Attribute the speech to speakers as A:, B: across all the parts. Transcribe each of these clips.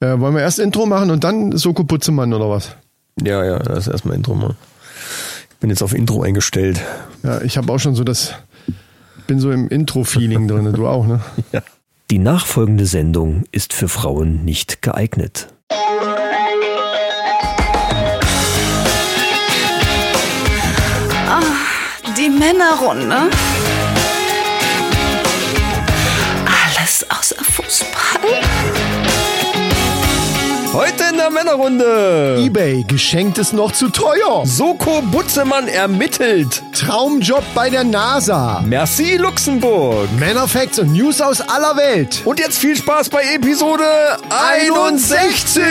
A: Äh, wollen wir erst Intro machen und dann Soko Putzemann oder was?
B: Ja, ja, das ist erstmal Intro mal. Ich bin jetzt auf Intro eingestellt.
A: Ja, ich habe auch schon so das, bin so im Intro-Feeling drin, du auch, ne?
B: Ja.
C: Die nachfolgende Sendung ist für Frauen nicht geeignet.
D: Die Männerrunde. Alles außer Fußball.
B: Heute in der Männerrunde.
A: Ebay, geschenkt ist noch zu teuer.
B: Soko Butzemann ermittelt.
A: Traumjob bei der NASA.
B: Merci Luxemburg.
A: Männerfacts und News aus aller Welt.
B: Und jetzt viel Spaß bei Episode 61.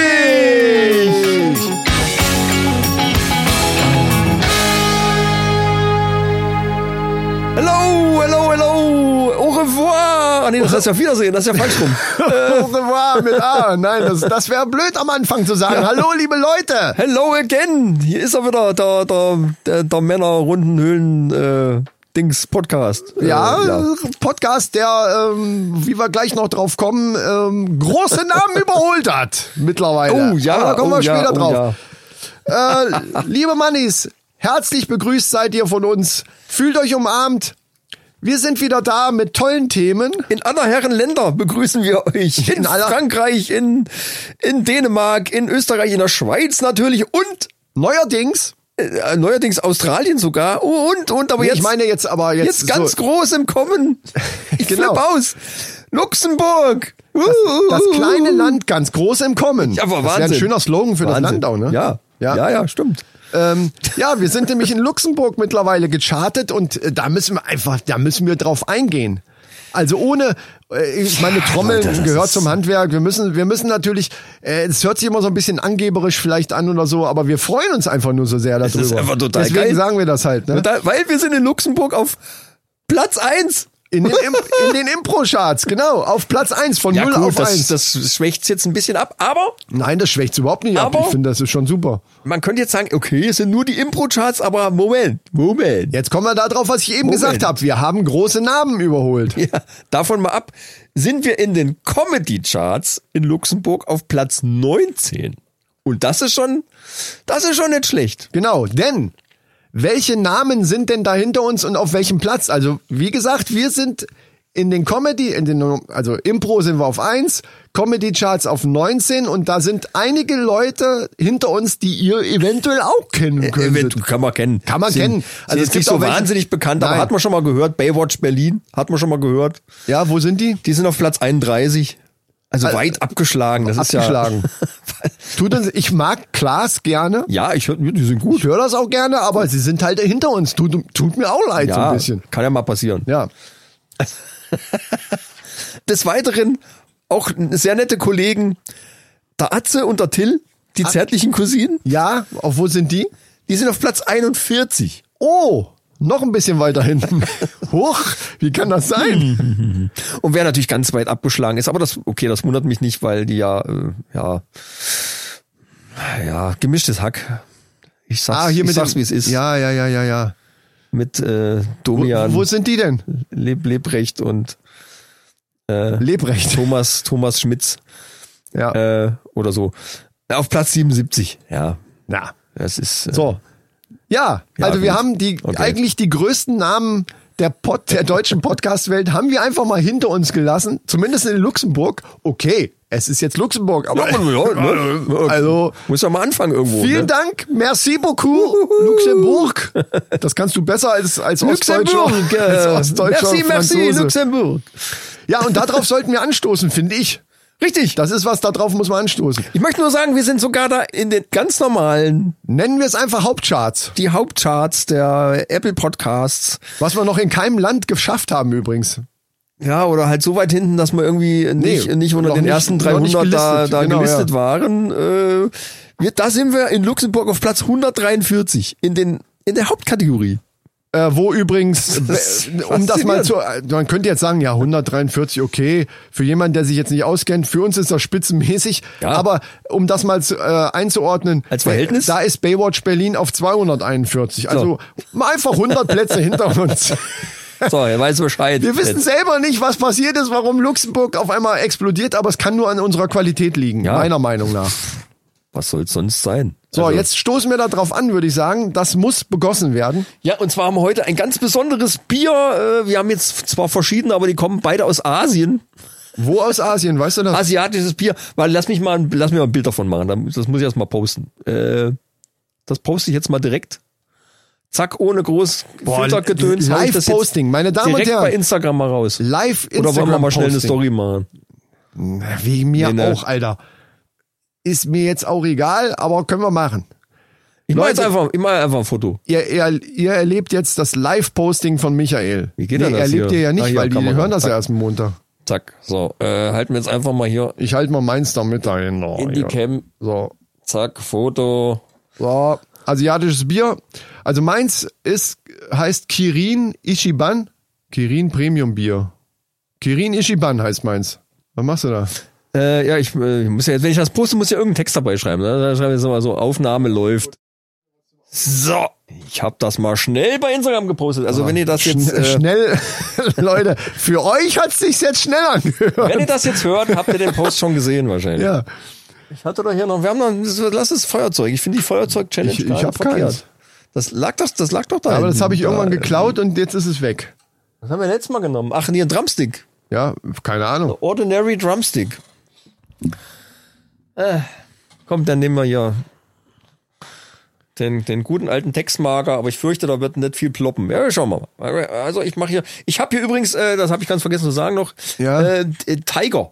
B: Hello, hello, hello. Au revoir. Ah nee, das heißt ja auf Wiedersehen. Das ist ja falsch rum.
A: Au revoir mit A. Nein, das, das wäre blöd am Anfang zu sagen. Hallo, liebe Leute.
B: Hello again. Hier ist er wieder, der, der, der, der Männer-Runden-Höhlen- äh, Dings Podcast. Äh,
A: Ja, Podcast, der, ähm, wie wir gleich noch drauf kommen, ähm, große Namen überholt hat mittlerweile.
B: Oh ja,
A: Aber da kommen
B: oh,
A: wir
B: ja,
A: später
B: oh,
A: drauf.
B: ja.
A: Äh, liebe Mannis, herzlich begrüßt seid ihr von uns. Fühlt euch umarmt. Wir sind wieder da mit tollen Themen.
B: In aller Herren Länder begrüßen wir euch. In,
A: In aller-
B: Frankreich, in, in Dänemark, in Österreich, in der Schweiz natürlich und
A: Neuerdings,
B: äh, neuerdings Australien sogar. Oh, Und, und, aber jetzt,
A: ich meine jetzt aber jetzt,
B: jetzt, ganz
A: so,
B: groß im Kommen. Ich
A: Genau.
B: flipp aus. Luxemburg.
A: das kleine Land ganz groß im Kommen.
B: Ja, aber
A: das wäre ein
B: Wahnsinn.
A: schöner Slogan für das
B: Wahnsinn.
A: Land auch, ne?
B: Ja.
A: ja.
B: ja, ja, ja, stimmt.
A: Ähm, ja, wir sind nämlich in Luxemburg mittlerweile gechartet und äh, da müssen wir einfach, da müssen wir drauf eingehen. Also ohne, äh, ich meine, Trommeln
B: Leute, das
A: gehört
B: ist-
A: zum Handwerk. Wir müssen, wir müssen natürlich, äh, es hört sich immer so ein bisschen angeberisch vielleicht an oder so, aber wir freuen uns einfach nur so sehr darüber.
B: ist einfach total
A: Deswegen
B: geil.
A: sagen wir das halt. Ne?
B: Da, weil wir sind in Luxemburg auf Platz eins.
A: In den, Imp in den Impro-Charts, genau, auf Platz eins von null 0 auf
B: das,
A: 1.
B: das schwächt's jetzt ein bisschen ab, aber
A: Nein, das schwächt's überhaupt nicht ab.
B: Aber-
A: Ich finde, das ist schon super.
B: man könnte jetzt sagen, okay, es sind nur die Impro-Charts, aber Moment, Moment.
A: Jetzt kommen wir da drauf, was ich eben
B: Moment.
A: gesagt habe. Wir haben große Namen überholt.
B: Ja, davon mal ab, sind wir in den Comedy-Charts in Luxemburg auf Platz 19. Und das ist schon, das ist schon nicht schlecht.
A: Genau, denn welche Namen sind denn da hinter uns und auf welchem Platz? Also, wie gesagt, wir sind in den Comedy, in den, also Impro sind wir auf 1, Comedy Charts auf 19 und da sind einige Leute hinter uns, die ihr eventuell auch kennen könntet.
B: Äh, Kann man kennen.
A: Kann man
B: sind,
A: kennen.
B: Also es ist nicht
A: gibt auch
B: so
A: welche-
B: wahnsinnig bekannt, aber
A: Nein.
B: hat man schon mal gehört. Baywatch Berlin, hat man schon mal gehört.
A: Ja, wo sind die?
B: Die sind auf Platz 31. Also weit abgeschlagen. Das
A: Abgeschlagen. Tut uns, ich mag Klaas gerne.
B: Ist ja, ja, ich hör, die sind
A: Ich
B: gut.
A: höre das auch gerne, aber sie sind halt hinter uns. Tut, tut mir auch leid so
B: Ja,
A: ein bisschen.
B: kann ja mal passieren.
A: Ja.
B: Des Weiteren auch sehr nette Kollegen, der Atze und der Till, die
A: Ah.
B: zärtlichen Cousinen,
A: Ja, auf wo sind die?
B: die sind auf Platz 41.
A: Oh, noch ein bisschen weiter hinten. Hoch, wie kann das
B: Hm.
A: sein?
B: Und wer natürlich ganz weit abgeschlagen ist, aber das, okay, das wundert mich nicht, weil die ja, äh, ja, ja, gemischtes Hack. Ich sag's, ich
A: Ah, dem-
B: sag's wie es ist.
A: Ja, ja, ja, ja, ja.
B: Mit äh,
A: Wo,
B: Domian,
A: wo sind die denn?
B: Leb Lebrecht und äh,
A: Lebrecht.
B: Thomas, Thomas Schmitz
A: Ja.
B: äh, oder so. Auf Platz 77. Ja,
A: Na,
B: das ist. Äh,
A: so. Ja,
B: Ja,
A: also wir
B: gut.
A: haben die
B: Okay.
A: eigentlich die größten Namen der, Pod, der deutschen Podcast-Welt haben wir einfach mal hinter uns gelassen, zumindest in Luxemburg. Okay, es ist jetzt Luxemburg, aber
B: Ja, ne?
A: also
B: Muss ja mal anfangen irgendwo.
A: vielen
B: ne?
A: Dank, merci beaucoup, Luxemburg. Das kannst du besser als als
B: Luxemburg. äh,
A: Ostdeutscher. Als Ostdeutscher
B: merci, merci,
A: Franzose.
B: Luxemburg.
A: Ja, und darauf sollten wir anstoßen, finde ich.
B: Richtig.
A: Das ist was, darauf muss man anstoßen.
B: Ich möchte nur sagen, wir sind sogar da in den ganz normalen,
A: Nennen wir es einfach Hauptcharts,
B: die Hauptcharts der Apple Podcasts.
A: was wir noch in keinem Land geschafft haben übrigens.
B: Ja, oder halt so weit hinten, dass wir irgendwie nicht,
A: Nee,
B: nicht unter
A: noch
B: den
A: nicht-
B: ersten
A: noch
B: 300
A: nicht
B: da,
A: gelistet.
B: da
A: Genau,
B: gelistet
A: ja.
B: waren. Äh, wir, da sind wir in Luxemburg auf Platz 143 in, den, in der Hauptkategorie.
A: Äh, wo übrigens,
B: Das
A: äh,
B: ist
A: um das mal zu, äh, man könnte jetzt sagen, ja, 143, okay, für jemanden, der sich jetzt nicht auskennt, für uns ist das spitzenmäßig,
B: Ja.
A: aber um das mal zu, äh, einzuordnen,
B: Als Verhältnis?
A: äh, da ist Baywatch Berlin auf 241, also mal einfach 100 Plätze hinter uns.
B: So, ihr weiß Bescheid.
A: Wir wissen selber nicht, was passiert ist, warum Luxemburg auf einmal explodiert, aber es kann nur an unserer Qualität liegen,
B: Ja.
A: meiner Meinung nach.
B: Was soll's sonst sein?
A: So,
B: Also-
A: jetzt stoßen wir da drauf an, würde ich sagen. Das muss begossen werden.
B: Ja, und zwar haben wir heute ein ganz besonderes Bier. Äh, Wir haben jetzt zwar verschiedene, aber die kommen beide aus Asien.
A: Wo aus Asien, weißt du das?
B: Asiatisches Bier. Weil lass mich mal, ein- lass mir mal ein Bild davon machen. Dann- Das muss ich erst mal posten. Äh, Das poste ich jetzt mal direkt. Zack, ohne groß Filtergedöns. hau ich das jetzt
A: Live-Posting, meine Damen und
B: Direkt bei
A: Herren.
B: Instagram mal raus.
A: Live
B: Oder wollen wir mal schnell eine
A: Instagram-Posting.
B: Story machen?
A: Na, Wegen mir
B: Nee, ne.
A: auch, Alter. Ist mir jetzt auch egal, aber können wir machen.
B: Ich mache jetzt
A: Leute.
B: einfach, ich mach einfach ein Foto.
A: Ihr, ihr, ihr erlebt jetzt das Live-Posting von Michael.
B: Wie geht denn das
A: erlebt
B: hier?
A: ihr ja
B: Ah,
A: nicht,
B: hier,
A: weil die
B: Kamera.
A: hören das
B: Zack.
A: ja erst am Montag.
B: Zack. So, äh, halten wir jetzt einfach mal hier
A: Ich halte mal meins damit dahin. Oh,
B: in die
A: ja.
B: Cam.
A: So,
B: Zack, Foto.
A: so. Asiatisches Bier. Also meins ist, heißt Kirin Ichiban. Kirin Premium Bier. Kirin Ichiban heißt meins. Was machst du da?
B: Äh, ja, ich, äh, ich muss ja jetzt, wenn ich das poste, muss ich ja irgendeinen Text dabei schreiben. Ne? Da schreibe ich jetzt mal so, Aufnahme läuft. So, ich habe das mal schnell bei Instagram gepostet. Also wenn ihr das
A: Schn-
B: jetzt, äh,
A: Ah, schnell, Leute, für euch hat es sich jetzt schnell angehört.
B: wenn ihr das jetzt hört, habt ihr den Post schon gesehen wahrscheinlich.
A: Ja,
B: Ich hatte doch hier noch, wir haben noch, lass es Feuerzeug. Ich finde die Feuerzeug-Challenge
A: Ich- ich
B: gar nicht
A: hab
B: verkehrt.
A: keins.
B: Das lag doch, das lag doch da.
A: aber das
B: hinten.
A: habe ich irgendwann
B: Da,
A: geklaut und jetzt ist es weg.
B: Das haben wir letztes Mal genommen. Ach, nee, ein Drumstick.
A: Ja, keine Ahnung.
B: Ordinary Drumstick. Äh, komm, dann nehmen wir hier den, den guten alten Textmarker, aber ich fürchte, da wird nicht viel ploppen. Ja, schauen wir mal. Also ich mache hier, ich habe hier übrigens, äh, das habe ich ganz vergessen zu sagen noch,
A: Ja.
B: äh, äh, Tiger.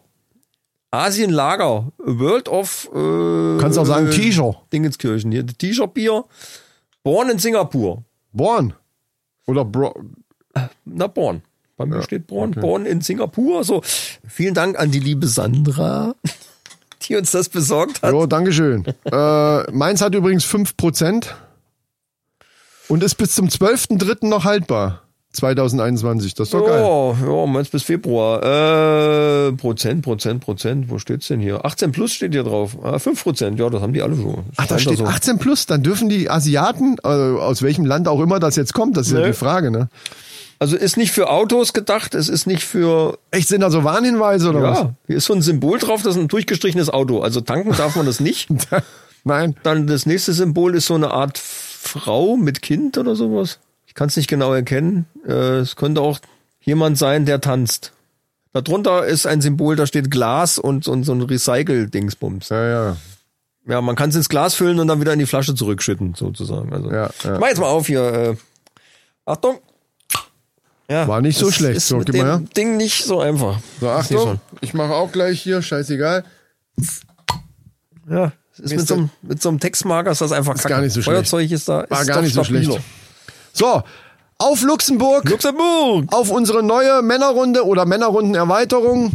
B: Asien Lager, World of äh,
A: Kannst auch sagen T-Shirt.
B: Dingenskirchen. Hier T-Shirt Bier. Born in Singapur.
A: Born. Oder Bro.
B: Na, Born. Bei mir steht Born. Born in Singapur. So, vielen Dank an die liebe Sandra, die uns das besorgt hat.
A: Jo, Dankeschön. äh, meins hat übrigens 5% und ist bis zum 12.03. noch haltbar. 2021, das ist doch geil.
B: Ja, Oh, ja, meins bis Februar. Äh, Prozent, Prozent, Prozent. Wo steht's denn hier? 18 plus steht hier drauf. Ah, 5 Prozent. Ja, das haben die alle schon.
A: Ach, da steht
B: so. also
A: 18 plus, dann dürfen die Asiaten, äh, aus welchem Land auch immer das jetzt kommt, das ist ja
B: Nee.
A: die Frage, ne?
B: Also ist nicht für Autos gedacht. Es ist nicht für,
A: Echt, sind da so Warnhinweise oder was?
B: ja, hier ist so ein Symbol drauf. Das ist ein durchgestrichenes Auto. Also tanken darf man das nicht.
A: Nein.
B: Dann das nächste Symbol ist so eine Art Frau mit Kind oder sowas. Ich kann es nicht genau erkennen. Äh, es könnte auch jemand sein, der tanzt. Darunter ist ein Symbol, da steht Glas und, und so ein Recycle-Dingsbums.
A: Ja, ja.
B: Ja, man kann es ins Glas füllen und dann wieder in die Flasche zurückschütten, sozusagen. Also,
A: Ja, ja.
B: Ich mach jetzt mal auf hier. Äh, Achtung. Ja,
A: War nicht so
B: es
A: schlecht.
B: Ist
A: So,
B: mit
A: gib
B: dem
A: mal her.
B: Ding nicht so einfach.
A: So,
B: Ist nicht
A: Achtung, ich mache auch gleich hier, scheißegal.
B: so. Ja, es ist mit so, einem, mit so einem Textmarker ist das einfach kacke.
A: gar nicht so schlecht.
B: Feuerzeug ist da.
A: War
B: ist
A: gar
B: doch
A: nicht so
B: stabiler.
A: schlecht. So, auf Luxemburg,
B: Luxemburg!
A: auf unsere neue Männerrunde oder Männerrundenerweiterung.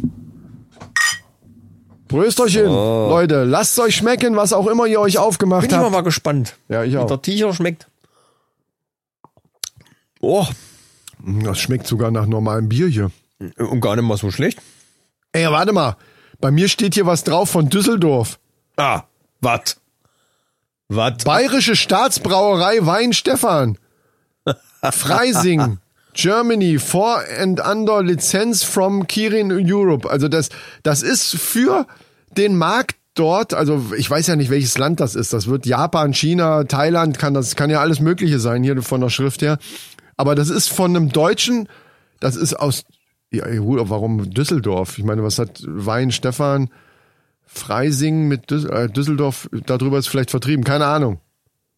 A: Prösterchen, Leute, lasst euch schmecken, was auch immer ihr euch aufgemacht
B: Bin ich mal,
A: habt.
B: mal gespannt,
A: Ja, ich
B: wie
A: auch.
B: der Tiger schmeckt. Oh,
A: Das schmeckt sogar nach normalem Bier hier.
B: und gar nicht mal so schlecht.
A: Ey, warte mal. Bei mir steht hier was drauf von Düsseldorf.
B: Ah, wat? Wat?
A: Bayerische Staatsbrauerei Wein Stefan. Freising. Germany for and under Lizenz from Kirin Europe. Also das, das ist für den Markt dort. Also ich weiß ja nicht, welches Land das ist. Das wird Japan, China, Thailand, kann das, kann ja alles Mögliche sein hier von der Schrift her. Aber das ist von einem Deutschen. Das ist aus, ja, gut, aber warum Düsseldorf? Ich meine, was hat Wein Stefan? Freising mit Düs äh, Düsseldorf, darüber ist vielleicht vertrieben, keine Ahnung.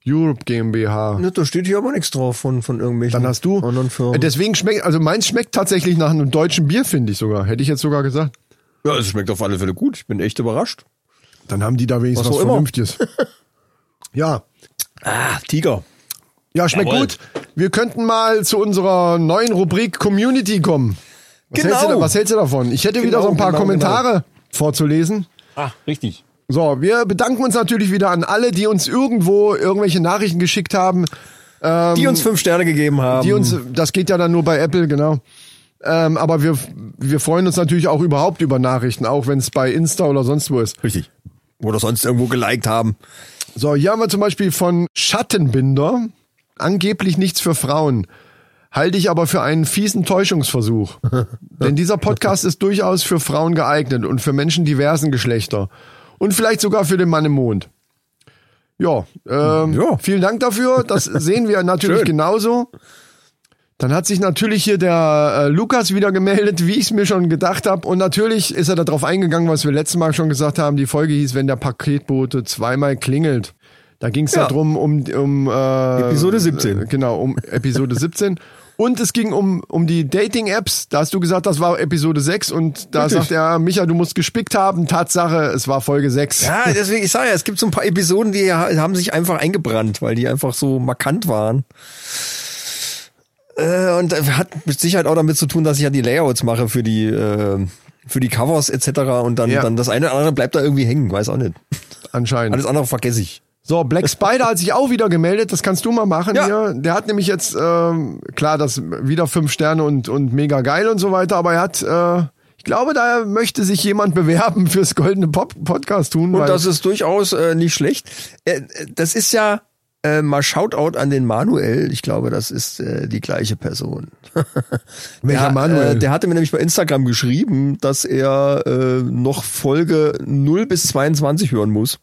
A: Europe GmbH.
B: Ne, da steht hier aber nichts drauf von, von irgendwelchen
A: Dann hast du.
B: anderen
A: Äh,
B: Firmen.
A: Deswegen schmeckt, also meins schmeckt tatsächlich nach einem deutschen Bier, finde ich sogar. Hätte ich jetzt sogar gesagt.
B: Ja, es schmeckt auf alle Fälle gut. Ich bin echt überrascht.
A: Dann haben die da wenigstens
B: Was
A: was,
B: auch immer.
A: Vernünftiges. ja.
B: Ah, Tiger.
A: Ja, schmeckt
B: Jawohl.
A: gut. Wir könnten mal zu unserer neuen Rubrik Community kommen. Was,
B: Genau.
A: hältst, du, da- was hältst du davon? Ich hätte wieder
B: Genau,
A: so ein paar
B: genau,
A: Kommentare vorzulesen.
B: Ah, richtig.
A: So, wir bedanken uns natürlich wieder an alle, die uns irgendwo irgendwelche Nachrichten geschickt haben.
B: Die uns fünf Sterne gegeben haben.
A: Ähm, die uns, das geht ja dann nur bei Apple, genau. Ähm, aber wir, wir freuen uns natürlich auch überhaupt über Nachrichten, auch wenn es bei Insta oder sonst wo ist.
B: richtig. Oder sonst irgendwo geliked haben.
A: So, hier haben wir zum Beispiel von Schattenbinder, angeblich nichts für Frauen. halte ich aber für einen fiesen Täuschungsversuch. Denn dieser Podcast ist durchaus für Frauen geeignet und für Menschen diversen Geschlechter. Und vielleicht sogar für den Mann im Mond. Ja, ähm,
B: Ja.
A: vielen Dank dafür. Das sehen wir natürlich
B: Schön.
A: genauso. Dann hat sich natürlich hier der äh, Lukas wieder gemeldet, wie ich es mir schon gedacht habe. Und natürlich ist er darauf eingegangen, was wir letztes Mal schon gesagt haben. Die Folge hieß, wenn der Paketbote zweimal klingelt. Da ging es
B: Ja.
A: darum, um, um äh,
B: Episode 17.
A: äh, Genau, um Episode 17. Und es ging um, um die Dating-Apps. Da hast du gesagt, das war Episode 6. Und da
B: Richtig.
A: sagt er, Micha, du musst gespickt haben. Tatsache, es war Folge 6.
B: Ja, deswegen, ich sage ja, es gibt so ein paar Episoden, die ha- haben sich einfach eingebrannt, weil die einfach so markant waren. Äh, und äh, hat mit Sicherheit auch damit zu tun, dass ich ja die Layouts mache für die, äh, für die Covers etc. Und dann,
A: Ja.
B: dann das eine oder andere bleibt da irgendwie hängen, weiß auch nicht.
A: Anscheinend.
B: Alles andere vergesse ich.
A: So, Black Spider hat sich auch wieder gemeldet, das kannst du mal machen
B: Ja.
A: hier. Der hat nämlich jetzt, ähm, klar, das wieder fünf Sterne und, und mega geil und so weiter, aber er hat, äh, ich glaube, da möchte sich jemand bewerben fürs goldene Pop Podcast tun.
B: Und
A: weil,
B: das ist durchaus äh, nicht schlecht. Äh, äh, das ist ja äh, mal Shoutout an den Manuel. Ich glaube, das ist äh, die gleiche Person.
A: Welcher
B: der,
A: Manuel?
B: Äh, der hatte mir nämlich bei Instagram geschrieben, dass er äh, noch Folge 0 bis 22 hören muss.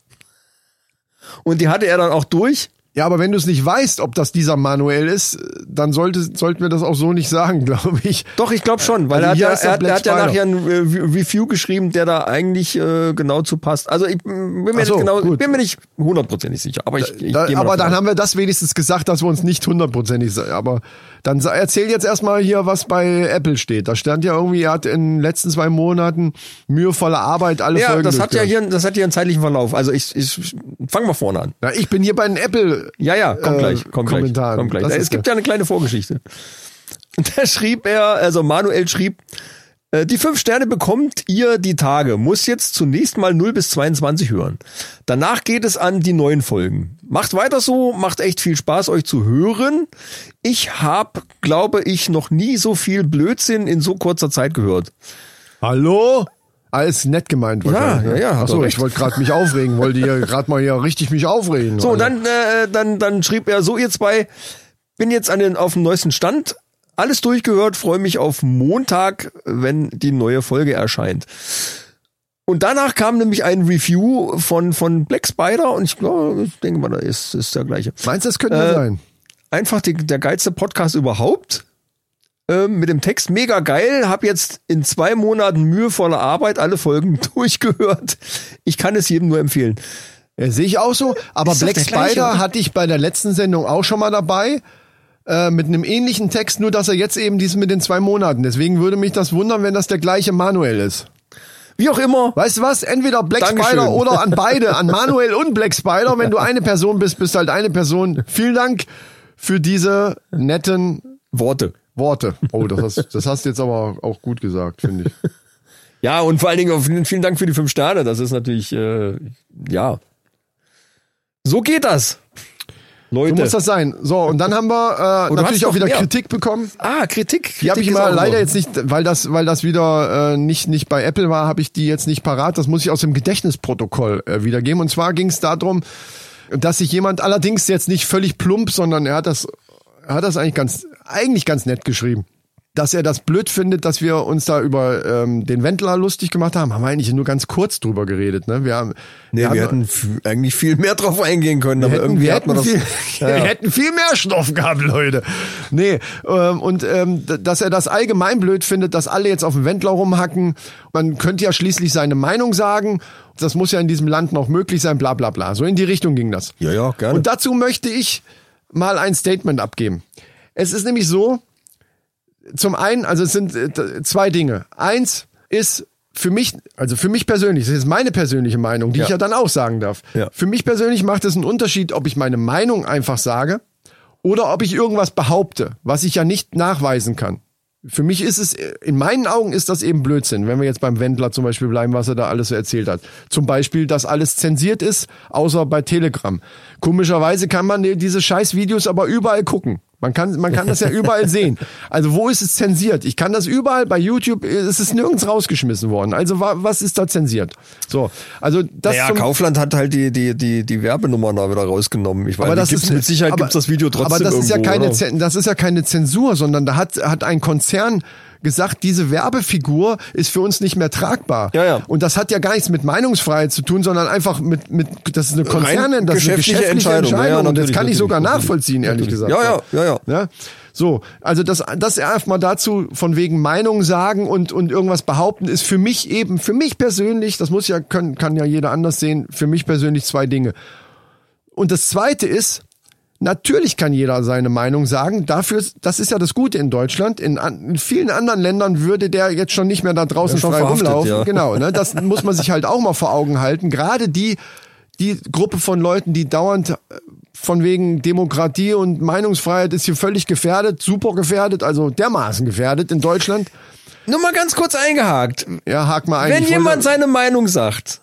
B: Und die hatte er dann auch durch.
A: ja, aber wenn du es nicht weißt, ob das dieser Manuel ist, dann sollte, sollten wir das auch so nicht sagen, glaube ich.
B: Doch, ich glaube schon, weil
A: Also hier
B: er,
A: heißt
B: hat,
A: er
B: ja- er, hat,
A: Black
B: er hat ja
A: Spider.
B: nachher ein äh, Re- Review geschrieben, der da eigentlich äh, genau zu passt. Also ich mm, bin mir,
A: Ach so,
B: nicht, genau,
A: gut.
B: bin mir nicht hundertprozentig sicher, aber ich, ich
A: Da,
B: gehe mal
A: aber
B: davon
A: dann
B: aus.
A: haben wir das wenigstens gesagt, dass wir uns nicht hundertprozentig sind. Aber dann sa- erzähl jetzt erstmal hier, was bei Apple steht. Da stand ja irgendwie, er hat in den letzten zwei Monaten mühevolle Arbeit alle
B: Ja,
A: Folgen
B: das hat ja
A: durchgehört.
B: hier, das hat hier einen zeitlichen Verlauf. Also ich, ich fang mal vorne an.
A: Na, ich bin hier bei den Apple.
B: Ja, ja, komm
A: Äh,
B: gleich, komm gleich,
A: Kommentaren.
B: komm gleich.
A: Das
B: Es
A: ist
B: gibt ja eine kleine Vorgeschichte. Und da schrieb er, also Manuel schrieb, äh, die fünf Sterne bekommt ihr die Tage, muss jetzt zunächst mal 0 bis 22 hören. Danach geht es an die neuen Folgen. Macht weiter so, macht echt viel Spaß, euch zu hören. Ich hab, glaube ich, noch nie so viel Blödsinn in so kurzer Zeit gehört.
A: Hallo? Alles nett gemeint. wahrscheinlich, ne?
B: ja, ja, hat
A: Achso,
B: er
A: ich
B: recht.
A: wollte gerade mich aufregen, wollte hier gerade mal hier richtig mich aufregen.
B: So,
A: Also,
B: dann, äh, dann, dann schrieb er so, ihr zwei, bin jetzt an den, auf dem neuesten Stand. Alles durchgehört, freue mich auf Montag, wenn die neue Folge erscheint. Und danach kam nämlich ein Review von, von Black Spider und ich glaube, ich denke mal, da ist, ist der gleiche.
A: Meinst du, das könnte
B: Äh,
A: sein?
B: Einfach die, der geilste Podcast überhaupt. Ähm, mit dem Text mega geil, hab jetzt in zwei Monaten mühevoller Arbeit alle Folgen durchgehört. Ich kann es jedem nur empfehlen.
A: Äh, Sehe ich auch so. Aber
B: Ist doch
A: Black
B: der gleiche,
A: Spider
B: oder?
A: hatte ich bei der letzten Sendung auch schon mal dabei. Äh, mit einem ähnlichen Text, nur dass er jetzt eben diesen mit den zwei Monaten. Deswegen würde mich das wundern, wenn das der gleiche Manuel ist.
B: Wie auch immer,
A: Weißt du was? Entweder Black
B: Dankeschön.
A: Spider oder an beide, an Manuel und Black Spider. Wenn du eine Person bist, bist halt eine Person. Vielen Dank für diese netten
B: Worte.
A: Worte. Oh, das hast, das hast du jetzt aber auch gut gesagt, finde ich.
B: Ja, und vor allen Dingen auch vielen, vielen Dank für die fünf Sterne. Das ist natürlich, äh, ja. So geht das.
A: So
B: Leute.
A: muss das sein. So, und dann haben wir äh,
B: Oh, du
A: natürlich
B: hast
A: auch
B: doch
A: wieder
B: mehr.
A: Kritik bekommen.
B: ah, Kritik. Kritik
A: Die habe ich
B: ist
A: mal
B: auch
A: leider
B: noch.
A: jetzt nicht, weil das, weil das wieder äh, nicht, nicht bei Apple war, habe ich die jetzt nicht parat. Das muss ich aus dem Gedächtnisprotokoll äh, wiedergeben. Und zwar ging es darum, dass sich jemand allerdings jetzt nicht völlig plump, sondern er hat das, er hat das eigentlich ganz, eigentlich ganz nett geschrieben. Dass er das blöd findet, dass wir uns da über ähm, den Wendler lustig gemacht haben, haben wir eigentlich nur ganz kurz drüber geredet. Ne? Wir haben,
B: Nee, wir
A: haben-
B: hätten f- eigentlich viel mehr drauf eingehen können, aber
A: hätten-
B: irgendwie
A: wir
B: hat man das.
A: hätten Viel,
B: Ja, ja.
A: Wir hätten viel mehr Stoff gehabt, Leute. Nee, ähm, und ähm, d- dass er das allgemein blöd findet, dass alle jetzt auf dem Wendler rumhacken. Man könnte ja schließlich seine Meinung sagen. Das muss ja in diesem Land noch möglich sein, bla bla bla. So in die Richtung ging das.
B: Ja, ja, gerne.
A: Und dazu möchte ich mal ein Statement abgeben. Es ist nämlich so, zum einen, also es sind äh, d- zwei Dinge. Eins ist für mich, also für mich persönlich, das ist meine persönliche Meinung, die
B: Ja.
A: ich ja dann auch sagen darf.
B: Ja.
A: Für mich persönlich macht es einen Unterschied, ob ich meine Meinung einfach sage oder ob ich irgendwas behaupte, was ich ja nicht nachweisen kann. Für mich ist es, äh, in meinen Augen ist das eben Blödsinn, wenn wir jetzt beim Wendler zum Beispiel bleiben, was er da alles so erzählt hat. Zum Beispiel, dass alles zensiert ist, außer bei Telegram. Komischerweise kann man die- diese scheiß Videos aber überall gucken. Man kann, man kann das ja überall sehen. Also wo ist es zensiert? Ich kann das überall, bei YouTube ist es nirgends rausgeschmissen worden. Also wa, was ist da zensiert? So, also das
B: naja,
A: zum,
B: Kaufland hat halt die, die, die, die Werbenummer da wieder rausgenommen. Ich meine,
A: aber das
B: die gibt's
A: ist
B: mit Sicherheit
A: aber-
B: gibt's das Video trotzdem
A: Aber das
B: irgendwo,
A: ist ja keine
B: oder?
A: Zen- das ist ja keine Zensur, sondern da hat hat ein Konzern gesagt, diese Werbefigur ist für uns nicht mehr tragbar.
B: Ja, ja.
A: Und das hat ja gar nichts mit Meinungsfreiheit zu tun, sondern einfach mit mit das ist eine Konzerne, das ist eine
B: geschäftliche
A: geschäftliche Entscheidung.
B: Entscheidung. Ja, ja,
A: und das
B: natürlich,
A: kann ich
B: natürlich,
A: sogar
B: natürlich.
A: nachvollziehen, ehrlich gesagt.
B: Ja, ja, ja, ja.
A: Ne? So, also das, das erstmal dazu von wegen Meinung sagen und, und irgendwas behaupten, ist für mich eben, für mich persönlich, das muss ja, können, kann ja jeder anders sehen, für mich persönlich zwei Dinge. Und das zweite ist, natürlich kann jeder seine Meinung sagen. Dafür, ist- das ist ja das Gute in Deutschland. In, an, in vielen anderen Ländern würde der jetzt schon nicht mehr da draußen
B: Ja, schon
A: frei
B: verhaftet,
A: rumlaufen.
B: ja.
A: Genau, ne? Das muss man sich halt auch mal vor Augen halten. Gerade die, die Gruppe von Leuten, die dauernd äh, von wegen Demokratie und Meinungsfreiheit ist hier völlig gefährdet, super gefährdet, also dermaßen gefährdet in Deutschland.
B: Nur mal ganz kurz eingehakt.
A: Ja, hak mal ein.
B: Wenn
A: Ich wollte-
B: jemand seine Meinung sagt,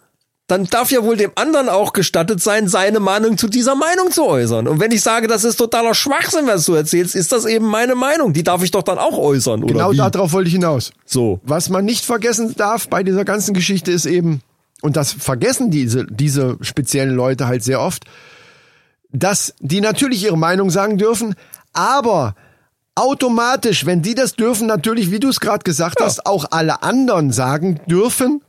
B: dann darf ja wohl dem anderen auch gestattet sein, seine Meinung zu dieser Meinung zu äußern. Und wenn ich sage, das ist totaler Schwachsinn, was du erzählst, ist das eben meine Meinung. Die darf ich doch dann auch äußern, oder?
A: Genau
B: wie?
A: darauf wollte ich hinaus.
B: So.
A: Was man nicht vergessen darf bei dieser ganzen Geschichte ist eben, und das vergessen diese, diese speziellen Leute halt sehr oft, dass die natürlich ihre Meinung sagen dürfen, aber automatisch, wenn die das dürfen, natürlich, wie du es gerade gesagt hast, auch alle anderen sagen dürfen,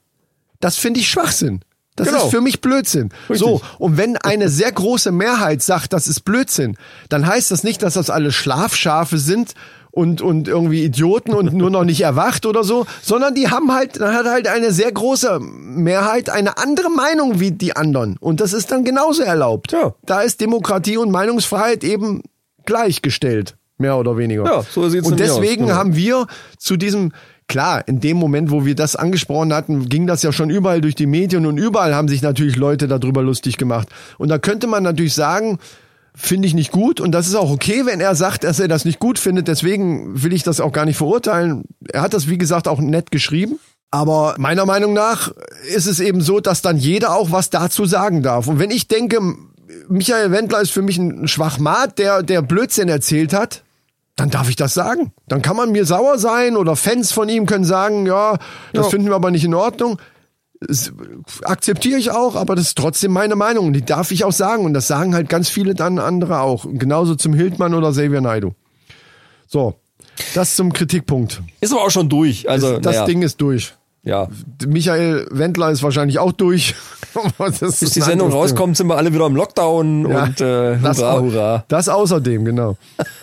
A: das finde ich Schwachsinn. Das
B: Genau.
A: ist für mich Blödsinn. So, und wenn eine sehr große Mehrheit sagt, das ist Blödsinn, dann heißt das nicht, dass das alle Schlafschafe sind und, und irgendwie Idioten und nur noch nicht erwacht oder so, sondern die haben halt, dann hat halt eine sehr große Mehrheit eine andere Meinung wie die anderen. Und das ist dann genauso erlaubt.
B: Ja.
A: Da ist Demokratie und Meinungsfreiheit eben gleichgestellt, mehr oder weniger.
B: Ja, so sieht's
A: Und
B: nämlich aus,
A: deswegen
B: genau.
A: haben wir zu diesem, klar, in dem Moment, wo wir das angesprochen hatten, ging das ja schon überall durch die Medien und überall haben sich natürlich Leute darüber lustig gemacht. Und da könnte man natürlich sagen, finde ich nicht gut und das ist auch okay, wenn er sagt, dass er das nicht gut findet, deswegen will ich das auch gar nicht verurteilen. Er hat das, wie gesagt, auch nett geschrieben. Aber meiner Meinung nach ist es eben so, dass dann jeder auch was dazu sagen darf. Und wenn ich denke, Michael Wendler ist für mich ein Schwachmat, der, der Blödsinn erzählt hat, dann darf ich das sagen. Dann kann man mir sauer sein oder Fans von ihm können sagen, ja, das
B: Ja.
A: finden wir aber nicht in Ordnung. Das akzeptiere ich auch, aber das ist trotzdem meine Meinung und die darf ich auch sagen und das sagen halt ganz viele dann andere auch. Genauso zum Hildmann oder Xavier Naidu. So, das zum Kritikpunkt.
B: Ist aber auch schon durch. Also,
A: das
B: naja,
A: Ding ist durch.
B: Ja.
A: Michael Wendler ist wahrscheinlich auch durch. Das ist
B: Bis die
A: ein
B: Sendung
A: anderes Thema.
B: rauskommt, sind wir alle wieder im Lockdown
A: Ja,
B: und äh,
A: das,
B: hurra,
A: au-
B: hurra.
A: Das außerdem, genau.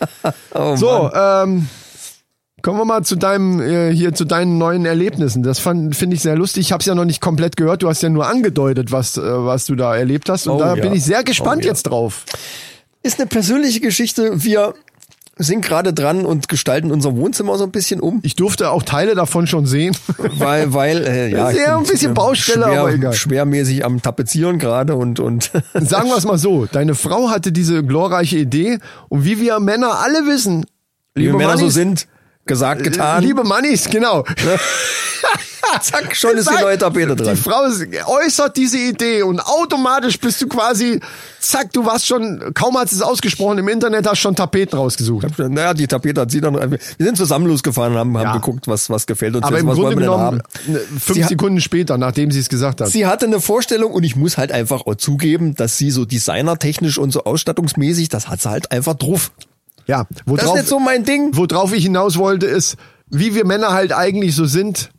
B: Oh,
A: So, ähm, kommen wir mal zu deinem äh, hier zu deinen neuen Erlebnissen. Das fand finde ich sehr lustig. Ich habe es ja noch nicht komplett gehört. Du hast ja nur angedeutet, was äh, was du da erlebt hast und
B: Oh
A: da
B: ja.
A: bin ich sehr gespannt
B: Oh ja.
A: jetzt drauf.
B: ist eine persönliche Geschichte. Wir sind gerade dran und gestalten unser Wohnzimmer so ein bisschen um,
A: Ich durfte auch Teile davon schon sehen.
B: weil, weil, äh, ja.
A: Sehr
B: ich bin
A: ein bisschen Baustelle,
B: schwer,
A: aber egal.
B: Schwermäßig am Tapezieren gerade und, und.
A: Sagen wir es mal so, deine Frau hatte diese glorreiche Idee und wie wir Männer alle wissen,
B: Wie wir Männer so
A: Mannis,
B: sind, gesagt,
A: äh,
B: getan.
A: liebe Mannis, genau.
B: Zack, schon ist die
A: Sei-
B: neue Tapete dran.
A: Die Frau äußert diese Idee und automatisch bist du quasi, zack, du warst schon, kaum hast du es ausgesprochen, im Internet hast du schon Tapeten rausgesucht.
B: Naja, die Tapete hat sie dann. Wir sind zusammen losgefahren und haben, haben
A: Ja.
B: geguckt, was, was gefällt uns.
A: Aber
B: jetzt,
A: im
B: was
A: Grunde
B: wollen wir denn
A: genommen,
B: haben.
A: ne,
B: Sie
A: fünf
B: hat-
A: Sekunden später, nachdem sie es gesagt hat.
B: Sie hatte eine Vorstellung und ich muss halt einfach auch zugeben, dass sie so designertechnisch und so ausstattungsmäßig, das hat sie halt einfach drauf.
A: ja,
B: Das ist
A: worauf,
B: jetzt so mein Ding.
A: worauf ich hinaus wollte, ist, wie wir Männer halt eigentlich so sind.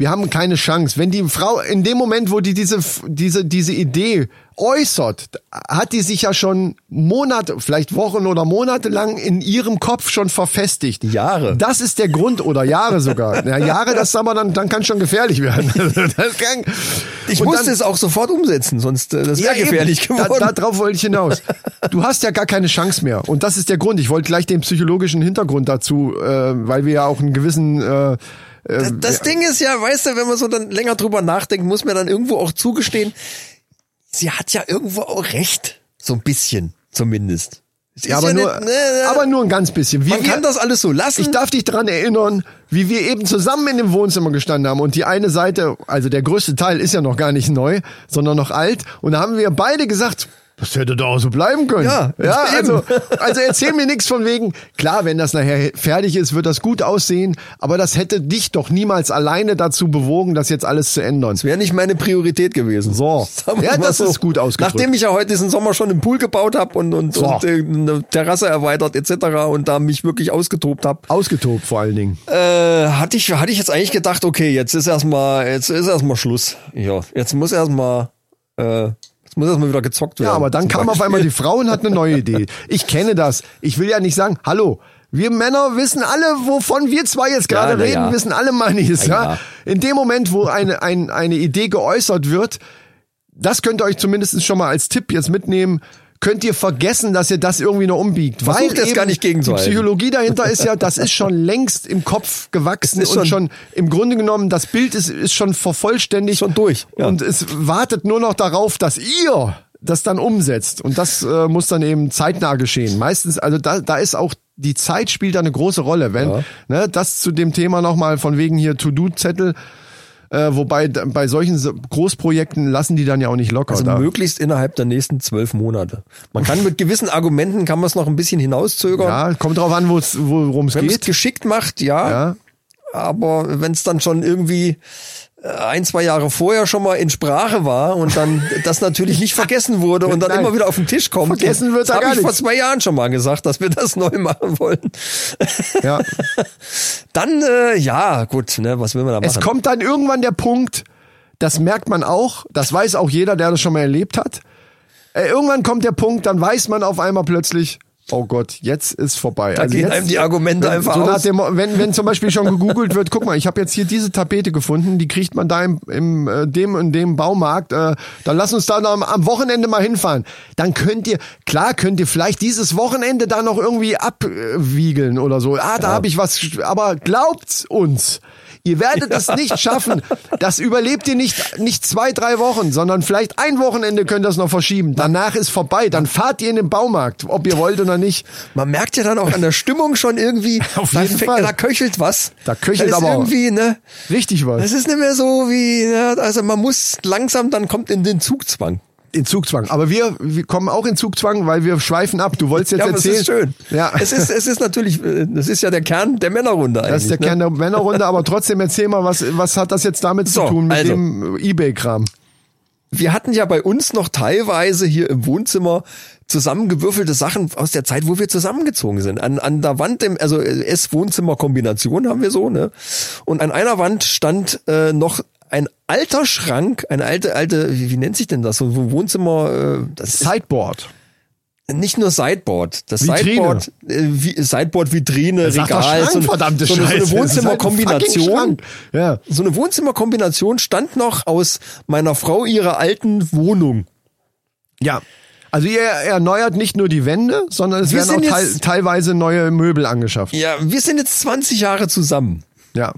A: Wir haben keine Chance. Wenn die Frau, in dem Moment, wo die diese, diese, diese Idee äußert, hat die sich ja schon Monate, vielleicht Wochen oder Monate lang in ihrem Kopf schon verfestigt.
B: Jahre.
A: Das ist der Grund, oder Jahre sogar. Ja, Jahre, das aber dann, dann kann schon gefährlich werden. Das kann,
B: Ich
A: Und
B: musste
A: dann-
B: es auch sofort umsetzen, sonst äh, das wäre
A: eben.
B: gefährlich geworden.
A: Da, darauf wollte ich hinaus. Du hast ja gar keine Chance mehr. Und das ist der Grund. Ich wollte gleich den psychologischen Hintergrund dazu, äh, weil wir ja auch einen gewissen äh,
B: das das Ding ist ja, weißt du, wenn man so dann länger drüber nachdenkt, muss mir dann irgendwo auch zugestehen, sie hat ja irgendwo auch recht. So ein bisschen, zumindest. Es ist
A: ja, aber, nur,
B: nicht- ne, ne,
A: aber nur ein ganz bisschen. Wie
B: man
A: wir-
B: kann das alles so lassen.
A: Ich darf dich daran erinnern, wie wir eben zusammen in dem Wohnzimmer gestanden haben und die eine Seite, also der größte Teil ist ja noch gar nicht neu, sondern noch alt und da haben wir beide gesagt, Das hätte doch auch so bleiben können.
B: Ja,
A: ja
B: eben.
A: also, also erzähl mir nichts von wegen, klar, wenn das nachher fertig ist, wird das gut aussehen, aber das hätte dich doch niemals alleine dazu bewogen, das jetzt alles zu ändern.
B: Wäre nicht meine Priorität gewesen.
A: So.
B: Sagen wir
A: Ja,
B: mal
A: das ist gut ausgedrückt.
B: Nachdem ich ja heute diesen Sommer schon einen Pool gebaut habe und, und,
A: So.
B: und äh, eine Terrasse erweitert etc. und da mich wirklich ausgetobt habe,
A: Ausgetobt vor allen Dingen.
B: äh, hatte ich hatte ich jetzt eigentlich gedacht, okay, jetzt ist erstmal jetzt ist erstmal Schluss. Ja, jetzt muss erstmal äh, jetzt muss erstmal wieder gezockt werden.
A: Ja, aber dann
B: Zum
A: kam auf
B: Beispiel.
A: einmal die Frau und hat eine neue Idee. Ich kenne das. Ich will ja nicht sagen, hallo, wir Männer wissen alle, wovon wir zwei jetzt gerade
B: Ja, na
A: reden,
B: ja.
A: wissen alle Mannis.
B: Na
A: Ja.
B: ja.
A: In dem Moment, wo eine, ein, eine Idee geäußert wird, das könnt ihr euch zumindest schon mal als Tipp jetzt mitnehmen, könnt ihr vergessen, dass ihr das irgendwie noch umbiegt. weil
B: das
A: eben
B: gar nicht
A: die
B: gegenzuhalten.
A: Psychologie dahinter ist ja, das ist schon längst im Kopf gewachsen
B: Es ist
A: und schon
B: schon-
A: im Grunde genommen, das Bild ist, ist schon vervollständigt.
B: Schon durch, ja.
A: Und es wartet nur noch darauf, dass ihr das dann umsetzt. Und das äh, muss dann eben zeitnah geschehen. Meistens, also da, da ist auch die Zeit spielt da eine große Rolle. Wenn, ne, das zu dem Thema nochmal von wegen hier To-Do-Zettel, äh, wobei d- bei solchen so- Großprojekten lassen die dann ja auch nicht locker.
B: Also
A: da.
B: möglichst innerhalb der nächsten zwölf Monate. Man kann mit gewissen Argumenten kann man es noch ein bisschen hinauszögern.
A: Ja, kommt drauf an, wo's- worum es
B: Wenn man es
A: geht.
B: geschickt macht, ja.
A: Ja.
B: Aber wenn es dann schon irgendwie äh, ein, zwei Jahre vorher schon mal in Sprache war und dann das natürlich nicht vergessen wurde und dann
A: Nein.
B: immer wieder auf den Tisch kommt.
A: Vergessen wird
B: das
A: da
B: habe
A: gar
B: ich vor
A: nichts.
B: zwei Jahren schon mal gesagt, dass wir das neu machen wollen.
A: Ja.
B: Dann, äh, ja, gut, ne, was will man da machen?
A: Es kommt dann irgendwann der Punkt, das merkt man auch, das weiß auch jeder, der das schon mal erlebt hat. Äh, irgendwann kommt der Punkt, dann weiß man auf einmal plötzlich, oh Gott, jetzt ist vorbei. Also
B: da gehen
A: halt jetzt,
B: einem die Argumente einfach
A: so nach
B: aus.
A: dem, Mo- wenn, wenn zum Beispiel schon gegoogelt wird, guck mal, ich habe jetzt hier diese Tapete gefunden, die kriegt man da im, im äh, dem und dem Baumarkt, äh, dann lass uns da noch am, am Wochenende mal hinfahren. Dann könnt ihr, klar könnt ihr vielleicht dieses Wochenende da noch irgendwie abwiegeln oder so. Ah, da hab habe ich was, sch- aber glaubt uns. Ihr werdet es nicht schaffen. Das überlebt ihr nicht, nicht zwei, drei Wochen, sondern vielleicht ein Wochenende könnt ihr es noch verschieben. Danach ist vorbei. Dann fahrt ihr in den Baumarkt, ob ihr wollt oder nicht.
B: Man merkt ja dann auch an der Stimmung schon irgendwie,
A: Auf
B: da,
A: jeden
B: fängt-
A: Fall.
B: da köchelt was.
A: Da köchelt
B: ist
A: aber auch.
B: irgendwie, ne,
A: Richtig was.
B: Es ist nicht mehr so wie, ne, also man muss langsam, dann kommt in den Zugzwang.
A: In Zugzwang. Aber wir, wir kommen auch in Zugzwang, weil wir schweifen ab. Du wolltest jetzt
B: aber
A: erzählen.
B: es ist schön.
A: Ja,
B: Es ist, es ist natürlich, äh, das ist ja der Kern der Männerrunde eigentlich.
A: das ist der Kern
B: ne?
A: der Männerrunde, aber trotzdem erzähl mal, was, was hat das jetzt damit zu
B: So,
A: tun mit
B: also.
A: dem Ebay-Kram?
B: Wir hatten ja bei uns noch teilweise hier im Wohnzimmer zusammengewürfelte Sachen aus der Zeit, wo wir zusammengezogen sind. An, an der Wand, im, also äh, Ess-Wohnzimmer-Kombination haben wir so, ne? Und an einer Wand stand äh, noch ein alter Schrank, eine alte, alte, wie, wie nennt sich denn das? So ein Wohnzimmer, äh, das
A: Sideboard.
B: nicht nur Sideboard, das
A: Vitrine.
B: Sideboard, äh, wie, Sideboard Vitrine,
A: Sag doch
B: Regal, so,
A: Schrank,
B: eine-
A: verdammte
B: so, eine- so
A: Scheiße.
B: eine
A: Das ist halt ein fucking
B: Wohnzimmerkombination.
A: Schrank. Ja.
B: So eine Wohnzimmerkombination stand noch aus meiner Frau ihrer alten Wohnung.
A: Ja. Also ihr erneuert nicht nur die Wände, sondern es
B: Wir
A: werden
B: sind
A: auch teil,
B: jetzt-
A: teilweise neue Möbel angeschafft.
B: Ja, wir sind jetzt 20 Jahre zusammen.
A: Ja.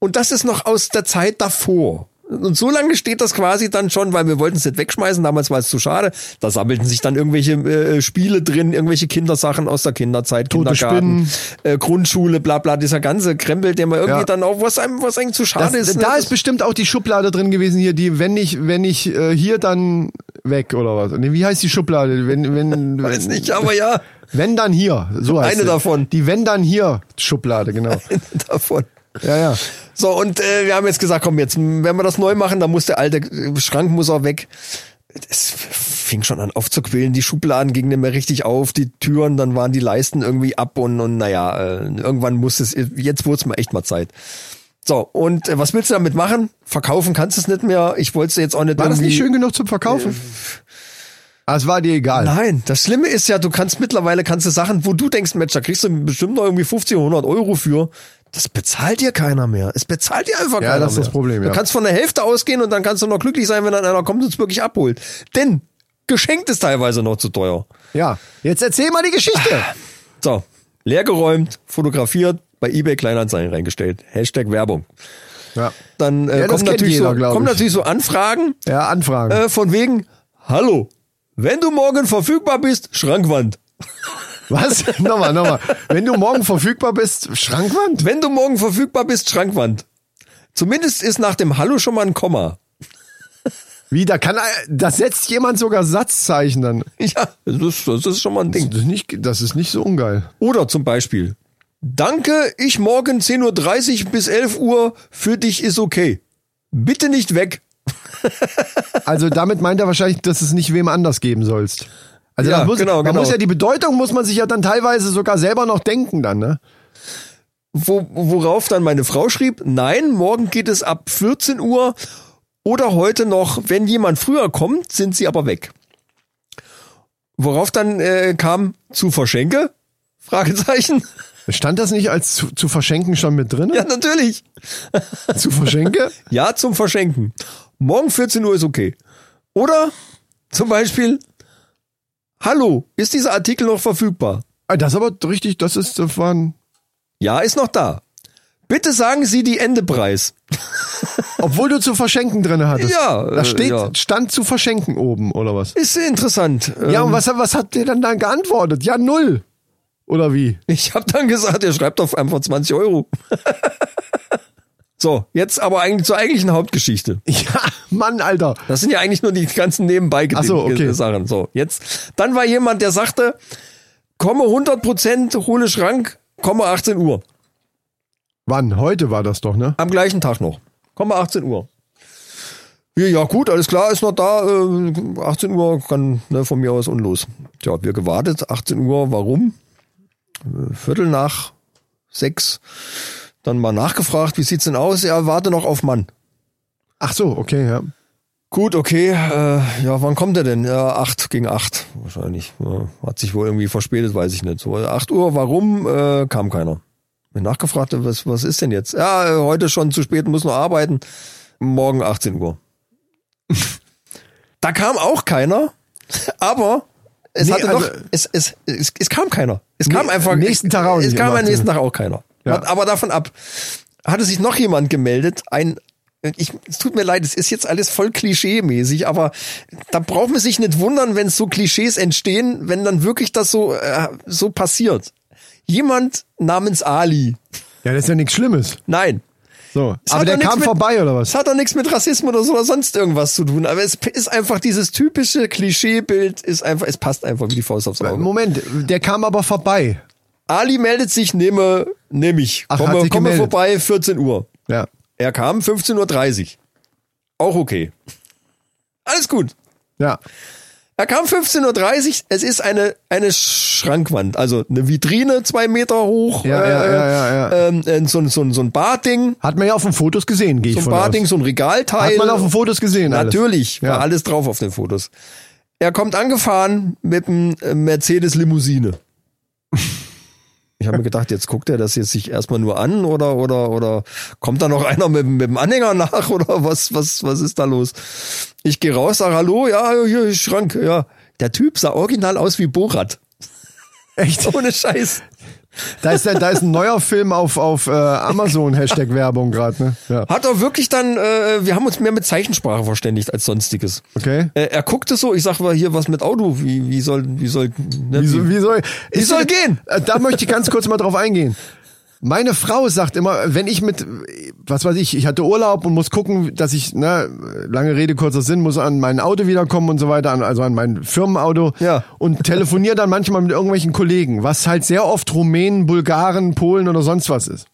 B: Und das ist noch aus der Zeit davor. Und so lange steht das quasi dann schon, weil wir wollten es nicht wegschmeißen, damals war es zu schade. Da sammelten sich dann irgendwelche äh, Spiele drin, irgendwelche Kindersachen aus der Kinderzeit,
A: Tote
B: Kindergarten, äh, Grundschule, bla bla, dieser ganze Krempel, der man irgendwie
A: Ja.
B: dann auch, was einem, was eigentlich zu
A: Das,
B: schade ist. ne?
A: da ist bestimmt auch die Schublade drin gewesen hier, die wenn ich wenn ich äh, hier dann weg oder was. Nee, wie heißt die Schublade? Wenn wenn
B: weiß nicht, aber ja,
A: Wenn dann hier, so heißt
B: Eine
A: sie.
B: davon.
A: Die Wenn dann hier Schublade, genau.
B: davon.
A: Ja, ja.
B: So, und äh, wir haben jetzt gesagt, komm, jetzt, m, wenn wir das neu machen, dann muss der alte äh, Schrank muss auch weg. Es fing schon an aufzuquillen, die Schubladen gingen nicht mehr richtig auf, die Türen, dann waren die Leisten irgendwie ab und, und naja, äh, irgendwann muss es, jetzt wurde es mal echt mal Zeit. So, und äh, was willst du damit machen? Verkaufen kannst du es nicht mehr. Ich wollte es jetzt auch nicht
A: War das
B: irgendwie-
A: nicht schön genug zum Verkaufen? Ah, es war dir egal.
B: Nein, das Schlimme ist ja, du kannst mittlerweile kannst du Sachen, wo du denkst, Mensch, da kriegst du bestimmt noch irgendwie 50 oder 100 Euro für. Das bezahlt dir keiner mehr. Es bezahlt dir einfach
A: Ja,
B: keiner
A: das ist
B: mehr.
A: das Problem, ja.
B: Du kannst von der Hälfte ausgehen und dann kannst du noch glücklich sein, wenn dann einer kommt und es wirklich abholt. Denn geschenkt ist teilweise noch zu teuer.
A: Ja. Jetzt erzähl mal die Geschichte.
B: Ah. So, leergeräumt, fotografiert, bei eBay Kleinanzeigen reingestellt. Hashtag Werbung.
A: Ja.
B: Dann äh,
A: Ja, das
B: kommen,
A: kennt
B: natürlich,
A: jeder,
B: so,
A: glaub
B: kommen
A: ich.
B: natürlich so Anfragen.
A: Ja, Anfragen.
B: Äh, von wegen, hallo, wenn du morgen verfügbar bist, Schrankwand.
A: Was? nochmal, nochmal. Wenn du morgen verfügbar bist, Schrankwand?
B: Wenn du morgen verfügbar bist, Schrankwand. Zumindest ist nach dem Hallo schon mal ein Komma.
A: Wie, da kann, ein- das setzt jemand sogar Satzzeichen dann.
B: Ja, das ist, das ist schon mal ein
A: Das
B: Ding.
A: ist nicht, das ist nicht so ungeil.
B: Oder zum Beispiel, danke, ich morgen 10.30 Uhr bis 11 Uhr, für dich ist okay. Bitte nicht weg.
A: Also damit meint er wahrscheinlich, dass es nicht wem anders geben sollst. Also
B: Ja,
A: das muss,
B: genau,
A: man
B: genau.
A: muss ja die Bedeutung muss man sich ja dann teilweise sogar selber noch denken dann, ne?
B: Wo, worauf dann meine Frau schrieb, nein, morgen geht es ab 14 Uhr oder heute noch, wenn jemand früher kommt, sind sie aber weg. Worauf dann äh, kam, zu verschenke? Fragezeichen.
A: Stand das nicht als zu, zu verschenken schon mit drin?
B: Ja, natürlich.
A: Zu verschenke?
B: Ja, zum Verschenken. Morgen 14 Uhr ist okay. Oder zum Beispiel, hallo, ist dieser Artikel noch verfügbar?
A: Ah, Das ist aber richtig, das ist das war ein,
B: Ja, ist noch da. Bitte sagen Sie die Endepreis.
A: Obwohl du zu verschenken drin hattest.
B: Ja, äh,
A: Da steht,
B: ja.
A: stand zu verschenken oben, oder was?
B: Ist interessant.
A: Ja,
B: Ähm,
A: und was, was habt ihr dann dann geantwortet? Ja, null. Oder wie?
B: Ich habe dann gesagt, er schreibt auf einfach 20 Euro. so, jetzt aber eigentlich zur eigentlichen Hauptgeschichte.
A: Ja, Mann, Alter.
B: Das sind ja eigentlich nur die ganzen nebenbei
A: Ach so, okay.
B: Sachen. So, jetzt. Dann war jemand, der sagte, komme 100 Prozent, hole Schrank, komme 18 Uhr.
A: Wann? Heute war das doch, ne?
B: Am gleichen Tag noch. Komme 18 Uhr. Ja, ja, gut, alles klar, ist noch da. Äh, 18 Uhr kann ne, von mir aus und los. Tja, wir gewartet. 18 Uhr, warum? Äh, Viertel nach sechs. Dann mal nachgefragt, wie sieht's denn aus? Ja, warte noch auf Mann.
A: Ach so, okay, ja.
B: Gut, okay. Äh, ja, wann kommt er denn? Ja, acht gegen acht wahrscheinlich. Ja, hat sich wohl irgendwie verspätet, weiß ich nicht. So, acht Uhr, warum? Äh, kam keiner. Mir nachgefragt, was, was ist denn jetzt? Ja, äh, heute schon zu spät, muss noch arbeiten. Morgen 18 Uhr. da kam auch keiner, aber es,
A: Nee,
B: hatte
A: also-
B: doch, es, es, es, es kam keiner. Es kam
A: Nee,
B: einfach.
A: am nächsten Tag auch
B: Es, es
A: nicht,
B: kam
A: um
B: am
A: 18
B: nächsten
A: Uhr.
B: Tag auch keiner.
A: Ja.
B: Hat Aber davon ab, hatte sich noch jemand gemeldet, ein ich, es tut mir leid, es ist jetzt alles voll klischee-mäßig, aber da braucht man sich nicht wundern, wenn so Klischees entstehen, wenn dann wirklich das so, äh, so passiert. Jemand namens Ali.
A: Ja, das ist ja nichts Schlimmes.
B: Nein.
A: So.
B: Es
A: Aber
B: hat
A: der
B: doch nichts
A: kam
B: mit-
A: vorbei, oder
B: Es
A: was?
B: hat doch nichts mit Rassismus oder, so oder sonst irgendwas zu tun, aber es ist einfach dieses typische Klischeebild, ist einfach, es passt einfach wie die Faust aufs Auge.
A: Moment, der kam aber vorbei.
B: Ali meldet sich, nehme, nehme ich.
A: Ach, hat
B: komme
A: sich
B: komme
A: gemeldet.
B: vorbei, 14 Uhr.
A: Ja.
B: Er kam 15.30 Uhr. Auch okay. Alles gut.
A: Ja.
B: Er kam 15.30 Uhr. Es ist eine, eine Schrankwand, also eine Vitrine, zwei Meter hoch.
A: Ja, ja, ja, ja,
B: Ähm, äh, so, ein- so, ein- so ein Barding.
A: Hat man ja auf den Fotos gesehen, gehe ich
B: So ein
A: von
B: Barding,
A: aus.
B: so ein Regalteil.
A: Hat man auf den Fotos gesehen, alles.
B: Natürlich, war
A: Ja.
B: alles drauf auf den Fotos. Er kommt angefahren mit einem äh, Mercedes Limousine. Ich habe mir gedacht, jetzt guckt er das jetzt sich erstmal nur an oder oder oder kommt da noch einer mit, dem- mit dem Anhänger nach oder was was was ist da los? Ich gehe raus, sag hallo, ja, hier ist Schrank, ja. Der Typ sah original aus wie Borat.
A: Echt?
B: Ohne Scheiß.
A: Da ist, der, da ist ein neuer Film auf, auf äh, Amazon, Hashtag Werbung gerade, ne? Ja.
B: Hat er wirklich dann, äh, wir haben uns mehr mit Zeichensprache verständigt als sonstiges.
A: Okay.
B: Äh, er guckte so, ich sag mal hier was mit Auto, wie, wie soll, wie soll, ne,
A: Wie, so- wie soll,
B: Wie soll gehen?
A: Äh, Da möchte ich ganz kurz mal drauf eingehen. Meine Frau sagt immer, wenn ich mit, was weiß ich, ich hatte Urlaub und muss gucken, dass ich, ne, lange Rede, kurzer Sinn, muss an mein Auto wiederkommen und so weiter, an, also an mein Firmenauto.
B: Ja.
A: Und telefoniere dann manchmal mit irgendwelchen Kollegen, was halt sehr oft Rumänen, Bulgaren, Polen oder sonst was ist.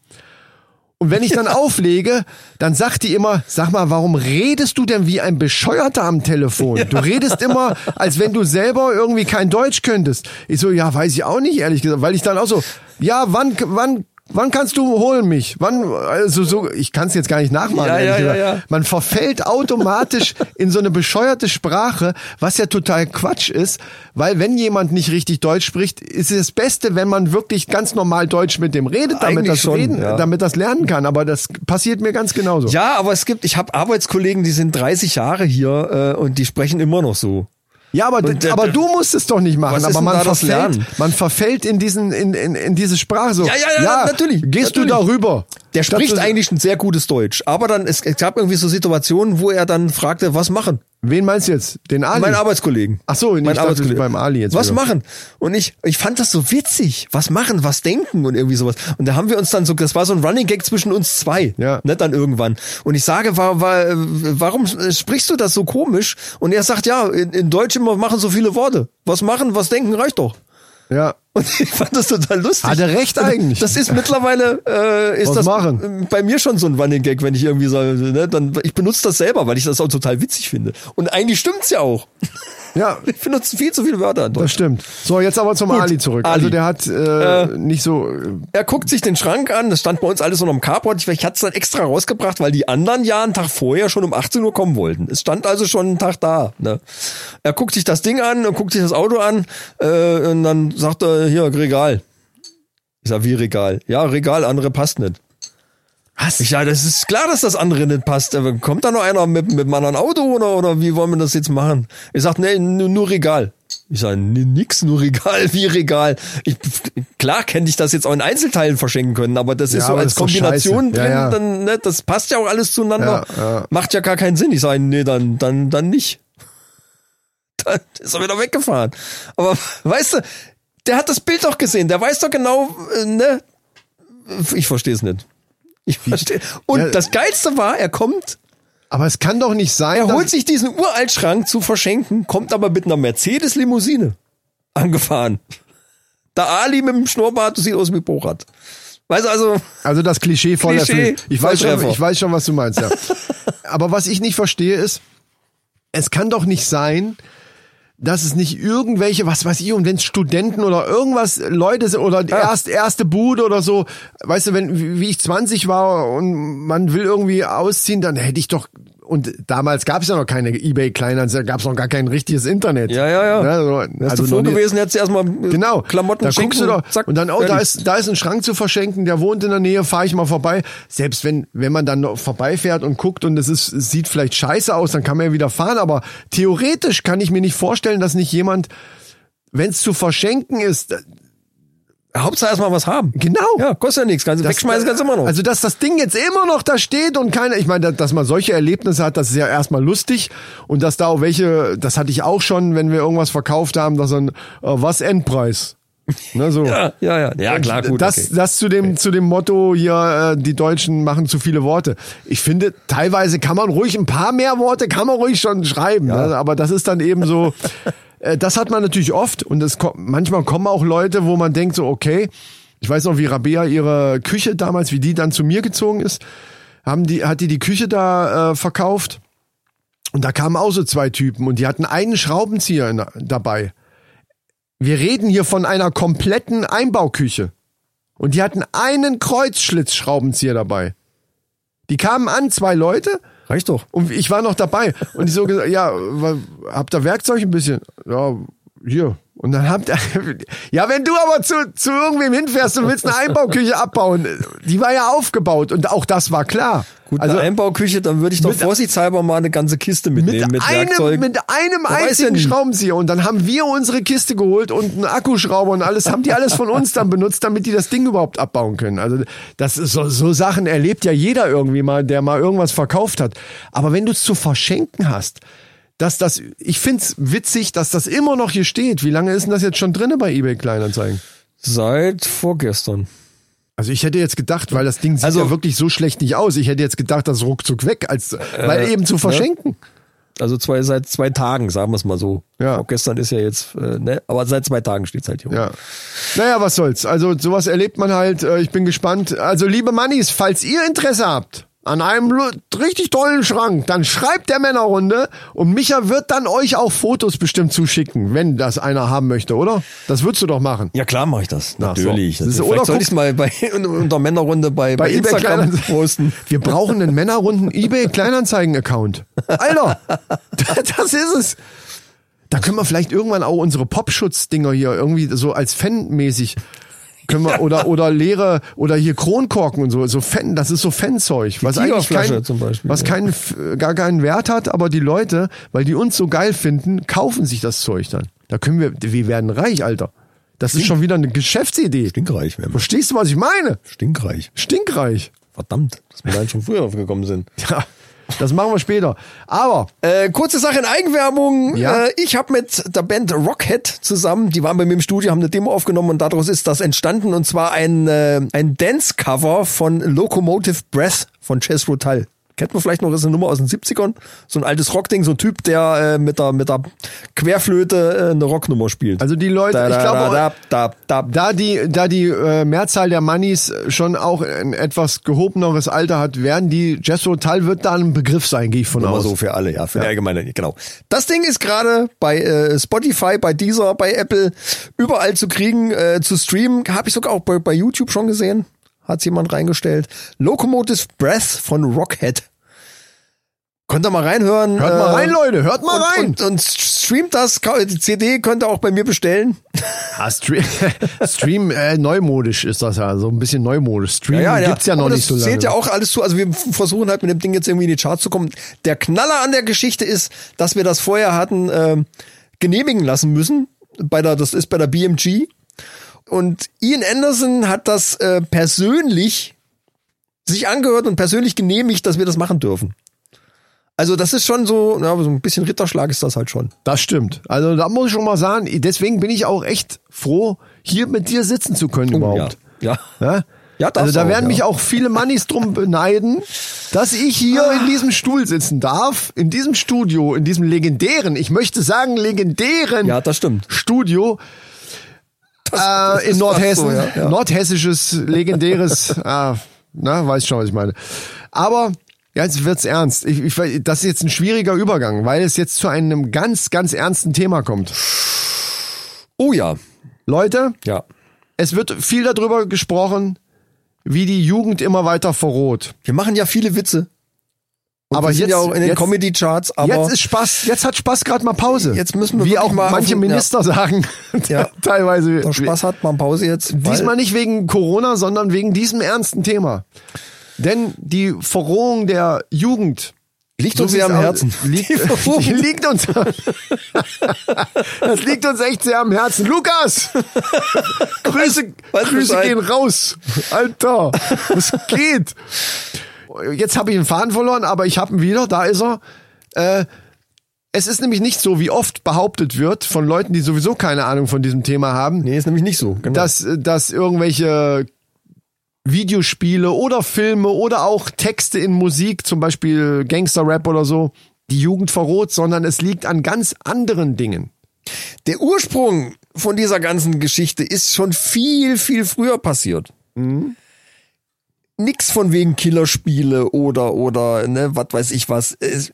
A: Und wenn ich dann auflege, dann sagt die immer, sag mal, warum redest du denn wie ein Bescheuerter am Telefon? Du redest immer, als wenn du selber irgendwie kein Deutsch könntest. Ich so, ja, weiß ich auch nicht, ehrlich gesagt, weil ich dann auch so, ja, wann, wann, wann kannst du holen mich? Wann, also so, ich kann es jetzt gar nicht nachmachen.
B: Ja,
A: ehrlich
B: ja, ja,
A: gesagt.
B: ja.
A: Man verfällt automatisch in so eine bescheuerte Sprache, was ja total Quatsch ist, weil wenn jemand nicht richtig Deutsch spricht, ist es das Beste, wenn man wirklich ganz normal Deutsch mit dem redet, damit
B: Eigentlich
A: das,
B: schon,
A: reden,
B: ja.
A: damit das lernen kann. Aber das passiert mir ganz genauso.
B: Ja, aber es gibt, ich habe Arbeitskollegen, die sind 30 Jahre hier äh, und die sprechen immer noch so.
A: Ja, aber,
B: Und, äh,
A: aber du musst es doch nicht machen.
B: was ist
A: Aber
B: denn
A: man
B: da das
A: verfällt,
B: Lernen?
A: man verfällt in diesen in, in, in diese Sprache so.
B: Ja, ja, ja, natürlich,
A: Gehst
B: natürlich.
A: du darüber?
B: Der spricht
A: ist-
B: eigentlich ein sehr gutes Deutsch. Aber dann, es, es gab irgendwie so Situationen, wo er dann fragte, was machen?
A: Wen meinst du jetzt? Den Ali?
B: Mein Arbeitskollegen.
A: Ach so, ich
B: mein
A: dachte, beim Ali jetzt
B: Was
A: wieder.
B: machen? Und ich, ich fand das so witzig. Was machen, was denken und irgendwie sowas. Und da haben wir uns dann so, das war so ein Running Gag zwischen uns zwei.
A: Ja.
B: Ne, dann irgendwann. Und ich sage, war, war, warum äh, sprichst du das so komisch? Und er sagt, ja, in, in Deutsch immer machen so viele Worte. Was machen, was denken reicht doch.
A: ja.
B: Und ich fand das total lustig. Also,
A: Hat er recht eigentlich?
B: Das ist mittlerweile, äh, ist
A: Was
B: das
A: machen?
B: äh, bei mir schon so ein Running Gag, wenn ich irgendwie so, ne, dann, ich benutze das selber, weil ich das auch total witzig finde. Und eigentlich stimmt's ja auch.
A: Ja,
B: Wir benutzen viel zu viele Wörter in
A: das
B: Deutsch.
A: stimmt. So, jetzt aber zum Ali zurück.
B: Ali.
A: Also der hat äh, nicht so. äh,
B: Er guckt sich den Schrank an, das stand bei uns alles so noch am Carport. Ich, ich hatte es dann extra rausgebracht, weil die anderen ja einen Tag vorher schon um 18 Uhr kommen wollten. Es stand also schon einen Tag da. Ne? Er guckt sich das Ding an und guckt sich das Auto an äh, und dann sagt er, hier, Regal. Ich sag, wie Regal? Ja, Regal, andere passt nicht. Was? Ich sag, das ist klar, dass das andere nicht passt. Aber kommt da noch einer mit, mit einem anderen Auto oder, oder wie wollen wir das jetzt machen? Ich sag, nee, nur, nur Regal. Ich sag, nee, nix, nur Regal, wie Regal. Ich, klar hätte ich das jetzt auch in Einzelteilen verschenken können, aber das
A: Ja,
B: ist so
A: aber
B: als
A: das ist doch
B: Kombination
A: scheiße. Ja,
B: drin,
A: ja.
B: dann, ne, das passt ja auch alles zueinander.
A: Ja, ja.
B: Macht ja gar keinen Sinn. Ich sag, nee, dann, dann, dann nicht. Dann ist er wieder weggefahren. Aber weißt du, der hat das Bild doch gesehen, der weiß doch genau, äh, ne? Ich verstehe es nicht. Ich verstehe. Und
A: Ja.
B: das Geilste war, er kommt,
A: Aber es kann doch nicht sein.
B: er
A: dass-
B: holt sich diesen Uraltschrank zu verschenken, kommt aber mit einer Mercedes-Limousine angefahren. Da Ali mit dem Schnurrbart sieht aus wie Borat. Weißt du, also,
A: Also das Klischee voll
B: Klischee,
A: erfüllt. Ich weiß, schon,
B: Volltreffer.
A: ich weiß schon, was du meinst. Ja. Aber was ich nicht verstehe ist, es kann doch nicht sein, dass es nicht irgendwelche, was weiß ich, und wenn es Studenten oder irgendwas Leute sind oder erst erste Bude oder so, weißt du, wenn wie- wie ich 20 war und man will irgendwie ausziehen, dann hätte ich doch und damals gab es ja noch keine eBay Kleinanzeigen, gab es noch gar kein richtiges Internet.
B: Ja, ja, ja.
A: Also,
B: wärst
A: also
B: du froh
A: noch nie-
B: gewesen, hättest du erstmal äh,
A: Genau.
B: Klamotten
A: da
B: schenken,
A: guckst du doch.
B: zack,
A: und dann, oh, da
B: fertig.
A: ist, da ist ein Schrank zu verschenken, der wohnt in der Nähe, fahre ich mal vorbei. Selbst wenn, wenn man dann noch vorbeifährt und guckt und es ist, es sieht vielleicht scheiße aus, dann kann man ja wieder fahren. Aber theoretisch kann ich mir nicht vorstellen, dass nicht jemand, wenn es zu verschenken ist, äh,
B: Hauptsache erstmal was haben.
A: genau.
B: Ja, kostet ja nichts. Kannst du
A: dass-
B: wegschmeißen, kannst du immer noch.
A: Also, dass das Ding jetzt immer noch da steht und keiner, ich meine, da- dass man solche Erlebnisse hat, das ist ja erstmal lustig und dass da auch welche, das hatte ich auch schon, wenn wir irgendwas verkauft haben, dass dann, äh, was Endpreis. Ne, so.
B: ja, ja, ja. Ja, klar, gut.
A: Äh, Das,
B: okay.
A: das zu dem, zu dem Motto hier, äh, die Deutschen machen zu viele Worte. Ich finde, teilweise kann man ruhig ein paar mehr Worte, kann man ruhig schon schreiben. Ne? Aber das ist dann eben so, äh, das hat man natürlich oft und es kommt, manchmal kommen auch Leute, wo man denkt so, okay, ich weiß noch, wie Rabea ihre Küche damals, wie die dann zu mir gezogen ist, haben die, hat die die Küche da äh, verkauft. Und da kamen auch so zwei Typen und die hatten einen Schraubenzieher in, dabei. Wir reden hier von einer kompletten Einbauküche. Und die hatten einen Kreuzschlitzschraubenzieher dabei. Die kamen an, zwei Leute,
B: Reicht doch.
A: und ich war noch dabei. Und ich so gesagt, ja, wa- habt ihr Werkzeug ein bisschen? Ja, hier. Und dann habt ihr, ja, wenn du aber zu, zu irgendwem hinfährst und willst eine Einbauküche abbauen, die war ja aufgebaut und auch das war klar.
B: Gut, also
A: also
B: Einbauküche, dann würde ich doch
A: mit-
B: vorsichtshalber mal eine ganze Kiste
A: mit,
B: mitnehmen mit, Werkzeug.
A: einem, mit einem
B: Man weiß ja
A: einzigen
B: nie.
A: Schraubenzieher. Und dann haben wir unsere Kiste geholt und einen Akkuschrauber und alles, haben die alles von uns dann benutzt, damit die das Ding überhaupt abbauen können. Also das ist so, so Sachen erlebt ja jeder irgendwie mal, der mal irgendwas verkauft hat. Aber wenn du es zu verschenken hast, dass das, ich find's witzig, dass das immer noch hier steht. Wie lange ist denn das jetzt schon drinne bei eBay Kleinanzeigen?
B: Seit vorgestern.
A: Also ich hätte jetzt gedacht, weil das Ding sieht
B: Also-
A: ja wirklich so schlecht nicht aus. Ich hätte jetzt gedacht, das ist ruckzuck weg, als,
B: Äh,
A: weil eben
B: ne?
A: zu verschenken.
B: Also zwei, seit zwei Tagen, sagen wir es mal so.
A: Ja.
B: Vorgestern ist ja jetzt, äh, ne? aber seit zwei Tagen steht es halt hier.
A: Ja. Naja, was soll's. Also sowas erlebt man halt. Äh, Ich bin gespannt. Also liebe Mannis, falls ihr Interesse habt an einem lu- richtig tollen Schrank, dann schreibt der Männerrunde und Micha wird dann euch auch Fotos bestimmt zuschicken, wenn das einer haben möchte, oder? Das würdest du doch machen.
B: Ja, klar mache ich das.
A: Na, so.
B: Natürlich.
A: Das ist-
B: Vielleicht
A: oder
B: soll
A: guck-
B: ich mal bei, unter Männerrunde bei, bei,
A: eBay
B: Instagram
A: Kleinanzeigen-
B: posten.
A: Wir brauchen einen Männerrunden eBay Kleinanzeigen Account. Alter, das ist es. Da können wir vielleicht irgendwann auch unsere Popschutzdinger hier irgendwie so als Fan-mäßig können wir oder oder leere oder hier Kronkorken und so so Fan, das ist so Fanzeug, was eigentlich
B: Tigerflasche
A: kein,
B: zum Beispiel,
A: was
B: ja.
A: keinen F- gar keinen Wert hat, aber die Leute, weil die uns so geil finden, kaufen sich das Zeug dann. Da können wir wir werden reich, Alter. Das ist schon wieder eine Geschäftsidee.
B: Stinkreich, werden wir.
A: Verstehst du, was ich meine?
B: Stinkreich.
A: Stinkreich.
B: Verdammt, dass wir da schon früher aufgekommen sind.
A: Ja, das machen wir später. Aber
B: Äh, kurze Sache in Eigenwerbung.
A: Ja.
B: Äh, ich habe mit der Band Rockhead zusammen, die waren bei mir im Studio, haben eine Demo aufgenommen und daraus ist das entstanden und zwar ein, äh, ein Dance-Cover von Locomotive Breath von Chess Rotal. Kennt man vielleicht noch, das ist eine Nummer aus den 70ern. So ein altes Rockding, so ein Typ, der äh, mit, der, mit der Querflöte äh, eine Rocknummer spielt.
A: Also die Leute-
B: da,
A: ich
B: da,
A: glaube-
B: Da, da, da, da.
A: da die, da die äh, Mehrzahl der Mannis schon auch ein etwas gehobeneres Alter hat, werden die Jethro Tull wird da ein Begriff sein, gehe ich von
B: Immer
A: aus.
B: so für alle, ja, für die Allgemeine, genau. Das Ding ist gerade bei äh, Spotify, bei Deezer, bei Apple überall zu kriegen, äh, zu streamen. Habe ich sogar auch bei, bei YouTube schon gesehen. Hat jemand reingestellt. Locomotive Breath von Rockhead. Könnt ihr mal reinhören.
A: Hört mal
B: äh,
A: rein, Leute, hört mal
B: und,
A: rein.
B: Und, und streamt das. Die CD könnt ihr auch bei mir bestellen.
A: Ah, Stream, Stream äh, neumodisch ist das ja, so ein bisschen neumodisch. Stream gibt's ja noch
B: Aber
A: nicht so
B: das
A: lange.
B: zählt ja auch alles zu. Also wir f- versuchen halt mit dem Ding jetzt irgendwie in die Charts zu kommen. Der Knaller an der Geschichte ist, dass wir das vorher hatten ähm, genehmigen lassen müssen. Bei der, das ist bei der BMG. Und Ian Anderson hat das äh, persönlich sich angehört und persönlich genehmigt, dass wir das machen dürfen. Also das ist schon so, na, so ein bisschen Ritterschlag ist das halt schon.
A: Das stimmt. Also da muss ich schon mal sagen, deswegen bin ich auch echt froh, hier mit dir sitzen zu können überhaupt.
B: Oh, Ja. ja.
A: Ja?
B: Ja, darfst
A: also da
B: auch,
A: werden
B: ja.
A: mich auch viele Mannis drum beneiden, dass ich hier
B: Ah.
A: in diesem Stuhl sitzen darf, in diesem Studio, in diesem legendären, ich möchte sagen legendären
B: Ja, das stimmt.
A: Studio äh, in Nordhessen.
B: ja, ja.
A: Nordhessisches, legendäres, äh, na, weiß schon, was ich meine. Aber jetzt wird's ernst. Ich, ich, weiß- das ist jetzt ein schwieriger Übergang, weil es jetzt zu einem ganz, ganz ernsten Thema kommt.
B: Oh ja.
A: Leute,
B: Ja.
A: es wird viel darüber gesprochen, wie die Jugend immer weiter verroht.
B: Wir machen ja viele Witze. Und
A: Aber
B: wir sind
A: jetzt-
B: ja auch in den
A: jetzt-
B: Comedy-Charts, aber
A: Jetzt ist Spaß, jetzt hat Spaß gerade mal Pause.
B: Jetzt müssen wir
A: Wie
B: wirklich
A: auch
B: mal auf
A: manche
B: den-
A: Minister sagen,
B: Ja.
A: teilweise.
B: Doch Spaß hat man Pause jetzt. weil-
A: Diesmal nicht wegen Corona, sondern wegen diesem ernsten Thema. Denn die Verrohung der Jugend
B: liegt
A: so
B: uns
A: wie
B: sehr am
A: es au-
B: Herzen.
A: Liegt,
B: Die Verrohung.
A: die liegt uns. das liegt uns echt sehr am Herzen. Lukas! Grüße,
B: Weiß
A: Grüße
B: Bescheid.
A: gehen raus. Alter, was geht? Jetzt habe ich den Faden verloren, aber ich habe ihn wieder. Da ist er. Äh, es ist nämlich nicht so, wie oft behauptet wird von Leuten, die sowieso keine Ahnung von diesem Thema haben,
B: nee, ist nämlich nicht so. Genau.
A: dass, äh, dass irgendwelche Videospiele oder Filme oder auch Texte in Musik, zum Beispiel Gangster-Rap oder so, die Jugend verroht, sondern es liegt an ganz anderen Dingen.
B: der Ursprung von dieser ganzen Geschichte ist schon viel, viel früher passiert. Mhm. Nix von wegen Killerspiele oder, oder, ne, was weiß ich was. Es,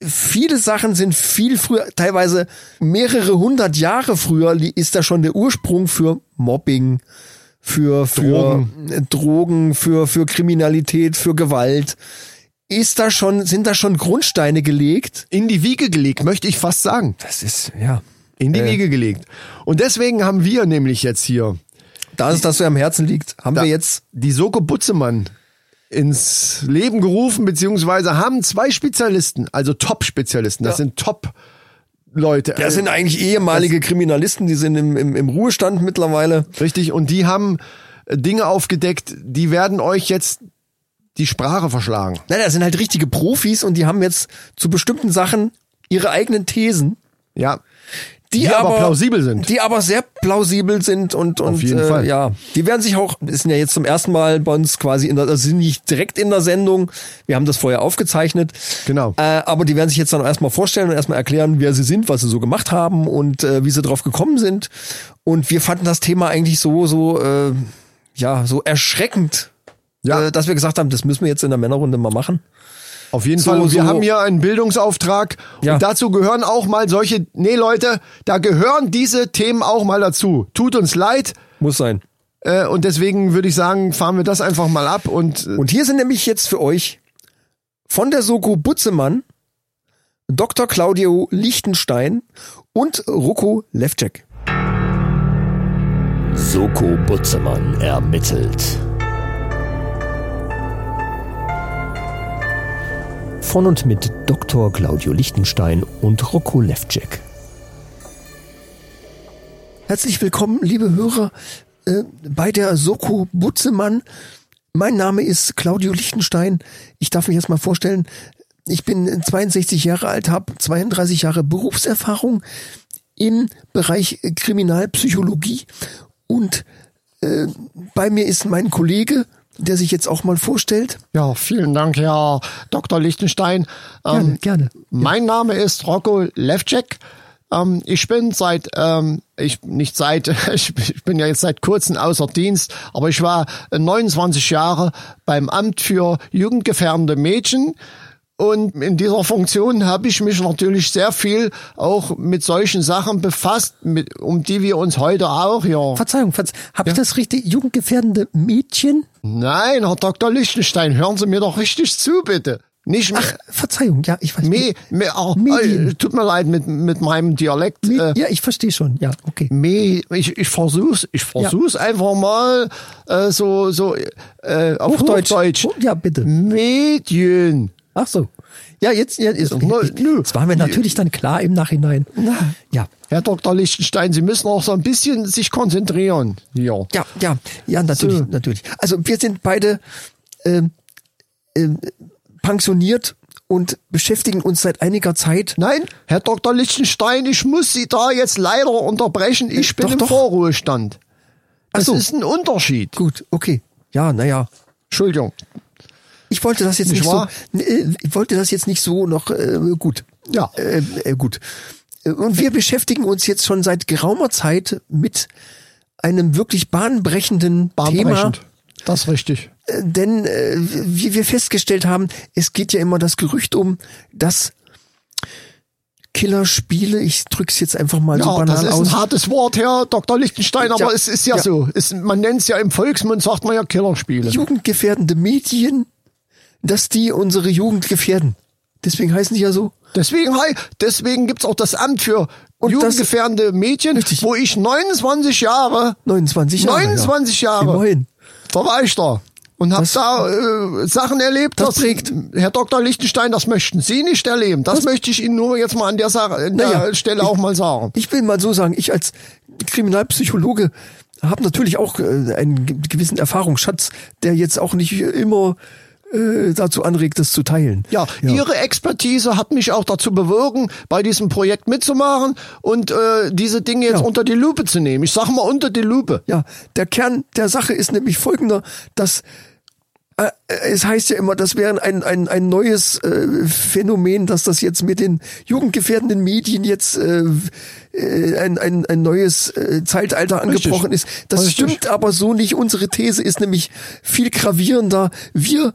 B: viele Sachen sind viel früher, teilweise mehrere hundert Jahre früher li- ist da schon der Ursprung für Mobbing, für, für Drogen, Drogen für, für Kriminalität, für Gewalt. Ist da schon, sind da schon Grundsteine gelegt?
A: In die Wiege gelegt, möchte ich fast sagen.
B: Das ist, ja.
A: In die Wiege gelegt. Und deswegen haben wir nämlich jetzt hier
B: Da es das so am Herzen liegt, haben
A: da,
B: wir jetzt
A: die Soko Butzemann ins Leben gerufen, beziehungsweise haben zwei Spezialisten, also Top-Spezialisten, das
B: Ja.
A: sind Top-Leute.
B: Das sind eigentlich ehemalige Kriminalisten, die sind im, im, im Ruhestand mittlerweile.
A: Richtig, und die haben äh, Dinge aufgedeckt, die werden euch jetzt die Sprache verschlagen.
B: Nein, das sind halt richtige Profis und die haben jetzt zu bestimmten Sachen ihre eigenen Thesen,
A: Ja.
B: die,
A: Die aber plausibel sind.
B: Die aber sehr plausibel sind und, und
A: jeden
B: äh,
A: Fall.
B: ja, die werden sich auch, wir sind ja jetzt zum ersten Mal bei uns quasi in der, also sind nicht direkt in der Sendung, wir haben das vorher aufgezeichnet.
A: Genau.
B: Äh, aber die werden sich jetzt dann erstmal vorstellen und erstmal erklären, wer sie sind, was sie so gemacht haben und äh, wie sie drauf gekommen sind. Und wir fanden das Thema eigentlich so, so, äh, ja, so erschreckend.
A: Ja.
B: Äh, dass wir gesagt haben, das müssen wir jetzt in der Männerrunde mal machen.
A: Auf jeden
B: So,
A: Fall. Und wir
B: so.
A: haben hier einen Bildungsauftrag.
B: Ja.
A: Und dazu gehören auch mal solche, nee Leute, da gehören diese Themen auch mal dazu. Tut uns leid.
B: Muss sein.
A: Äh, und deswegen würde ich sagen, fahren wir das einfach mal ab und äh,
B: Und hier sind nämlich jetzt für euch von der Soko Butzemann, Dr. Claudio Lichtenstein und Rocco Levcek.
C: Soko Butzemann ermittelt. Von und mit Dr. Claudio Lichtenstein und Rocco Levcek.
B: Herzlich willkommen, liebe Hörer, äh, bei der Soko Butzemann. Mein Name ist Claudio Lichtenstein. Ich darf mich erst mal vorstellen. Ich bin 62 Jahre alt, habe 32 Jahre Berufserfahrung im Bereich Kriminalpsychologie und äh, bei mir ist mein Kollege, der sich jetzt auch mal vorstellt.
A: Ja, vielen Dank, Herr Dr. Lichtenstein. Ähm,
B: Gerne, gerne.
A: Mein Name ist Rocco Levcek. Ähm, ich bin seit, ähm, ich nicht seit, ich bin- ich bin ja jetzt seit kurzem außer Dienst, aber ich war äh, 29 Jahre beim Amt für jugendgefährdende Mädchen. Und in dieser Funktion habe ich mich natürlich sehr viel auch mit solchen Sachen befasst, mit, um die wir uns heute auch hier.
B: Verzeihung, verze habe ich das richtig? Jugendgefährdende Mädchen?
A: Nein, Herr Dr. Lichtenstein, hören Sie mir doch richtig zu, bitte. Nicht
B: Ach, Verzeihung, ja, ich weiß
A: Me, me, oh,
B: Medien.
A: oh, tut mir leid mit, mit meinem Dialekt.
B: Me-
A: äh,
B: ja, ich verstehe schon, ja, okay.
A: me, ich, ich versuch's, ich versuch's einfach mal äh, so, so äh, auf Hochdeutsch.
B: Oh, ja, bitte.
A: Medien.
B: Ach so. Ja, jetzt, ja, ist,
A: Nö, nö.
B: das war mir natürlich dann klar im Nachhinein. Ja.
A: Herr Dr. Lichtenstein, Sie müssen auch so ein bisschen sich konzentrieren. Ja.
B: Ja, ja, ja, natürlich,
A: So.
B: natürlich. Also wir sind beide ähm, ähm, pensioniert und beschäftigen uns seit einiger Zeit.
A: Nein, Herr Dr. Lichtenstein, ich muss Sie da jetzt leider unterbrechen. Ich bin
B: Äh, doch,
A: im
B: doch.
A: Vorruhestand.
B: Ach
A: Das
B: so.
A: ist ein Unterschied.
B: Gut, okay. Ja, naja.
A: Entschuldigung.
B: Ich wollte das jetzt
A: Nicht
B: nicht, so.
A: wahr?
B: n- äh, Ich wollte das jetzt nicht so noch äh, gut.
A: Ja.
B: Äh, äh, gut. Äh, Und wir beschäftigen uns jetzt schon seit geraumer Zeit mit einem wirklich bahnbrechenden Thema.
A: Bahnbrechend. Das ist richtig.
B: Äh, denn äh, wie wir festgestellt haben, es geht ja immer das Gerücht um, dass Killerspiele, ich drück's jetzt einfach mal so
A: Ja, das
B: banal
A: ist
B: aus.
A: ein hartes Wort, Herr Dr. Lichtenstein, aber
B: Ja,
A: es ist ja,
B: ja.
A: so. Es, man nennt es ja im Volksmund, sagt man ja Killerspiele.
B: jugendgefährdende Medien, dass die unsere Jugend gefährden. Deswegen heißen die ja so.
A: Deswegen, hi, deswegen gibt's auch das Amt für
B: Und das-
A: jugendgefährdende Mädchen,
B: Richtig.
A: wo ich 29 Jahre,
B: 29 Jahre.
A: 29
B: ja.
A: Jahre
B: Immerhin.
A: da war ich da. Und hab da äh, Sachen erlebt,
B: Das
A: dass-
B: prägt.
A: Herr Dr. Lichtenstein, das möchten Sie nicht erleben. Das möchte ich Ihnen nur jetzt mal an der, Sache, an der
B: Naja,
A: Stelle auch mal sagen.
B: Ich will mal so sagen, ich als Kriminalpsychologe habe natürlich auch äh, einen ge- gewissen Erfahrungsschatz, der jetzt auch nicht immer äh, dazu anregt, das zu teilen.
A: Ja, Ihre Expertise hat mich auch dazu bewogen, bei diesem Projekt mitzumachen und äh, diese Dinge jetzt
B: Ja.
A: unter die Lupe zu nehmen. Ich sag mal unter die Lupe.
B: Ja, der Kern der Sache ist nämlich folgender, dass äh, es heißt ja immer, das wäre ein, ein, ein neues äh, Phänomen, dass das jetzt mit den jugendgefährdenden Medien jetzt äh, äh, ein, ein, ein neues äh, Zeitalter angebrochen ist. Das
A: Richtig.
B: stimmt aber so nicht. Unsere These ist nämlich viel gravierender. Wir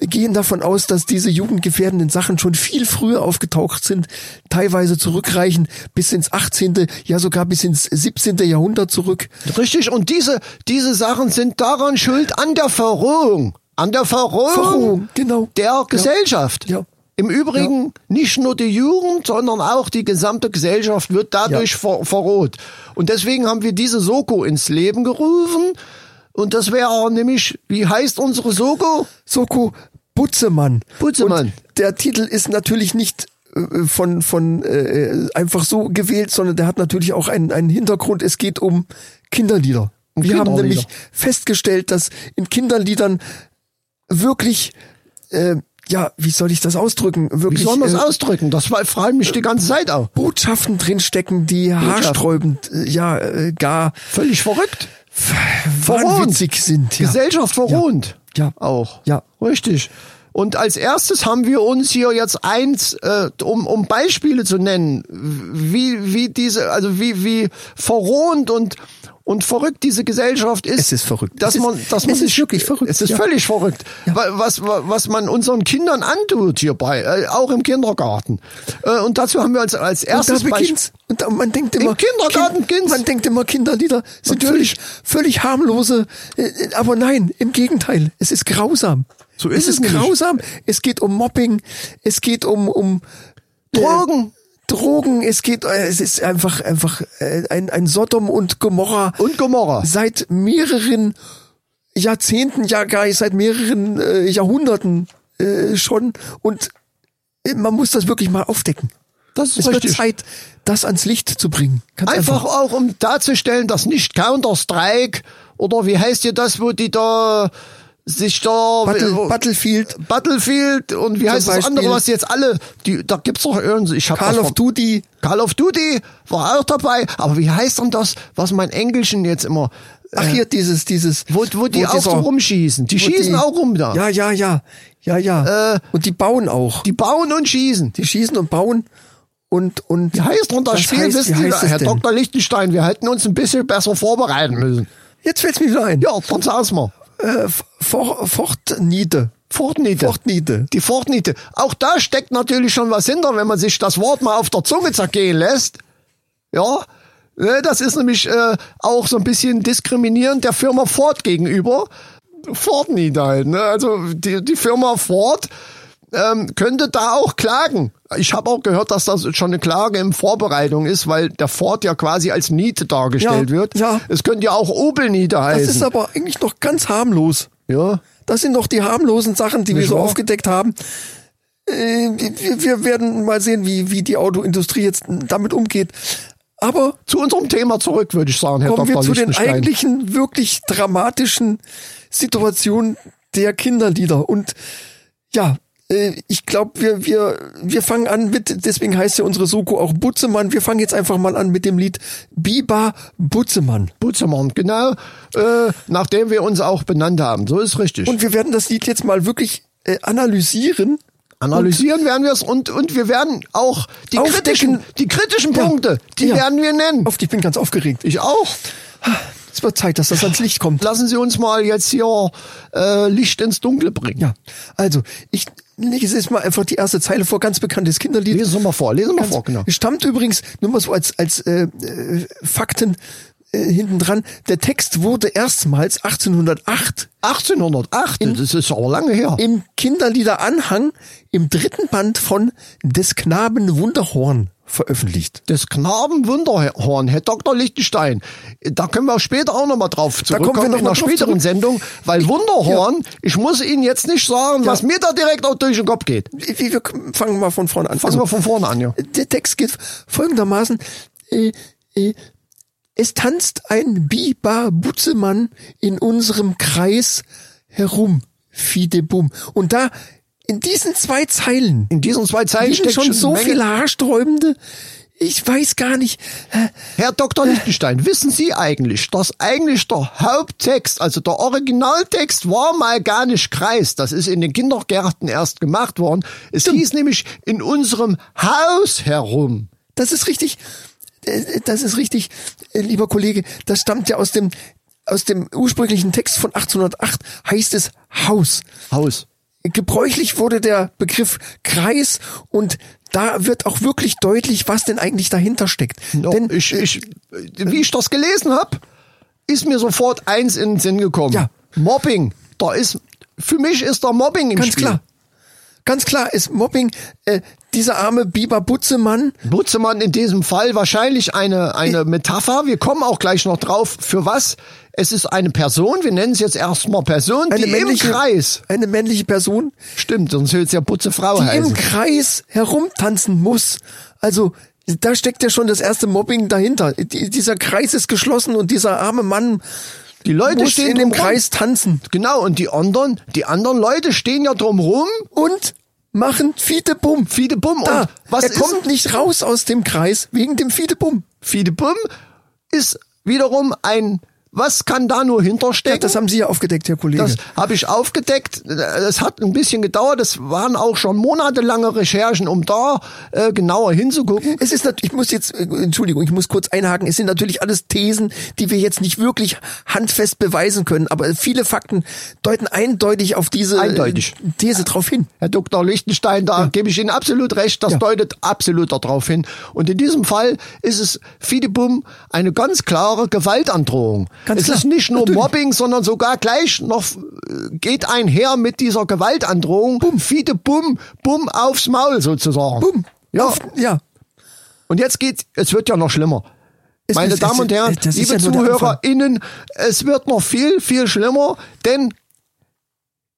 B: gehen davon aus, dass diese jugendgefährdenden Sachen schon viel früher aufgetaucht sind, teilweise zurückreichen bis ins 18., ja sogar bis ins 17. Jahrhundert zurück.
A: Richtig, und diese, diese Sachen sind daran schuld an der Verrohung. An der Verrohung,
B: Verrohung, genau.
A: der
B: Ja.
A: Gesellschaft.
B: Ja.
A: Im Übrigen nicht nur die Jugend, sondern auch die gesamte Gesellschaft wird dadurch
B: Ja.
A: ver verroht. Und deswegen haben wir diese Soko ins Leben gerufen. Und das wäre nämlich, wie heißt unsere Soko?
B: Soko Butzemann.
A: Butzemann.
B: Und der Titel ist natürlich nicht äh, von von äh, einfach so gewählt, sondern der hat natürlich auch einen einen Hintergrund. Es geht um Kinderlieder.
A: Um
B: Wir haben
A: Kinderlieder.
B: nämlich festgestellt, dass in Kinderliedern wirklich äh, ja, wie soll ich das ausdrücken?
A: Wie
B: Wirklich
A: soll man
B: äh,
A: das ausdrücken? Das war- fragen mich die ganze Zeit auch.
B: Botschaften drinstecken, die haarsträubend, äh, ja, äh, gar
A: Völlig verrückt.
B: wahnwitzig sind. Ja.
A: Gesellschaft verrohnt.
B: Ja.
A: Auch.
B: Ja.
A: Richtig. Und als erstes haben wir uns hier jetzt eins, äh, um, um Beispiele zu nennen, wie, wie diese, also wie, wie verrohnt und, und verrückt diese Gesellschaft ist.
B: Es ist verrückt.
A: Dass
B: Es ist-
A: man, dass man
B: es ist
A: sich-
B: wirklich verrückt,
A: Es ist
B: ja.
A: völlig verrückt. Wa- Was, wa- was man unseren Kindern antut hierbei, äh, auch im Kindergarten. Äh, und dazu haben wir uns als
B: Und da
A: erstes Beispiel.
B: beginnt's. Und da, man denkt immer,
A: Kindergarten beginnt's.
B: man denkt immer, Kinderlieder sind
A: Natürlich.
B: völlig, völlig harmlose. äh, Aber nein, im Gegenteil, es ist grausam.
A: So ist es
B: es ist
A: nämlich.
B: grausam. Es geht um Mobbing, es geht um um
A: Drogen.
B: Drogen. Es geht, äh, es ist einfach einfach äh, ein ein Sodom und Gomorra
A: Und Gomorra.
B: seit mehreren Jahrzehnten, ja gar nicht, seit mehreren äh, Jahrhunderten äh, schon. Und äh, man muss das wirklich mal aufdecken.
A: Das ist
B: es
A: richtig.
B: wird Zeit, das ans Licht zu bringen. Ganz
A: Einfach auch, um darzustellen, dass nicht Counter-Strike oder wie heißt ihr das, wo die da sich da
B: Battle, Battlefield,
A: Battlefield und wie heißt das
B: Beispiel.
A: andere, was jetzt alle, die, da gibt's doch irgendwie, ich hab
B: Call
A: was
B: of
A: vom-
B: Duty.
A: Call of Duty war auch dabei, aber wie heißt denn das, was mein Englischen jetzt immer,
B: Ach hier dieses dieses
A: wo, wo die auch so
B: dieser-
A: rumschießen, die
B: wo
A: schießen
B: die-
A: auch rum da,
B: Ja, ja, ja. Ja, ja.
A: Äh,
B: und die bauen auch. Die,
A: die bauen und schießen.
B: schießen und bauen und und
A: Wie heißt denn das
B: Was
A: Spiel,
B: heißt-
A: wissen
B: wie
A: Sie,
B: heißt es
A: Herr
B: denn?
A: Dr. Lichtenstein, wir hätten uns ein bisschen besser vorbereiten müssen.
B: Jetzt fällt's mir wieder ein.
A: Ja, dann sag's mal.
B: Äh, For, Fortnite.
A: Fortnite.
B: Fortnite.
A: die Fortnite. Auch da steckt natürlich schon was hinter, wenn man sich das Wort mal auf der Zunge zergehen lässt. Ja, ne, das ist nämlich äh, auch so ein bisschen diskriminierend der Firma Ford gegenüber. Fortnite halt, ne? Also die, die Firma Ford ähm, könnte da auch klagen. Ich habe auch gehört, dass das schon eine Klage in Vorbereitung ist, weil der Ford ja quasi als Niete dargestellt
B: Ja,
A: wird.
B: ja.
A: Es könnte ja auch Opel Niete
B: Das
A: heißen.
B: ist aber eigentlich noch ganz harmlos.
A: ja.
B: Das sind doch die harmlosen Sachen, die wir
A: Nicht
B: so
A: wahr?
B: aufgedeckt haben. Äh, wir, wir werden mal sehen, wie, wie die Autoindustrie jetzt damit umgeht. Aber
A: Zu unserem Thema zurück, würde ich sagen, Herr
B: kommen
A: Dr.
B: wir zu den
A: Lichtenstein.
B: eigentlichen, wirklich dramatischen Situationen der Kinderlieder. Und ja, äh, ich glaube, wir, wir, wir fangen an mit, deswegen heißt ja unsere Soko auch Butzemann. Wir fangen jetzt einfach mal an mit dem Lied Biba Butzemann.
A: Butzemann, genau, äh, nachdem wir uns auch benannt haben. So ist richtig.
B: Und wir werden das Lied jetzt mal wirklich äh, analysieren.
A: Analysieren werden wir es und, und wir werden auch die
B: Aufdecken.
A: kritischen, die kritischen
B: Ja.
A: Punkte, die
B: Ja.
A: werden wir nennen.
B: Auf, ich bin ganz aufgeregt.
A: Ich auch.
B: Es wird Zeit, dass das ans Licht kommt.
A: Lassen Sie uns mal jetzt hier äh, Licht ins Dunkle bringen.
B: Ja, also ich lese jetzt mal einfach die erste Zeile vor, ganz bekanntes Kinderlied.
A: Lesen Sie mal vor, lesen Sie mal vor, genau.
B: Stammt übrigens, nur mal so als, als äh, äh, Fakten äh, hinten dran, der Text wurde erstmals 1808
A: 1808, das ist aber lange her.
B: im Kinderliederanhang im dritten Band von Des Knaben Wunderhorn veröffentlicht.
A: Des Knaben Wunderhorn, Herr Dr. Lichtenstein. Da können wir später auch nochmal drauf zurückkommen
B: kommen wir noch
A: in
B: mal
A: einer
B: drauf
A: späteren
B: zurück.
A: Sendung, weil Wunderhorn, ich muss Ihnen jetzt nicht sagen, was mir da direkt auch durch den Kopf geht.
B: Wie, wie, wir fangen mal von vorne an. Also,
A: Fangen wir von vorne an, ja.
B: Der Text geht folgendermaßen. Äh, äh, es tanzt ein Biber Butzemann in unserem Kreis herum. Fidebum. Und da, in diesen zwei Zeilen,
A: In diesen zwei Zeilen
B: liegen
A: steckt
B: schon so
A: eine Menge-
B: viele haarsträubende, ich weiß gar nicht, äh,
A: Herr Dr. Lichtenstein, wissen Sie eigentlich, dass eigentlich der Haupttext, also der Originaltext war mal gar nicht Kreis. Das ist in den Kindergärten erst gemacht worden. Es hieß nämlich in unserem Haus herum.
B: das ist richtig, äh, das ist richtig, äh, lieber Kollege, das stammt ja aus dem, aus dem ursprünglichen Text von 1808, heißt es Haus.
A: Haus.
B: gebräuchlich wurde der Begriff Kreis und da wird auch wirklich deutlich, was denn eigentlich dahinter steckt.
A: No,
B: denn äh,
A: ich, ich, wie ich das gelesen habe, ist mir sofort eins in den Sinn gekommen.
B: Ja.
A: Mobbing. Da ist, für mich ist da Mobbing im
B: ganz
A: Spiel.
B: klar, ganz klar ist Mobbing äh, dieser arme Biber Butzemann.
A: Butzemann in diesem Fall wahrscheinlich eine, eine Metapher. Wir kommen auch gleich noch drauf. Für was? Es ist eine Person, wir nennen es jetzt erstmal Person,
B: Eine
A: die
B: männliche
A: im Kreis.
B: eine männliche Person,
A: Stimmt, sonst würde es ja Butzefrau
B: die im
A: heißen.
B: Kreis herumtanzen muss. Also da steckt ja schon das erste Mobbing dahinter. Die, dieser Kreis ist geschlossen und dieser arme Mann
A: Die Leute
B: muss
A: stehen
B: in dem
A: drumrum.
B: Kreis tanzen
A: Genau, und die anderen, die anderen Leute stehen ja drumrum.
B: und machen Fiete Bumm.
A: Fiete Bumm.
B: Da,
A: und was
B: er
A: ist,
B: kommt nicht raus aus dem Kreis wegen dem Fidebum.
A: Fiete Bumm ist wiederum ein, was kann da nur hinterstecken?
B: Ja, das haben Sie ja aufgedeckt, Herr Kollege.
A: Das habe ich aufgedeckt. Das hat ein bisschen gedauert. Das waren auch schon monatelange Recherchen, um da äh, genauer hinzugucken.
B: es ist natürlich, ich muss jetzt, äh, Entschuldigung, ich muss kurz einhaken, es sind natürlich alles Thesen, die wir jetzt nicht wirklich handfest beweisen können, aber viele Fakten deuten eindeutig auf diese äh,
A: Eindeutig.
B: These drauf hin.
A: Herr Dr. Lichtenstein, da gebe ich Ihnen absolut recht. Das
B: Ja.
A: deutet absolut darauf hin. Und in diesem Fall ist es Fidebum eine ganz klare Gewaltandrohung.
B: Ganz
A: es
B: klar.
A: ist nicht nur
B: Natürlich.
A: Mobbing, sondern sogar gleich noch äh, geht einher mit dieser Gewaltandrohung. Bum. Fidebum, bumm aufs Maul sozusagen.
B: Bumm.
A: Ja.
B: Auf- ja.
A: Und jetzt geht's, es wird ja noch schlimmer.
B: Es-
A: Meine
B: es-
A: Damen
B: es-
A: und Herren,
B: das ist
A: liebe
B: ja nur der
A: ZuhörerInnen, es wird noch viel, viel schlimmer, denn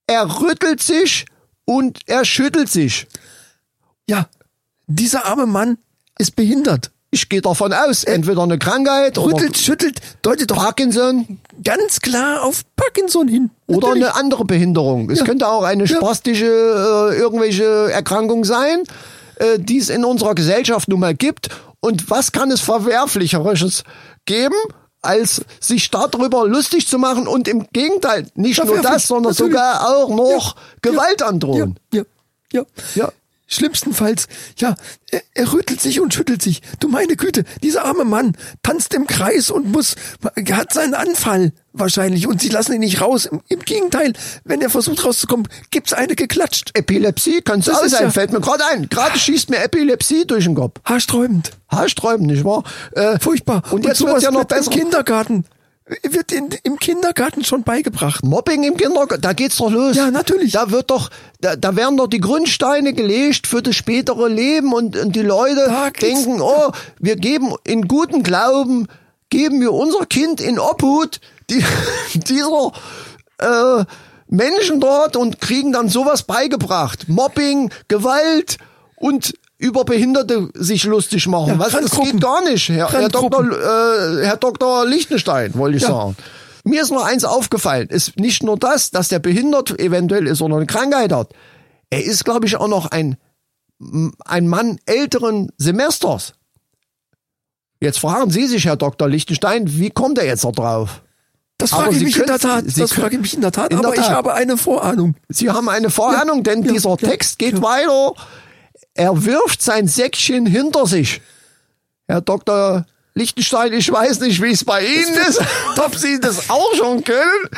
A: er rüttelt sich und er schüttelt sich.
B: Ja. Dieser arme Mann ist behindert.
A: Ich gehe davon aus, entweder eine Krankheit oder
B: Rüttelt, schüttelt, deutet doch
A: Parkinson
B: ganz klar auf Parkinson hin.
A: oder
B: Natürlich.
A: eine andere Behinderung. Es könnte auch eine spastische äh, irgendwelche Erkrankung sein, äh, die es in unserer Gesellschaft nun mal gibt. Und was kann es verwerflicheres geben? als sich darüber lustig zu machen und im Gegenteil nicht nur
B: Verwerflich,
A: das, sondern
B: natürlich.
A: sogar auch noch
B: Ja,
A: Gewalt
B: ja,
A: androhen.
B: Ja, ja, ja.
A: Ja.
B: Schlimmstenfalls, ja, er, er rüttelt sich und schüttelt sich. Du meine Güte, dieser arme Mann tanzt im Kreis und muss, hat seinen Anfall wahrscheinlich und sie lassen ihn nicht raus. Im, im Gegenteil, wenn er versucht rauszukommen, gibt's eine geklatscht.
A: Epilepsie kann es
B: Das
A: auch
B: ist
A: sein,
B: ja-
A: fällt mir gerade ein. Gerade schießt mir Epilepsie durch den Kopf.
B: Haarsträubend.
A: Haarsträuben, nicht wahr? Äh,
B: Furchtbar.
A: Und jetzt
B: sowas
A: wird ja noch
B: wird
A: besser.
B: im Kindergarten. Wird in, im Kindergarten schon beigebracht.
A: Mobbing im Kindergarten, da geht's doch los.
B: Ja, natürlich.
A: Da wird doch, da, da werden doch die Grundsteine gelegt für das spätere Leben und, und die Leute
B: Da geht's-
A: denken, oh, wir geben in guten Glauben, geben wir unser Kind in Obhut die, dieser äh, Menschen dort und kriegen dann sowas beigebracht. Mobbing, Gewalt und über Behinderte sich lustig machen.
B: Ja,
A: Was, das
B: Randgruppen.
A: geht gar nicht, Herr, Herr, Dr.,
B: Randgruppen.
A: äh, Herr Dr. Lichtenstein, wollte ich
B: Ja.
A: sagen. Mir ist nur eins aufgefallen, ist nicht nur das, dass der behindert eventuell ist, sondern eine Krankheit hat. Er ist, glaube ich, auch noch ein, m- ein Mann älteren Semesters. Jetzt fragen Sie sich, Herr Dr. Lichtenstein, wie kommt er jetzt da drauf?
B: Das
A: Aber
B: frage ich
A: Sie
B: mich in der Tat.
A: können- Sie
B: Das frage ich mich in der Tat.
A: in der
B: aber ich
A: Tat.
B: habe eine Vorahnung.
A: Sie haben eine Vorahnung, denn
B: ja,
A: dieser
B: ja,
A: Text geht weiter. Er wirft sein Säckchen hinter sich. Herr Dr. Lichtenstein, ich weiß nicht, wie es bei Ihnen ist, ob Sie das auch schon können,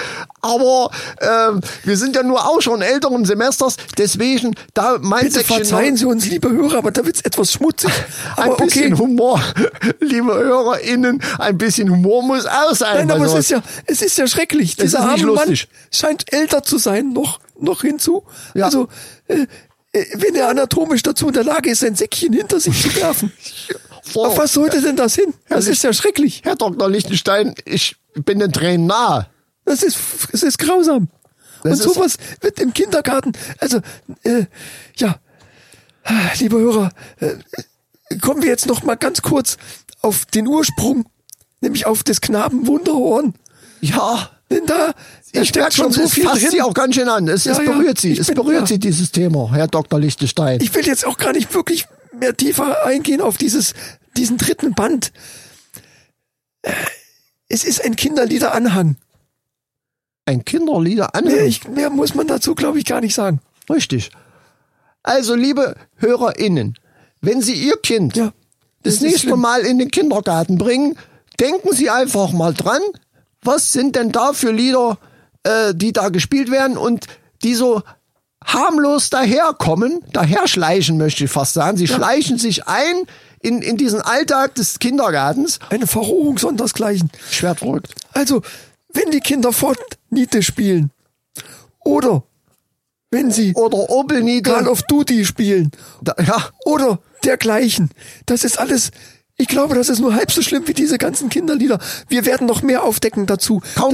A: aber ähm, wir sind ja nur auch schon älteren Semesters, deswegen da mein
B: Bitte
A: Säckchen
B: verzeihen Sie uns, liebe Hörer, aber da wird's etwas schmutzig.
A: ein
B: Aber
A: bisschen
B: okay.
A: Humor, liebe HörerInnen, ein bisschen Humor muss auch sein.
B: Nein,
A: bei
B: aber es
A: sowas.
B: ist ja, es ist ja schrecklich.
A: Es
B: Dieser
A: ist nicht
B: arme Mann
A: lustig.
B: scheint älter zu sein, noch, noch hinzu.
A: Ja.
B: Also, äh, äh, wenn er anatomisch dazu in der Lage ist, sein Säckchen hinter sich zu werfen.
A: So.
B: Auf was sollte denn das hin? Das
A: Herrlich.
B: ist ja schrecklich.
A: Herr Dr. Lichtenstein, ich bin den Tränen nahe.
B: Das ist, es ist grausam.
A: Das
B: Und
A: ist-
B: sowas wird im Kindergarten, also, äh, ja, liebe Hörer, äh, kommen wir jetzt noch mal ganz kurz auf den Ursprung, nämlich auf des Knaben Wunderhorn.
A: Ja,
B: Denn da da
A: Ich merke schon, so es fasst sie auch ganz schön an. Es, es
B: Ja, ja.
A: berührt sie,
B: Ich
A: es
B: bin-
A: berührt
B: ja.
A: sie, dieses Thema, Herr Dr. Lichtenstein.
B: Ich will jetzt auch gar nicht wirklich mehr tiefer eingehen auf dieses, diesen dritten Band. Äh, Es ist ein Kinderliederanhang.
A: Ein Kinderlieder
B: Mehr,
A: anhören.
B: ich, mehr muss man dazu, glaube ich, gar nicht sagen.
A: Richtig. Also, liebe HörerInnen, wenn Sie Ihr Kind
B: Ja.
A: das,
B: ist
A: nächste
B: schlimm.
A: Mal in den Kindergarten bringen, denken Sie einfach mal dran, was sind denn da für Lieder, äh, die da gespielt werden und die so harmlos daherkommen, daherschleichen möchte ich fast sagen. Sie schleichen sich ein in, in diesen Alltag des Kindergartens.
B: Eine Verrohung sondersgleichen.
A: Schwer verrückt.
B: Also, wenn die Kinder Fortnite spielen oder wenn sie
A: Oder Opel
B: Call
A: Nieder.
B: of Duty spielen
A: Da, ja,
B: oder dergleichen, das ist alles, ich glaube, das ist nur halb so schlimm wie diese ganzen Kinderlieder. Wir werden noch mehr aufdecken dazu. Das ist erstmal-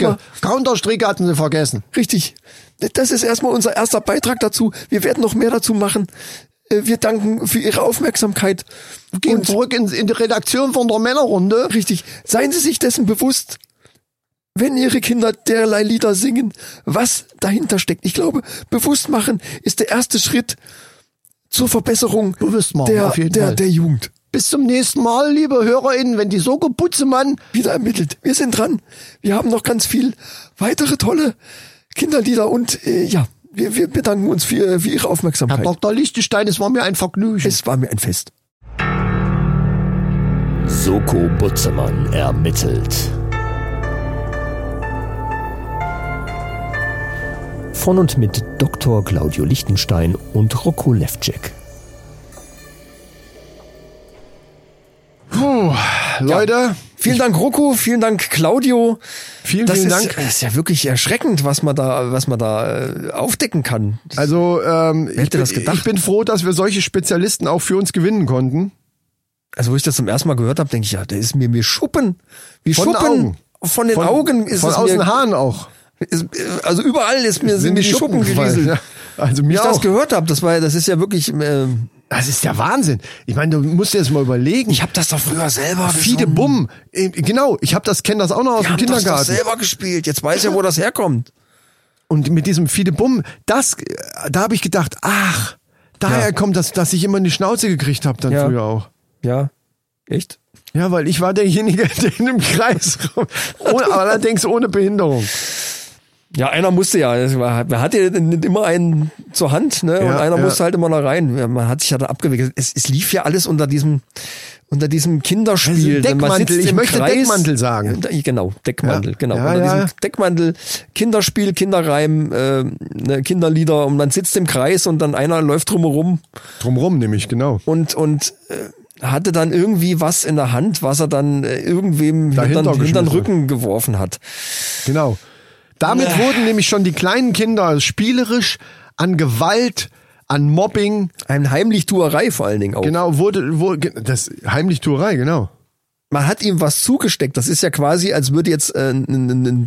A: Counterstrike. Counterstrike hatten sie vergessen.
B: Richtig. Das ist erstmal unser erster Beitrag dazu. Wir werden noch mehr dazu machen. Äh, Wir danken für Ihre Aufmerksamkeit.
A: Gehen
B: Und
A: zurück in, in die Redaktion von der Männerrunde.
B: richtig, seien Sie sich dessen bewusst, wenn Ihre Kinder derlei Lieder singen, was dahinter steckt. Ich glaube, bewusst machen ist der erste Schritt zur Verbesserung
A: Bewusst machen,
B: der,
A: auf jeden
B: der,
A: Fall.
B: der Jugend.
A: Bis zum nächsten Mal, liebe HörerInnen, wenn die Soko Putzemann
B: Wieder ermittelt. Wir sind dran. Wir haben noch ganz viel weitere tolle Kinderlieder und äh, ja, wir, wir bedanken uns für, für Ihre
A: Herr
B: Aufmerksamkeit.
A: Dr. Lichtenstein, es war mir ein Vergnügen.
B: es war mir ein Fest.
C: Soko Butzemann ermittelt. Von und mit Dr. Claudio Lichtenstein und Rocco Levcek.
A: Leute,
B: Vielen Dank, Rocco. Vielen Dank, Claudio.
A: vielen,
B: Das
A: vielen
B: ist,
A: Dank.
B: ist ja wirklich erschreckend, was man da, was man da äh, aufdecken kann.
A: Also, ähm, ich,
B: hätte
A: bin,
B: das gedacht?
A: ich bin froh, dass wir solche Spezialisten auch für uns gewinnen konnten.
B: Also, wo ich das zum ersten Mal gehört habe, denke ich, ja, der ist mir mir Schuppen, wie
A: Von den
B: Schuppen
A: Augen.
B: von den
A: Von-
B: Augen ist
A: von
B: es
A: aus den
B: mir,
A: Haaren auch.
B: ist, äh, also überall ist mir sind, die Schuppen,
A: gefallen.
B: gerieselt.
A: Ja, also
B: Wie
A: mir
B: ich
A: auch.
B: das gehört habe, das war, das ist ja wirklich äh,
A: Das ist der Wahnsinn. Ich meine, du musst dir das mal überlegen.
B: Ich habe das doch früher selber
A: Fide
B: gesungen.
A: Bumm. Äh, Genau, ich habe das, kenne das auch noch aus
B: Wir
A: dem
B: haben das doch
A: Kindergarten.
B: selber gespielt. Jetzt weiß ja, wo das herkommt.
A: Und mit diesem Fide Bumm, das, äh, da habe ich gedacht, ach, daher
B: Ja.
A: kommt das, dass ich immer eine Schnauze gekriegt habe dann
B: Ja.
A: früher auch.
B: Ja. Echt?
A: Ja, weil ich war derjenige, der in dem Kreis rum, ohne, allerdings ohne Behinderung.
B: Ja, einer musste ja. Es war- Man hatte nicht immer einen zur Hand, ne? und
A: Ja,
B: einer
A: ja.
B: musste halt immer da rein. Man hat sich ja da abgewickelt. Es, es lief ja alles unter diesem, unter diesem Kinderspiel.
A: Also
B: Denn man
A: Deckmantel,
B: sitzt
A: ich
B: im
A: möchte
B: Kreis.
A: Deckmantel sagen.
B: Ja, Genau, Deckmantel,
A: Ja.
B: genau.
A: Ja,
B: unter
A: ja,
B: diesem
A: ja.
B: Deckmantel, Kinderspiel, Kinderreim, äh, ne, Kinderlieder und man sitzt im Kreis und dann einer läuft drumherum
A: Drumrum nämlich, genau.
B: und und äh, hatte dann irgendwie was in der Hand, was er dann äh, irgendwem
A: Dahinter
B: hinter
A: geschmissen.
B: den Rücken geworfen hat.
A: Genau. Damit wurden nämlich schon die kleinen Kinder spielerisch an Gewalt, an Mobbing,
B: Eine Heimlichtuerei vor allen Dingen auch.
A: genau, wurde, wurde das Heimlichtuerei, genau.
B: Man hat ihm was zugesteckt. Das ist ja quasi, als würde jetzt äh, ein, ein, ein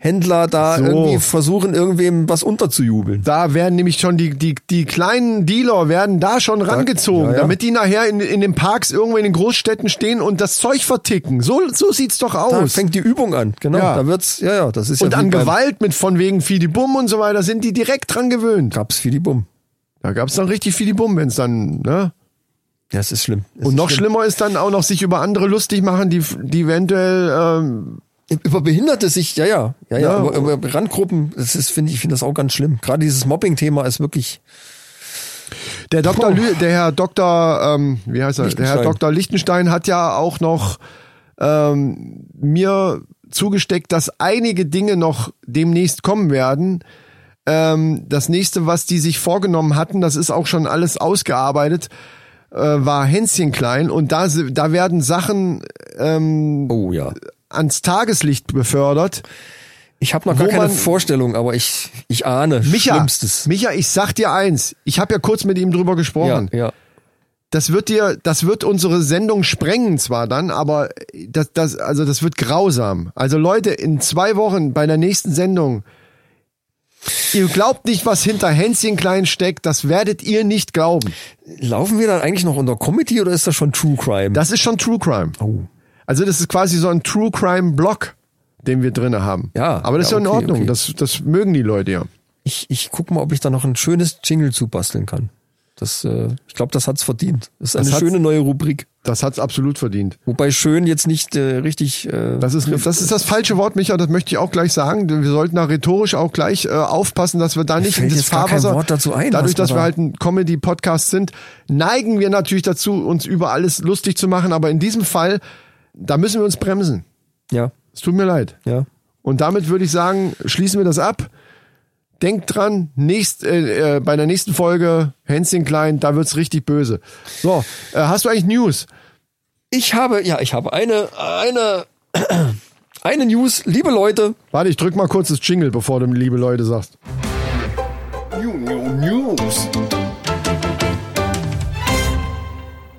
B: Drogenhändler da
A: So.
B: irgendwie versuchen, irgendwem was unterzujubeln.
A: Da werden nämlich schon die, die, die kleinen Dealer werden da schon rangezogen,
B: ja, ja.
A: damit die nachher in, in den Parks irgendwo in den Großstädten stehen und das Zeug verticken. So, so sieht's doch
B: Da
A: aus.
B: fängt die Übung an, genau.
A: Ja.
B: Da wird's, ja, ja, das ist
A: Und
B: ja. wie
A: an
B: beim-
A: Gewalt mit von wegen Fidibum und so weiter sind die direkt dran gewöhnt.
B: Gab's viel die Bumm.
A: Da gab's dann richtig Fidibum, wenn's dann, ne?
B: Ja, es ist schlimm. Es
A: Und
B: ist
A: noch
B: schlimm.
A: schlimmer ist dann auch noch sich über andere lustig machen, die, die eventuell ähm,
B: Über Behinderte sich, ja, ja, ja, ja.
A: Ja.
B: Über, über Randgruppen, das ist, finde ich, finde das auch ganz schlimm. Gerade dieses Mobbing-Thema ist wirklich.
A: Der Dr. Lü, der Herr Dr. Ähm, wie heißt er? Der Herr
B: Lichtenstein.
A: Dr. Lichtenstein hat ja auch noch ähm, mir zugesteckt, dass einige Dinge noch demnächst kommen werden. Ähm, das nächste, was die sich vorgenommen hatten, das ist auch schon alles ausgearbeitet, äh, war Hänschen klein und da, si- da werden Sachen
B: Oh ja.
A: ans Tageslicht befördert.
B: Ich habe noch gar
A: Wo
B: keine
A: man-
B: Vorstellung, aber ich, ich ahne
A: Micha,
B: Schlimmstes.
A: Micha, ich sag dir eins. Ich habe ja kurz mit ihm drüber
B: Ja,
A: gesprochen.
B: ja.
A: das wird dir, das wird unsere Sendung sprengen zwar dann, aber das, das, also das wird grausam. Also Leute, in zwei Wochen bei der nächsten Sendung, ihr glaubt nicht, was hinter Hänschen klein steckt, das werdet ihr nicht glauben.
B: Laufen wir dann eigentlich noch unter Comedy oder ist das schon True Crime?
A: Das ist schon True Crime.
B: oh.
A: Also das ist quasi so ein True Crime Block, den wir drinne haben.
B: Ja,
A: Aber das
B: ja,
A: ist ja in
B: okay,
A: Ordnung.
B: okay.
A: Das, das mögen die Leute ja.
B: Ich, ich guck mal, ob ich da noch ein schönes Jingle zu basteln kann. Das, äh, ich glaube, das hat's verdient. Das ist eine
A: hat's-
B: schöne neue Rubrik.
A: Das hat's absolut verdient.
B: Wobei schön jetzt nicht äh, richtig. Äh,
A: Das ist, das ist das falsche Wort, Micha, das möchte ich auch gleich sagen. Wir sollten da rhetorisch auch gleich äh, aufpassen, dass wir da nicht
B: fällt
A: in das
B: jetzt gar kein
A: Fahrwasser.
B: Wort dazu ein,
A: dadurch,
B: was wir
A: dass wir
B: da-
A: halt ein Comedy-Podcast sind, neigen wir natürlich dazu, uns über alles lustig zu machen. Aber in diesem Fall, da müssen wir uns bremsen.
B: ja,
A: Es tut mir leid.
B: ja.
A: Und damit würde ich sagen, schließen wir das ab. Denkt dran, nächst, äh, äh, bei der nächsten Folge, Hänschen Klein, da wird's richtig böse. So, äh, hast du eigentlich News?
B: Ich habe, ja, ich habe eine, eine, eine News, liebe Leute.
A: Warte, ich drück mal kurz das Jingle, bevor du liebe Leute sagst.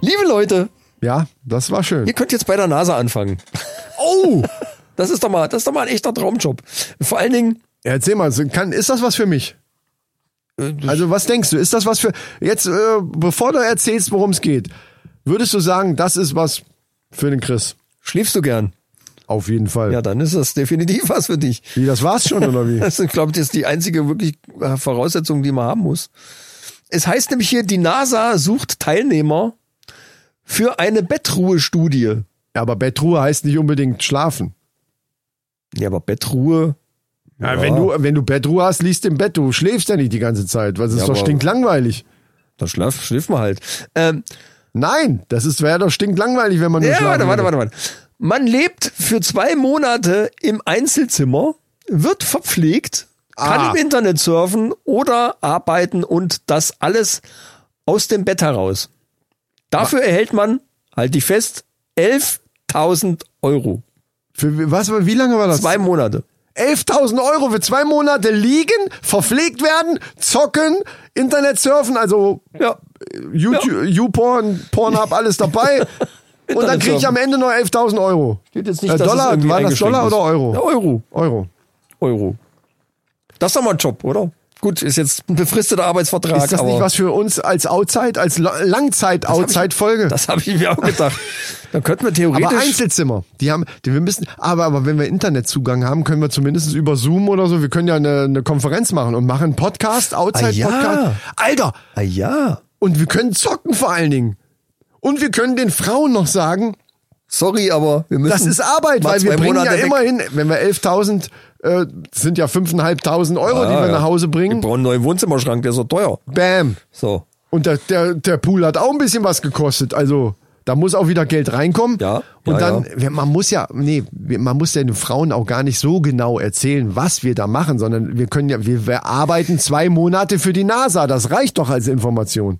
B: Liebe Leute,
A: Ja, das war schön.
B: ihr könnt jetzt bei der NASA anfangen.
A: Oh!
B: Das ist doch mal, das ist doch mal ein echter Traumjob. Vor allen Dingen,
A: Ja, Erzähl mal, so kann, ist das was für mich?
B: Äh,
A: Also was denkst du? Ist das was für jetzt, äh, bevor du erzählst, worum es geht, würdest du sagen, das ist was für den Chris?
B: schläfst du gern?
A: Auf jeden Fall.
B: Ja, dann ist das definitiv was für dich.
A: Wie, das war's schon oder wie?
B: Das ist, glaube ich, das ist die einzige wirklich äh, Voraussetzung, die man haben muss. Es heißt nämlich hier, die NASA sucht Teilnehmer für eine Bettruhestudie.
A: Ja, aber Bettruhe heißt nicht unbedingt schlafen.
B: Ja, aber Bettruhe.
A: Ja, Wenn du wenn du Bettruhe hast, liegst du im Bett. Du schläfst ja nicht die ganze Zeit, weil es ist
B: Ja,
A: doch
B: aber-
A: stinklangweilig.
B: Dann schlaf, schläft man halt. Ähm,
A: Nein, das ist wäre doch stinklangweilig, wenn man nur
B: ja,
A: schlafen
B: warte, warte,
A: würde.
B: warte, warte. Man lebt für zwei Monate im Einzelzimmer, wird verpflegt, kann
A: Ah.
B: im Internet surfen oder arbeiten und das alles aus dem Bett heraus. Dafür
A: Ah.
B: erhält man, halt dich fest, 11.000 Euro.
A: Für was? Wie lange war das?
B: Zwei Monate.
A: 11.000 Euro für zwei Monate liegen, verpflegt werden, zocken, Internet surfen, also
B: Ja.
A: YouTube, YouPorn, Pornhub, alles dabei. Und dann kriege ich am Ende noch 11.000 Euro.
B: Steht jetzt
A: Äh,
B: dass es
A: Dollar,
B: irgendwie
A: war das
B: eingeschränkt
A: Dollar
B: ist.
A: oder Euro?
B: Ja, Euro.
A: Euro.
B: Euro. Das ist doch mal ein Job, oder? Gut, ist jetzt ein befristeter Arbeitsvertrag.
A: Ist das
B: aber
A: nicht was für uns als Outside, als La- Langzeit-Outside-Folge?
B: Das habe ich mir auch gedacht. Dann könnten wir theoretisch.
A: Aber Einzelzimmer, die haben, die, wir müssen, aber, aber wenn wir Internetzugang haben, können wir zumindest über Zoom oder so, wir können ja eine, eine Konferenz machen und machen einen Podcast, Outside-Podcast.
B: Ah, ja.
A: Alter!
B: ah ja.
A: Und wir können zocken vor allen Dingen. Und wir können den Frauen noch sagen,
B: Sorry, aber wir müssen.
A: das ist Arbeit,
B: mal
A: weil wir
B: zwei
A: bringen
B: Monate
A: ja
B: weg.
A: immerhin, wenn wir 11.000, äh, sind ja 5.500 Euro, die
B: Ah,
A: wir
B: ja.
A: nach Hause
B: Wir
A: bringen.
B: brauchen einen neuen Wohnzimmerschrank, der ist so teuer.
A: Bam.
B: So.
A: Und der, der, der Pool hat auch ein bisschen was gekostet. Also da muss auch wieder Geld reinkommen.
B: Ja,
A: Und
B: ja,
A: dann,
B: ja.
A: wenn- man muss ja, nee, wir- man muss ja den Frauen auch gar nicht so genau erzählen, was wir da machen, sondern wir können ja, wir, wir arbeiten zwei Monate für die NASA. Das reicht doch als Information.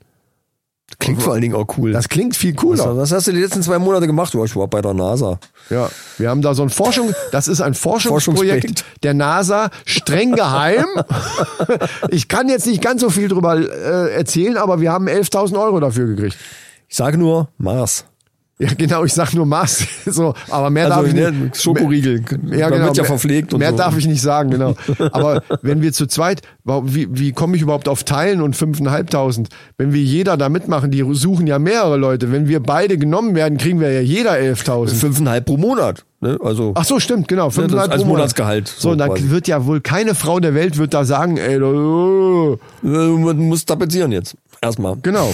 B: Klingt vor allen Dingen auch cool.
A: Das klingt viel
B: was,
A: cooler.
B: was hast du die letzten zwei Monate gemacht? Ja, Ich war bei der NASA.
A: Ja, wir haben da so ein Forschung, das ist ein Forschungsprojekt
B: Forschungsprojekt.
A: der NASA, streng geheim. Ich kann jetzt nicht ganz so viel drüber äh, erzählen, aber wir haben 11.000 Euro dafür gekriegt.
B: Ich sage nur Mars.
A: Ja, genau, ich sag nur Mars. So, aber mehr
B: Also
A: darf ich
B: ne,
A: nicht.
B: Schokoriegel.
A: Mehr, genau,
B: Man wird ja
A: mehr-
B: verpflegt und
A: Mehr
B: so.
A: darf ich nicht sagen, genau. Aber wenn wir zu zweit, wa- wie, wie komme ich überhaupt auf Teilen und 5.500? Wenn wir jeder da mitmachen, die suchen ja mehrere Leute. Wenn wir beide genommen werden, kriegen wir ja jeder 11.000.
B: Fünfeinhalb pro Monat. Ne? Also
A: Ach so, stimmt, genau.
B: das
A: 5.500
B: als
A: pro Monat.
B: Monatsgehalt,
A: So,
B: so
A: und dann
B: quasi.
A: wird ja wohl keine Frau der Welt wird da sagen, ey, du-
B: äh, man muss tapezieren jetzt. Erstmal.
A: Genau.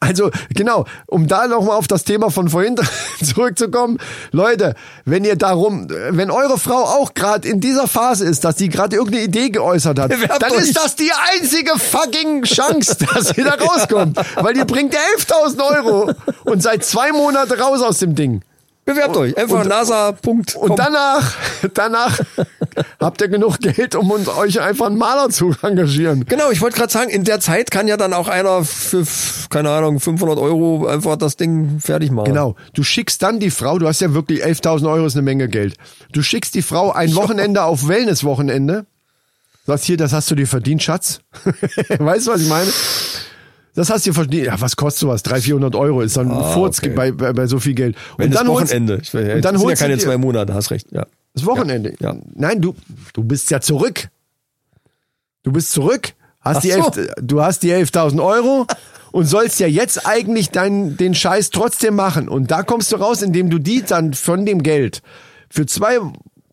A: Also, genau, um da nochmal auf das Thema von vorhin zurückzukommen. Leute, wenn ihr darum, wenn eure Frau auch gerade in dieser Phase ist, dass die gerade irgendeine Idee geäußert hat,
B: Bewerbt
A: dann
B: euch.
A: ist das die einzige fucking Chance, dass ihr da rauskommt. Weil ihr bringt 11.000 Euro und seid zwei Monate raus aus dem Ding.
B: Bewerbt euch. Einfach NASA. Punkt.
A: Und danach, danach habt ihr genug Geld, um uns, euch einfach einen Maler zu engagieren.
B: Genau, ich wollte gerade sagen, in der Zeit kann ja dann auch einer für, f- keine Ahnung, 500 Euro einfach das Ding fertig machen.
A: Genau. Du schickst dann die Frau, du hast ja wirklich 11.000 Euro ist eine Menge Geld. Du schickst die Frau ein Wochenende auf Wellness-Wochenende. Sagst hier, das hast du dir verdient, Schatz. weißt du, was ich meine? Das hast du dir verdient. Ja, was kostet sowas? 300, 400 Euro ist dann ein Furz
B: okay.
A: bei, bei, bei so viel Geld.
B: Wenn das
A: holst-
B: Wochenende. Ich, weiß ja,
A: und dann
B: das sind ja
A: holst du
B: keine
A: dir-
B: zwei Monate, hast recht. Ja.
A: Das Wochenende.
B: Ja, ja.
A: Nein, du, du bist ja zurück. Du bist zurück. Hast
B: Ach
A: die
B: so.
A: 11, du hast die 11.000 Euro und sollst ja jetzt eigentlich dein, den Scheiß trotzdem machen. Und da kommst du raus, indem du die dann von dem Geld für zwei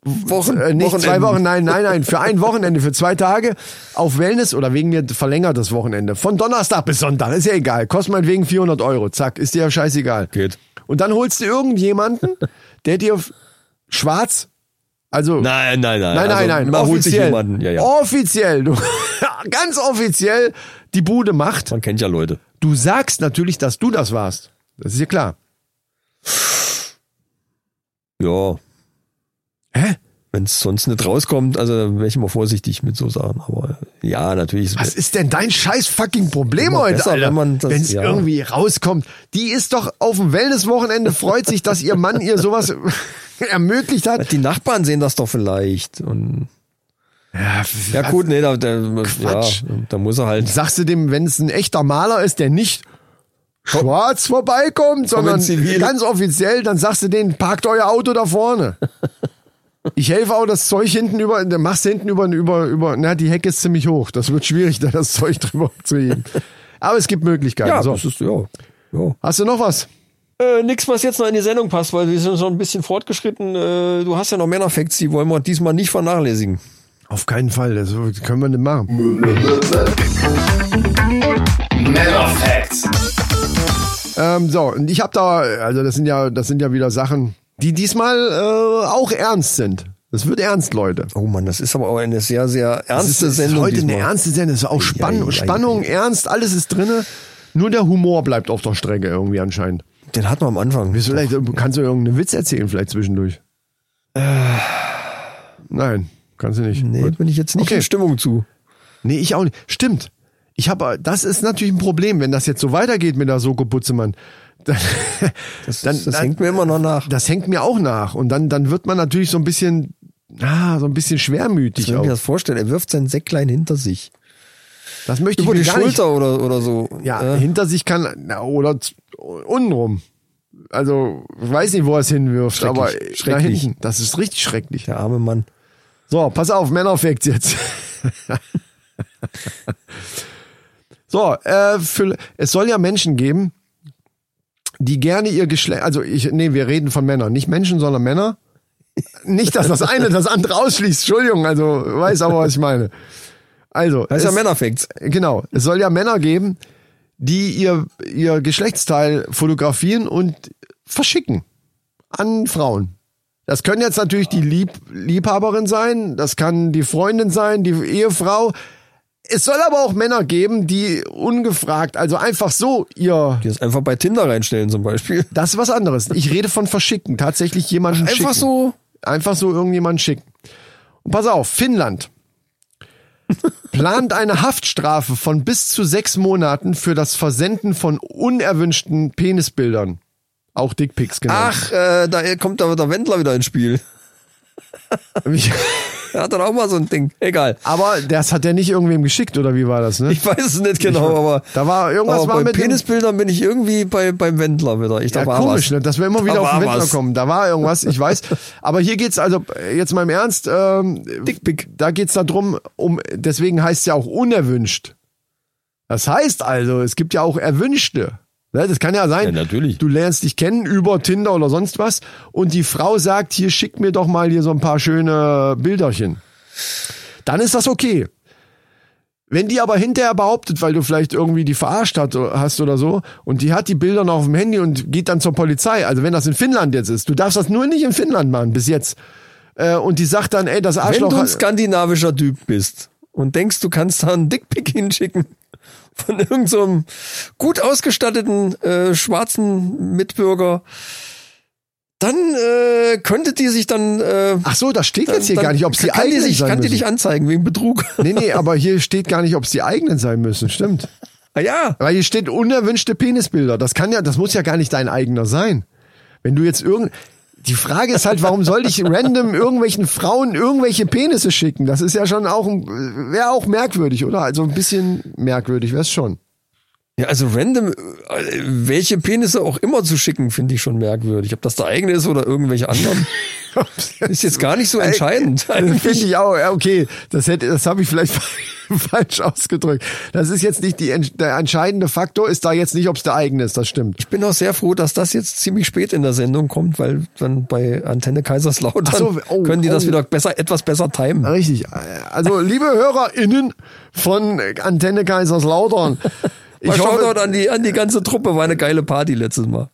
B: Wochen,
A: äh, nicht zwei
B: Wochenenden.
A: Wochen, nein, nein, nein, für ein Wochenende, für zwei Tage auf Wellness oder wegen mir verlängertes Wochenende. Von Donnerstag bis Sonntag, ist ja egal. Kostet meinetwegen 400 Euro. Zack, ist dir ja scheißegal.
B: Geht.
A: Und dann holst du irgendjemanden, der dir f- schwarz, also.
B: Nein, nein, nein.
A: Nein,
B: Also,
A: nein, nein.
B: Man
A: offiziell, Oh.
B: holt sich jemanden. Ja, ja.
A: Offiziell, du, ganz offiziell die Bude macht.
B: Man kennt ja Leute.
A: Du sagst natürlich, dass du das warst. Das ist ja klar.
B: Ja.
A: Hä?
B: Wenn es sonst nicht rauskommt, also wäre ich immer vorsichtig mit so Sachen. Aber äh, ja, natürlich. ist-
A: Was ist denn dein scheiß fucking Problem
B: Immer
A: heute,
B: besser,
A: Alter?
B: wenn man das-
A: Wenn's
B: ja.
A: irgendwie rauskommt. Die ist doch auf dem Wellness-Wochenende, freut sich, dass ihr Mann ihr sowas ermöglicht hat.
B: Die Nachbarn sehen das doch vielleicht. Und ja, gut, nee, da, da, ja,
A: Quatsch.
B: da muss er halt.
A: Sagst du dem, wenn es ein echter Maler ist, der nicht schwarz vorbeikommt, sondern
B: zivil.
A: ganz offiziell, dann sagst du denen, parkt euer Auto da vorne. Ich helfe auch das Zeug hinten über, dann machst du hinten über, über, über, na, die Hecke ist ziemlich hoch. Das wird schwierig, da das Zeug drüber zu heben. Aber es gibt Möglichkeiten.
B: Ja,
A: Also so.
B: das ist, ja. ja.
A: Hast du noch was?
B: Äh, nix, was jetzt noch in die Sendung passt, weil wir sind schon ein bisschen fortgeschritten. Äh, du hast ja noch Männerfacts, die wollen wir diesmal nicht vernachlässigen.
A: Auf keinen Fall, das können wir nicht machen.
E: Männer Facts.
A: Ähm, so, und ich habe da, also das sind ja, das sind ja wieder Sachen, die diesmal äh, auch ernst sind. Das wird ernst, Leute.
B: Oh Mann, das ist aber auch eine sehr, sehr
A: Das
B: ernste
A: ist,
B: Sendung.
A: ist heute eine
B: diesmal.
A: ernste Sendung. Es ist auch Spann
B: ei, ei,
A: Spannung, Ernst, alles ist drinne. Nur der Humor bleibt auf der Strecke irgendwie anscheinend.
B: Den hatten wir am Anfang.
A: Bist du vielleicht, kannst du irgendeinen Witz erzählen vielleicht zwischendurch? Nein, kannst du nicht.
B: Nee,
A: Gut.
B: bin ich jetzt nicht
A: Okay.
B: in Stimmung zu.
A: Nee, ich auch nicht. Stimmt. Ich habe, das ist natürlich ein Problem, wenn das jetzt so weitergeht mit der Soko Butzemann. Dann,
B: Das, das hängt mir immer noch nach.
A: das hängt mir auch nach. Und dann, dann wird man natürlich so ein bisschen, ah, so ein bisschen schwermütig.
B: Ich kann
A: auch.
B: mir das vorstellen. Er wirft sein Säcklein hinter sich.
A: das möchte
B: Über
A: ich
B: die
A: mir gar nicht
B: Schulter oder, oder so.
A: Ja,
B: Äh,
A: hinter sich kann, na, oder z- untenrum. Also, ich weiß nicht, wo er es hinwirft,
B: Schrecklich,
A: aber nach
B: schrecklich.
A: hinten. Das ist richtig schrecklich.
B: der arme Mann.
A: So, pass auf, Männerfacts jetzt. So, äh, für, es soll ja Menschen geben, die gerne ihr Geschlecht, also ich, nee, wir reden von Männern, nicht Menschen, sondern Männer. Nicht, dass das eine das andere ausschließt, Entschuldigung, also weiß aber, was ich meine. Also,
B: Das ist ja
A: es-
B: Männerfacts.
A: Genau, es soll ja Männer geben, die ihr, ihr Geschlechtsteil fotografieren und verschicken an Frauen. Das können jetzt natürlich die Lieb Liebhaberin sein, das kann die Freundin sein, die Ehefrau. Es soll aber auch Männer geben, die ungefragt, also einfach so ihr.
B: Die das einfach bei Tinder reinstellen zum Beispiel.
A: Das ist was anderes. Ich rede von verschicken, tatsächlich jemanden schicken.
B: Einfach so.
A: Einfach so irgendjemanden schicken. Und pass auf, Finnland plant eine Haftstrafe von bis zu sechs Monaten für das Versenden von unerwünschten Penisbildern. Auch Dickpics genau. genannt.
B: Ach, äh, da kommt aber der Wendler wieder ins Spiel. Er hat dann auch mal so ein Ding. Egal.
A: Aber das hat er nicht irgendwem geschickt, oder wie war das, ne?
B: Ich weiß es nicht genau, aber.
A: Da war irgendwas
B: aber
A: war
B: bei
A: mit dem-
B: Penisbildern bin ich irgendwie bei, beim Wendler wieder. Ich,
A: Ja,
B: da war
A: komisch,
B: was.
A: ne? dass wir immer
B: Da
A: wieder auf den
B: war
A: Wendler
B: was.
A: kommen. Da war irgendwas, ich weiß. Aber hier geht's also, äh, jetzt mal im Ernst, ähm,
B: Dickpick.
A: da geht's darum, um, deswegen heißt es ja auch unerwünscht. Das heißt also, es gibt ja auch Erwünschte. Ne? Das kann ja sein.
B: Ja, natürlich.
A: Du lernst dich kennen über Tinder oder sonst was und die Frau sagt, hier schick mir doch mal hier so ein paar schöne Bilderchen. Dann ist das okay. Wenn die aber hinterher behauptet, weil du vielleicht irgendwie die verarscht hat, hast oder so, und die hat die Bilder noch auf dem Handy und geht dann zur Polizei, also wenn das in Finnland jetzt ist, du darfst das nur nicht in Finnland machen, bis jetzt. Äh, und die sagt dann, ey, das
B: Wenn
A: Arschloch
B: du ein
A: hat,
B: skandinavischer Typ bist und denkst, du kannst da einen Dickpick hinschicken von irgendeinem so einem gut ausgestatteten äh, schwarzen Mitbürger, dann äh, könnte die sich dann. Äh,
A: Ach so, das steht
B: dann,
A: jetzt hier
B: dann
A: gar nicht, ob die
B: kann die
A: eigenen
B: sich,
A: sein
B: kann die
A: müssen.
B: dich anzeigen wegen Betrug.
A: Nee, nee, aber hier steht gar nicht, ob es die eigenen sein müssen, stimmt.
B: Ah ja,
A: Weil hier steht unerwünschte Penisbilder. Das kann ja, das muss ja gar nicht dein eigener sein. Wenn du jetzt irgend, die Frage ist halt, warum soll ich random irgendwelchen Frauen irgendwelche Penisse schicken? Das ist ja schon auch, ein- wäre auch merkwürdig, oder? Also ein bisschen merkwürdig wäre es schon.
B: ja, also random, äh, welche Penisse auch immer zu schicken, finde ich schon merkwürdig. Ob das der eigene ist oder irgendwelche anderen, ist jetzt gar nicht so entscheidend.
A: Das Finde ich auch, ja, okay. Das hätte, das habe ich vielleicht falsch ausgedrückt. Das ist jetzt nicht die, ent- der entscheidende Faktor, ist da jetzt nicht, ob es der eigene ist, das stimmt.
B: Ich bin auch sehr froh, dass das jetzt ziemlich spät in der Sendung kommt, weil dann bei Antenne Kaiserslautern
A: Ach so, oh,
B: können die das
A: oh.
B: wieder besser, etwas besser timen.
A: Richtig. Also, liebe HörerInnen von Antenne Kaiserslautern,
B: Mal
A: ich hoffe,
B: Shoutout an die, an die ganze Truppe, war eine geile Party letztes Mal.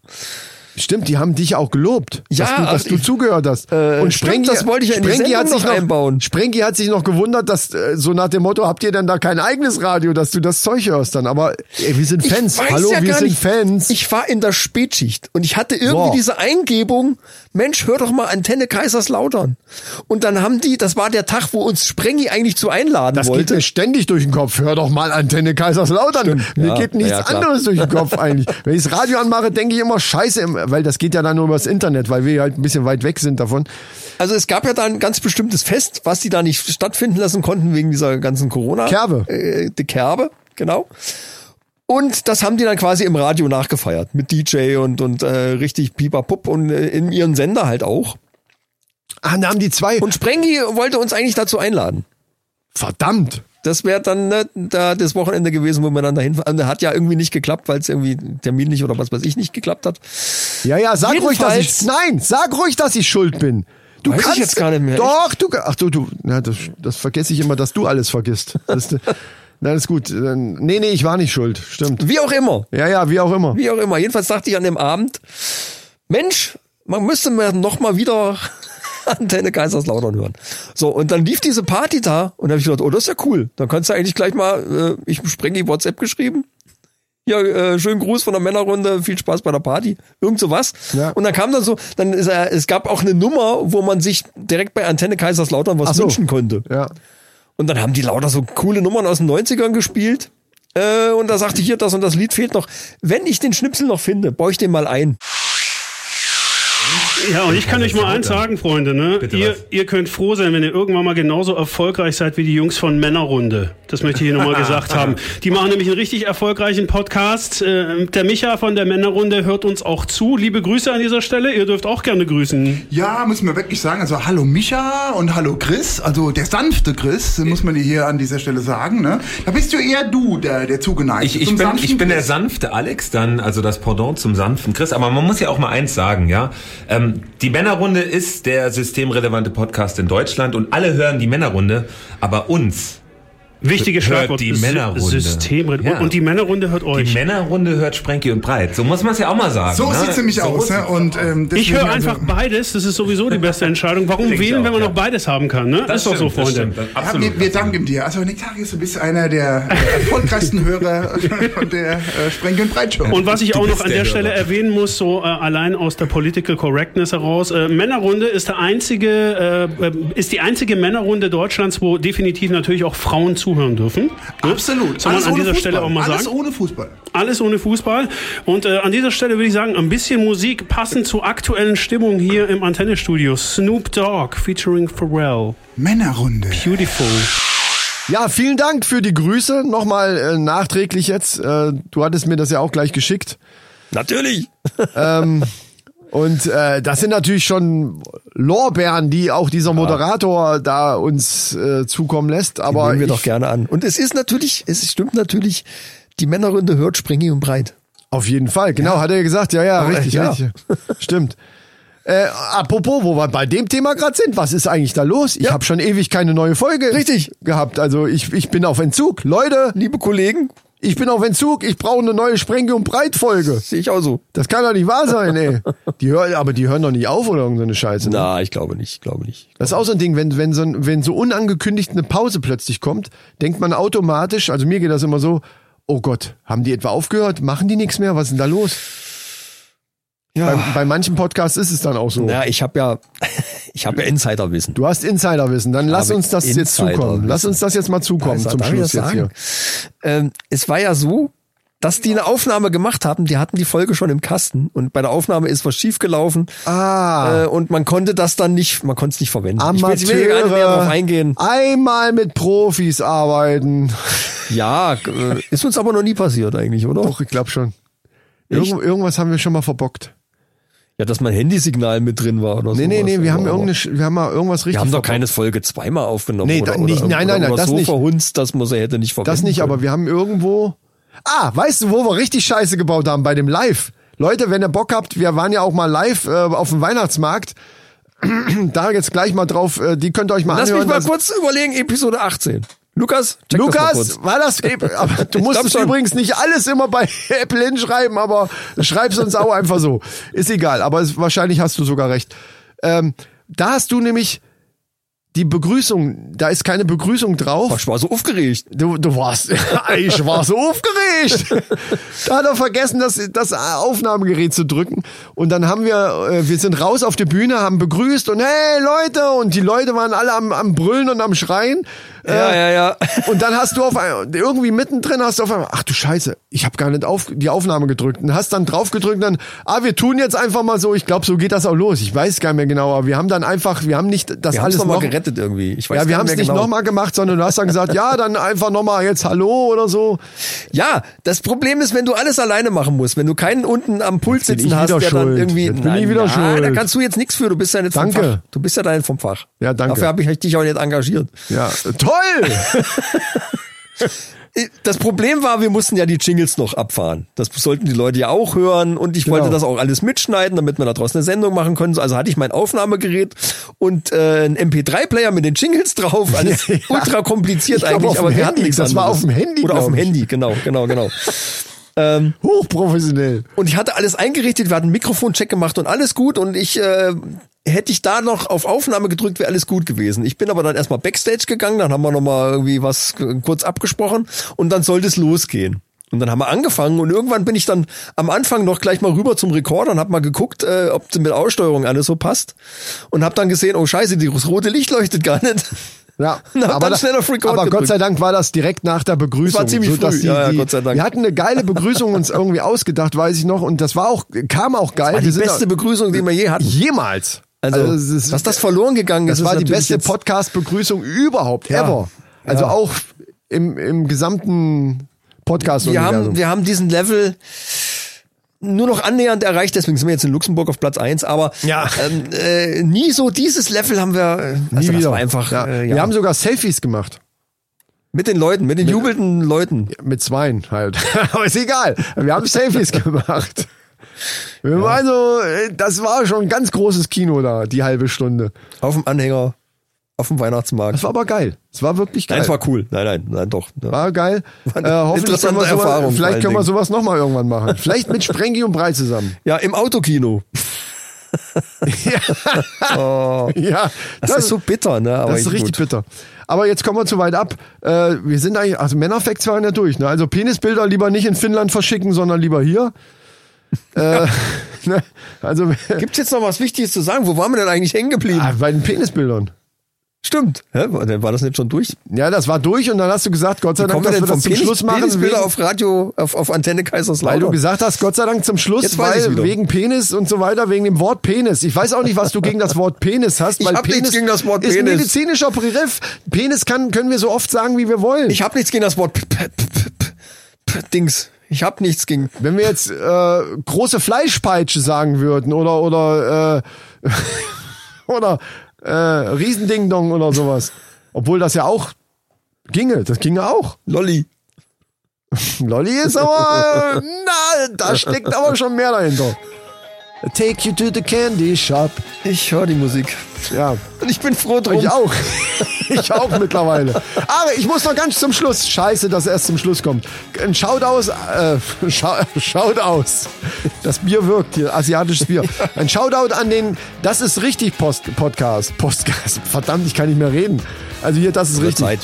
A: stimmt, die haben dich auch gelobt, dass
B: Ja,
A: du, dass
B: also
A: du
B: ich-
A: zugehört hast.
B: Äh, stimmt, das wollte ich ja in die
A: Sprengi hat
B: Sendung
A: sich
B: noch einbauen.
A: Sprengi hat sich noch gewundert, dass äh, so nach dem Motto, habt ihr denn da kein eigenes Radio, dass du das Zeug hörst dann? Aber ey, wir sind Fans.
B: weiß
A: Hallo,
B: ja
A: wir
B: gar
A: sind
B: nicht.
A: Fans.
B: Ich war in der Spätschicht und ich hatte irgendwie
A: Wow.
B: diese Eingebung, Mensch, hör doch mal Antenne Kaiserslautern. Und dann haben die, das war der Tag, wo uns Sprengi eigentlich zu einladen
A: das geht
B: wollte.
A: mir ständig durch den Kopf. Hör doch mal Antenne Kaiserslautern. mir
B: ja.
A: geht nichts
B: Ja, ja, klar.
A: anderes durch den Kopf eigentlich. Wenn ich das Radio anmache, denke ich immer Scheiße, im- weil das geht ja dann nur übers Internet, weil wir halt ein bisschen weit weg sind davon.
B: Also es gab ja da ein ganz bestimmtes Fest, was die da nicht stattfinden lassen konnten wegen dieser ganzen Corona.
A: Kerbe.
B: Äh, die Kerbe, genau. Und das haben die dann quasi im Radio nachgefeiert mit DJ und und äh, richtig Pipapup und äh, in ihren Sender halt auch.
A: Ah, da haben die zwei.
B: Und Sprengi wollte uns eigentlich dazu einladen.
A: verdammt.
B: Das wäre dann ne, da das Wochenende gewesen, wo man dann dahin fahren. Hat ja irgendwie nicht geklappt, weil es irgendwie Termin nicht oder was weiß ich nicht geklappt hat.
A: Ja, ja, sag ruhig, dass ich.
B: Jedenfalls-
A: Nein, sag ruhig, dass ich schuld bin. Du
B: Weiß ich
A: kannst
B: jetzt gar nicht mehr.
A: Doch, du. Ach du, du. Na, das, das vergesse ich immer, dass du alles vergisst. Das, nein, ist gut. Dann- Nee, nee, ich war nicht schuld. Stimmt.
B: Wie auch immer.
A: Ja, ja, wie auch immer.
B: Wie auch immer. Jedenfalls dachte ich an dem Abend, Mensch, man müsste mir noch mal wieder Antenne Kaiserslautern hören. So, und dann lief diese Party da und da habe ich gedacht, oh, das ist ja cool. Dann kannst du eigentlich gleich mal, äh, ich spreng die WhatsApp geschrieben. Ja, äh, schönen Gruß von der Männerrunde, viel Spaß bei der Party, irgend sowas.
A: Ja.
B: Und dann kam dann so, dann ist, äh, es gab auch eine Nummer, wo man sich direkt bei Antenne Kaiserslautern was
A: so.
B: wünschen konnte.
A: Ja.
B: Und dann haben die lauter so coole Nummern aus den 90ern gespielt. Äh, und da sagte ich hier, das und das Lied fehlt noch. Wenn ich den Schnipsel noch finde, baue ich den mal ein.
F: Ja, und ich kann euch mal eins sagen, Freunde, ne?
G: Bitte
F: Ihr,
G: was?
F: ihr könnt froh sein, wenn ihr irgendwann mal genauso erfolgreich seid wie die Jungs von Männerrunde. Das möchte ich hier nochmal gesagt haben. Die machen nämlich einen richtig erfolgreichen Podcast. Äh, Der Micha von der Männerrunde hört uns auch zu. Liebe Grüße an dieser Stelle. Ihr dürft auch gerne grüßen.
H: Ja, muss man wirklich sagen. Also hallo Micha und hallo Chris. Also der sanfte Chris, muss man dir hier an dieser Stelle sagen. Ne? Da bist du eher du, der, der zugeneigt.
G: Ich, ich,
H: Zum
G: bin,
H: sanften
G: ich bin der
H: Chris.
G: sanfte Alex dann, also das Pendant zum sanften Chris. Aber man muss ja auch mal eins sagen, ja. Ähm, die Männerrunde ist der systemrelevante Podcast in Deutschland und alle hören die Männerrunde, aber uns,
F: Wichtiges
G: Hört
F: Schlagwort.
G: die
F: Sy-
G: Männerrunde.
F: Systemrelevant.
G: Ja.
F: Und die Männerrunde hört
G: die
F: euch.
G: Männerrunde hört Sprenki und Breit. So muss man es ja auch mal sagen.
H: So
G: ne?
H: sieht's nämlich aus. Ne? Und, ähm,
F: ich
H: deswegen
F: höre
H: also-
F: einfach beides. Das ist sowieso die beste Entscheidung. Warum
G: Denke ich
F: wählen, wenn
G: auch,
F: man
G: ja.
F: noch beides haben kann? Ne?
G: Das
F: ist doch so,
G: stimmt, das
F: Freunde.
G: stimmt. Das-
H: Ja,
G: Absolut.
H: wir, wir danken dir. Also Nick Tages, du bist einer der erfolgreichsten Hörer von der äh, Spreng- und Breitshow.
F: Und was ich
G: Du
F: auch noch
G: bist
F: an
G: der
F: der Stelle
G: Hörer.
F: erwähnen muss, so äh, allein aus der Political Correctness heraus, äh, Männerrunde ist der einzige, äh, äh, ist die einzige Männerrunde Deutschlands, wo definitiv natürlich auch Frauen zuhören dürfen. Ne?
H: Absolut.
F: Soll man
H: Alles
F: an
H: ohne
F: dieser
H: Fußball.
F: Stelle auch mal
H: Alles
F: sagen.
H: ohne Fußball.
F: Alles ohne Fußball. Und äh, an dieser Stelle würde ich sagen, ein bisschen Musik passend zur aktuellen Stimmung hier im Antennestudio. Snoop Dogg featuring Pharrell.
H: Männerrunde.
F: Beautiful.
A: Ja, vielen Dank für die Grüße. Nochmal äh, nachträglich jetzt. Äh, du hattest mir das ja auch gleich geschickt.
B: Natürlich.
A: Und äh, das sind natürlich schon Lorbeeren, die auch dieser Moderator da uns äh, zukommen lässt. Aber
B: Nehmen wir
A: ich,
B: doch gerne an. Und es ist natürlich, es stimmt natürlich, die Männerrunde hört Springy und Breit.
A: auf jeden Fall, genau, hat er ja gesagt. Ja, ja,
B: Oh,
A: richtig,
B: äh, ja.
A: richtig. Stimmt. Äh, apropos, wo wir bei dem Thema gerade sind, was ist eigentlich da los? Ich habe schon ewig keine neue Folge richtig gehabt. Also ich, ich bin auf Entzug. Leute,
B: Liebe Kollegen,
A: ich bin auf Entzug. Ich brauche eine neue Sprenge- und Breitfolge.
B: sehe ich auch so.
A: Das kann doch nicht wahr sein, ey. Die hören, aber die hören doch nicht auf oder irgendeine Scheiße. ne?
B: Na, ich glaube nicht, ich glaube nicht.
A: Das ist auch so ein Ding, wenn, wenn, so, ein- wenn so unangekündigt eine Pause plötzlich kommt, denkt man automatisch, also mir geht das immer so, oh Gott, haben die etwa aufgehört? Machen die nichts mehr? Was ist denn da los? Bei, bei manchen Podcasts ist es dann auch so.
B: Ja, ich habe ja, ich habe ja Insiderwissen.
A: Du hast Insiderwissen, dann lass
B: Habe
A: uns das jetzt
B: Insiderwissen.
A: zukommen. Lass uns das jetzt mal zukommen
B: Also,
A: zum
B: darf ich
A: Schluss
B: das
A: jetzt hier.
B: Ähm, es war ja so, dass die eine Aufnahme gemacht haben, die hatten die Folge schon im Kasten und bei der Aufnahme ist was schiefgelaufen
A: Ah.
B: äh, und man konnte das dann nicht, man konnte es nicht verwenden. Ich will, ich will hier gar nicht mehr drauf
A: Amateure,
B: eingehen.
A: einmal mit Profis arbeiten.
B: Ja, äh, ist uns aber noch nie passiert eigentlich, oder?
A: Doch, ich glaube schon. Irgend, irgendwas haben wir schon mal verbockt.
B: Ja, dass mein Handysignal mit drin war oder so.
A: Nee, nee, nee, wir haben, irgendeine, Sch- wir haben mal irgendwas richtig
B: Wir haben doch
A: verbockt.
B: keine Folge zweimal aufgenommen.
A: Nee,
B: oder,
A: da- nicht-
B: oder,
A: nein,
B: oder,
A: nein, nein,
B: oder
A: das
B: so
A: nicht.
B: verhunzt, dass man sie hätte nicht verwenden
A: Das nicht,
B: können.
A: aber wir haben irgendwo. Ah, weißt du, wo wir richtig Scheiße gebaut haben bei dem Live? Leute, wenn ihr Bock habt, wir waren ja auch mal live äh, auf dem Weihnachtsmarkt. da jetzt gleich mal drauf, äh, die könnt ihr euch mal
B: Lass mich
A: anhören.
B: mal
A: Das-
B: kurz überlegen, Episode 18. Lukas, check das mal kurz.
A: Lukas, war das? Aber du
B: Ich
A: musst
B: glaub
A: es
B: schon.
A: übrigens nicht alles immer bei Apple hinschreiben, aber schreib's uns auch einfach so. Ist egal, aber es, wahrscheinlich hast du sogar recht. Ähm, da hast du nämlich die Begrüßung, da ist keine Begrüßung drauf.
B: Boah, Ich war so aufgeregt.
A: Du, du warst, ich war so aufgeregt. Da hat er vergessen, das, das Aufnahmegerät zu drücken. Und dann haben wir, äh, wir sind raus auf die Bühne, haben begrüßt und hey Leute, und die Leute waren alle am, am Brüllen und am Schreien.
B: Ja,
A: Äh,
B: ja, ja.
A: Und dann hast du auf einmal, irgendwie mittendrin hast du auf einmal, ach du Scheiße, ich habe gar nicht auf die Aufnahme gedrückt. Und hast dann drauf gedrückt und dann, ah, wir tun jetzt einfach mal so, ich glaube, so geht das auch los. Ich weiß gar nicht mehr genau, aber wir haben dann einfach, wir haben nicht das
B: Wir haben
A: alles
B: es
A: noch
B: nochmal gerettet irgendwie. Ich weiß
A: ja, wir
B: gar
A: haben es nicht
B: mehr genau.
A: nochmal gemacht, sondern du hast dann gesagt, ja, dann einfach nochmal jetzt Hallo oder so.
B: Ja, das Problem ist, wenn du alles alleine machen musst, wenn du keinen unten am Pult
A: bin
B: sitzen
A: ich
B: hast,
A: wieder
B: der dann
A: schuld.
B: irgendwie.
A: Jetzt bin ich wieder schuld.
B: Da kannst du jetzt nichts für. Du bist ja nicht vom
A: Danke.
B: Fach. Du bist ja dein vom Fach.
A: Ja, danke.
B: Dafür habe ich dich auch nicht engagiert.
A: Ja, äh, toll!
B: Äh, Das Problem war, wir mussten ja die Jingles noch abfahren. Das sollten die Leute ja auch hören und ich
A: Genau.
B: wollte das auch alles mitschneiden, damit wir daraus eine Sendung machen können. Also hatte ich mein Aufnahmegerät und äh, einen MP3-Player mit den Jingles drauf. Alles
A: Ja.
B: ultra kompliziert
A: Ich glaub,
B: eigentlich,
A: auf
B: aber
A: dem
B: wir hatten
A: Handy.
B: nichts
A: Das war
B: anderes.
A: auf dem Handy,
B: Oder auf dem
A: glaub ich.
B: Handy, genau, genau, genau.
A: Hochprofessionell.
B: Und ich hatte alles eingerichtet, wir hatten einen Mikrofoncheck gemacht und alles gut und ich äh, hätte ich da noch auf Aufnahme gedrückt, wäre alles gut gewesen. Ich bin aber dann erstmal Backstage gegangen, dann haben wir nochmal irgendwie was äh, kurz abgesprochen und dann sollte es losgehen. Und dann haben wir angefangen und irgendwann bin ich dann am Anfang noch gleich mal rüber zum Rekorder und hab mal geguckt, äh, ob das mit Aussteuerung alles so passt und hab dann gesehen, oh scheiße, die- das rote Licht leuchtet gar nicht.
A: Ja,
B: Und hab
A: aber,
B: dann
A: da-
B: schnell auf Record
A: aber Gott
B: gedrückt.
A: sei Dank war das direkt nach der Begrüßung.
B: war ziemlich
A: sodass
B: früh. Ja, ja, Gott sei Dank.
A: Wir hatten eine geile Begrüßung uns irgendwie ausgedacht, weiß ich noch. Und das war auch, kam auch geil.
B: war die
A: Wir sind
B: beste
A: da-
B: Begrüßung, die wir je hatten.
A: Jemals.
B: Also,
A: es ist-
B: dass das verloren gegangen
A: das
B: ist,
A: war
B: ist
A: die
B: natürlich
A: beste
B: jetzt-
A: Podcast-Begrüßung überhaupt,
B: Ja.
A: ever. Also
B: Ja.
A: auch im, im gesamten podcast
B: wir haben, wir haben diesen Level nur noch annähernd erreicht, deswegen sind wir jetzt in Luxemburg auf Platz 1, aber
A: Ja.
B: ähm, äh, nie so dieses Level haben wir
A: Nie
B: äh, also das
A: wieder.
B: war einfach
A: ja.
B: äh, ja.
A: Wir haben sogar Selfies gemacht.
B: mit den Leuten, mit den jubelnden Leuten.
A: Mit Zweien halt. Aber ist egal. Wir haben Selfies gemacht. Wir waren so, äh, das war schon ein ganz großes Kino da, die halbe Stunde.
B: Auf dem Anhänger, auf dem Weihnachtsmarkt.
A: Das war aber geil. Es war wirklich geil.
B: Nein, es war cool. Nein, nein, nein, doch. ne. Ja.
A: War geil.
B: eine
A: äh, hoffentlich
B: interessante
A: können wir sowas,
B: Erfahrung vor
A: Vielleicht
B: allen
A: können wir
B: Dingen.
A: sowas nochmal irgendwann machen. Vielleicht mit Sprengi und Brei zusammen.
B: Ja, im Autokino.
A: Ja,
B: Oh, Das, ist so bitter, ne? Aber
A: Oh. das ist
B: gut.
A: richtig bitter. Aber jetzt kommen wir zu weit ab. Äh, wir sind eigentlich, also Männerfacts waren ja durch. Ne? Also Penisbilder lieber nicht in Finnland verschicken, sondern lieber hier. äh, ne? Also
B: Gibt's jetzt noch was Wichtiges zu sagen? Wo waren wir denn eigentlich hängen geblieben?
A: ah, bei den Penisbildern.
B: Stimmt. Hä? War war das nicht schon durch?
A: Ja, das war durch und dann hast du gesagt, Gott sei Dank,
B: Kommen wir
A: dass
B: denn
A: wir
B: vom
A: das zum
B: Penis,
A: Schluss machen. Wegen,
B: Penisbilder auf Radio, auf, auf Antenne
A: weil du
B: Kaiserslautern?
A: gesagt hast, Gott sei Dank zum Schluss,
B: Jetzt weiß ich
A: weil
B: wieder.
A: wegen Penis und so weiter, wegen dem Wort Penis. Ich weiß auch nicht, was du gegen das Wort Penis hast,
B: Ich
A: weil
B: hab nichts
A: Penis
B: gegen das Wort
A: ist ein
B: Penis.
A: medizinischer Begriff. Penis kann, können wir so oft sagen, wie wir wollen.
B: Ich habe nichts gegen das Wort p p p p p Dings. Ich habe nichts gegen.
A: Wenn wir jetzt äh, große Fleischpeitsche sagen würden oder oder äh, oder äh, Riesendingdong oder sowas, obwohl das ja auch ginge, das ginge auch.
B: Lolli.
A: Lolli ist aber äh, na, da steckt aber schon mehr dahinter. I Take you to the candy shop.
B: Ich höre die Musik.
A: Ja,
B: Und ich bin froh drum.
A: ich auch. Ich auch mittlerweile. Aber ich muss noch ganz zum Schluss. Scheiße, dass er erst zum Schluss kommt. Ein Shoutout, äh, Schau- Shoutout. Das Bier wirkt hier, asiatisches Bier. Ein Shoutout an den Das ist richtig Post Podcast. Podcast. Verdammt, ich kann nicht mehr reden. Also hier, das ist richtig.
B: Zeit.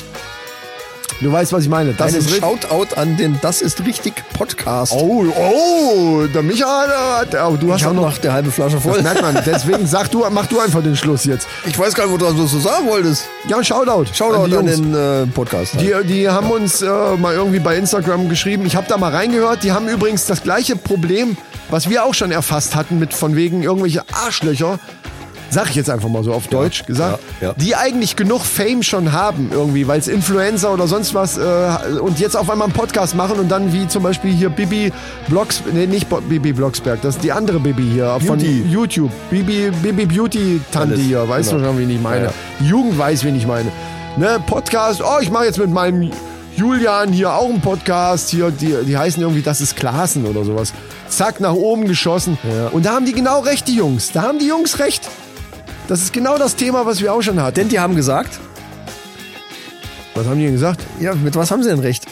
A: Du weißt, was ich meine. Das
B: Einen
A: ist richtig.
B: Shoutout an den Das ist richtig Podcast.
A: Oh, oh, der Michael hat, oh, du hast
B: ich
A: auch
B: habe
A: noch,
B: noch die halbe Flasche
A: das
B: voll.
A: merkt man. Deswegen sag du, mach du einfach den Schluss jetzt.
B: Ich weiß gar nicht, wo du das so sagen wolltest.
A: Ja, ein Shoutout.
B: Shoutout an,
A: die Jungs.
B: den äh, Podcast. halt.
A: Die, die haben uns äh, mal irgendwie bei Instagram geschrieben. Ich habe da mal reingehört. Die haben übrigens das gleiche Problem, was wir auch schon erfasst hatten mit von wegen irgendwelche Arschlöcher. Sag ich jetzt einfach mal so auf Deutsch gesagt,
B: ja, ja.
A: die eigentlich genug Fame schon haben irgendwie, weil es Influencer oder sonst was äh, und jetzt auf einmal einen Podcast machen und dann wie zum Beispiel hier Bibi Blogs, nee nicht Bo Bibi Blocksberg, das ist die andere Bibi hier von
B: Beauty.
A: YouTube, Bibi Bibi Beauty Tante
B: Alles,
A: hier, weißt
B: genau.
A: du schon, wen ich meine.
B: Ja, ja.
A: Die Jugend weiß, wen ich meine. Ne, Podcast, oh, ich mache jetzt mit meinem Julian hier auch einen Podcast. Hier, die, die heißen irgendwie, das ist Klassen oder sowas. Zack, nach oben geschossen. Und da haben die genau recht, die Jungs. Da haben die Jungs recht. Das ist genau das Thema, was wir auch schon hatten.
B: Denn die haben gesagt,
A: Was haben die denn gesagt?
B: ja, mit was haben sie denn recht?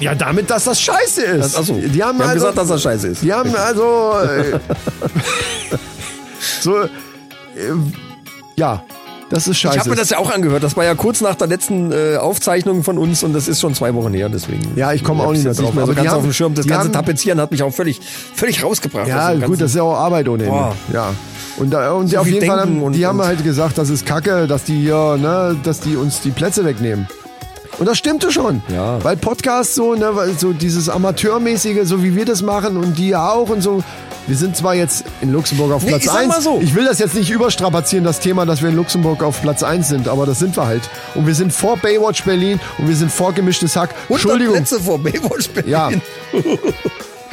A: Ja, damit, dass das scheiße ist.
B: Das, achso,
A: die haben,
B: wir haben
A: also,
B: gesagt, dass das scheiße ist.
A: Die haben also. Äh, so. Äh, ja, das ist scheiße.
B: Ich habe mir das ja auch angehört. Das war ja kurz nach der letzten äh, Aufzeichnung von uns und das ist schon zwei Wochen her. Deswegen.
A: Ja, ich komme auch
B: hab's
A: nicht mehr
B: jetzt
A: drauf.
B: Nicht mehr
A: Aber
B: so
A: die
B: Also ganz
A: haben-
B: auf dem Schirm. Das
A: die
B: ganze
A: haben-
B: Tapezieren hat mich auch völlig, völlig rausgebracht. aus
A: Ja,
B: dem
A: gut,
B: Ganzen.
A: das ist ja auch Arbeit ohnehin.
B: Boah.
A: Ja. Und, da, und
B: Also So
A: auf
B: viel
A: jeden Fall
B: denken
A: haben,
B: und-
A: die haben
B: und-
A: halt gesagt, das ist Kacke, dass die hier, ne, dass die uns die Plätze wegnehmen. Und das stimmte schon.
B: Ja.
A: Weil Podcasts so, ne, weil so dieses Amateurmäßige, so wie wir das machen und die ja auch und so. Wir sind zwar jetzt in Luxemburg auf
B: Nee,
A: Platz
B: ich sag mal
A: 1.
B: so.
A: Ich will das jetzt nicht überstrapazieren, das Thema, dass wir in Luxemburg auf Platz 1 sind, aber das sind wir halt. Und wir sind vor Baywatch Berlin und wir sind vor gemischtes Hack.
B: 100
A: Entschuldigung.
B: Plätze vor Baywatch Berlin.
A: Ja.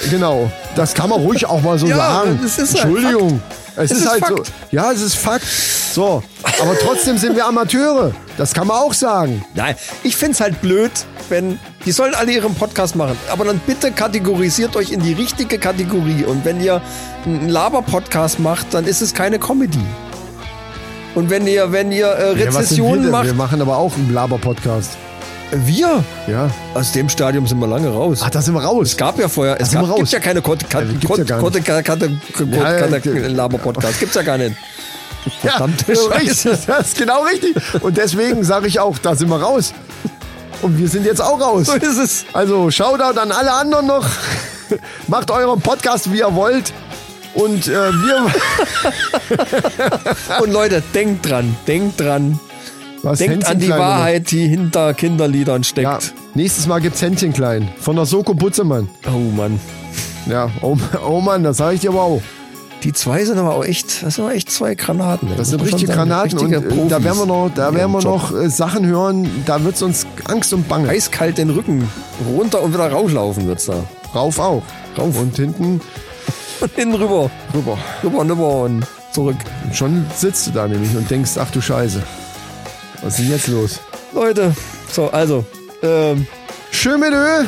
A: genau. Das kann man ruhig auch mal so
B: Ja,
A: sagen.
B: es ist halt
A: Entschuldigung. Es, ist,
B: ist
A: halt
B: Fakt.
A: so. Ja, es ist Fakt. So. Aber trotzdem sind wir Amateure. Das kann man auch sagen.
B: Nein, ich find's halt blöd, wenn die sollen alle ihren Podcast machen, aber dann bitte kategorisiert euch in die richtige Kategorie und wenn ihr einen Laber-Podcast macht, dann ist es keine Comedy. Und wenn ihr, wenn ihr äh,
A: Ja, was sind wir
B: Rezessionen
A: denn?
B: macht,
A: Wir machen aber auch einen Laber-Podcast.
B: wir
A: Ja.
B: aus dem Stadium sind wir lange raus.
A: Ach, da sind wir raus.
B: Es gab ja vorher, es
A: sind wir
B: gab,
A: Also raus.
B: gibt ja keine Kot- Kat-
A: Ja, gibt's ja
B: Kot-
A: gar nicht.
B: Kot- Kat- Kat-
A: Ja, ja,
B: Kot-
A: ja.
B: Kat- Laber-Podcast. Gibt's ja gar nicht. Verdammte Scheiße.
A: richtig. Das ist genau richtig. Und deswegen sage ich auch, da sind wir raus. Und wir sind jetzt auch raus.
B: So ist es.
A: Also Shoutout an alle anderen noch. Macht euren Podcast, wie ihr wollt. Und äh, wir...
B: Und Leute, denkt dran, denkt dran.
A: Was,
B: Denkt
A: Hänschen
B: an die
A: klein oder was?
B: Wahrheit, die hinter Kinderliedern
A: Ja,
B: steckt.
A: nächstes Mal gibt's Händchen klein. Von der Soko Butzemann.
B: Oh Mann.
A: Ja, oh, oh Mann, das sage ich dir aber auch.
B: Die zwei sind aber auch echt, das sind aber echt zwei Granaten. ey.
A: Das sind
B: Muss man
A: richtige
B: schon sagen.
A: Granaten und
B: Richtige
A: äh, da
B: Profis
A: werden wir noch, da
B: in
A: werden
B: ihrem
A: wir
B: Job.
A: noch äh, Sachen hören, da wird's uns Angst und Bange.
B: eiskalt den Rücken runter und wieder rauflaufen wird's da.
A: Rauf auch. Rauf. Und hinten
B: Und hin rüber.
A: rüber.
B: Rüber, rüber und zurück.
A: Und schon sitzt du da nämlich und denkst, ach du Scheiße. Was ist denn jetzt los?
B: Leute, so, also, ähm,
A: Schön mit Öl,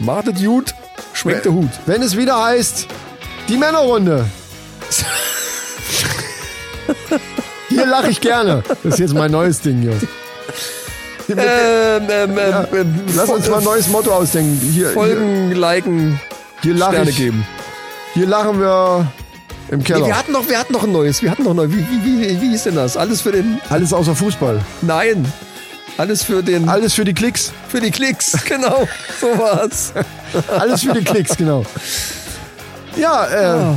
B: machtet gut, schmeckt der Hut.
A: wenn es wieder heißt, die Männerrunde. Hier lache ich gerne. Das ist jetzt mein neues Ding hier.
B: Ähm, ähm, ähm, ähm,
A: Lass uns mal ein neues Motto ausdenken. Hier, hier,
B: Folgen, liken,
A: hier, lache
B: Sterne
A: ich,
B: geben.
A: hier lachen wir im
B: Nee, wir
A: Keller.
B: hatten noch, wir hatten noch ein neues. Wir hatten noch ein neues. Wie, wie, wie, wie hieß denn das? Alles für den.
A: Alles außer Fußball.
B: Nein. Alles für den.
A: Alles für die Klicks.
B: für die Klicks. Genau. So war's.
A: Alles für die Klicks, genau. Ja, äh,
B: Ah.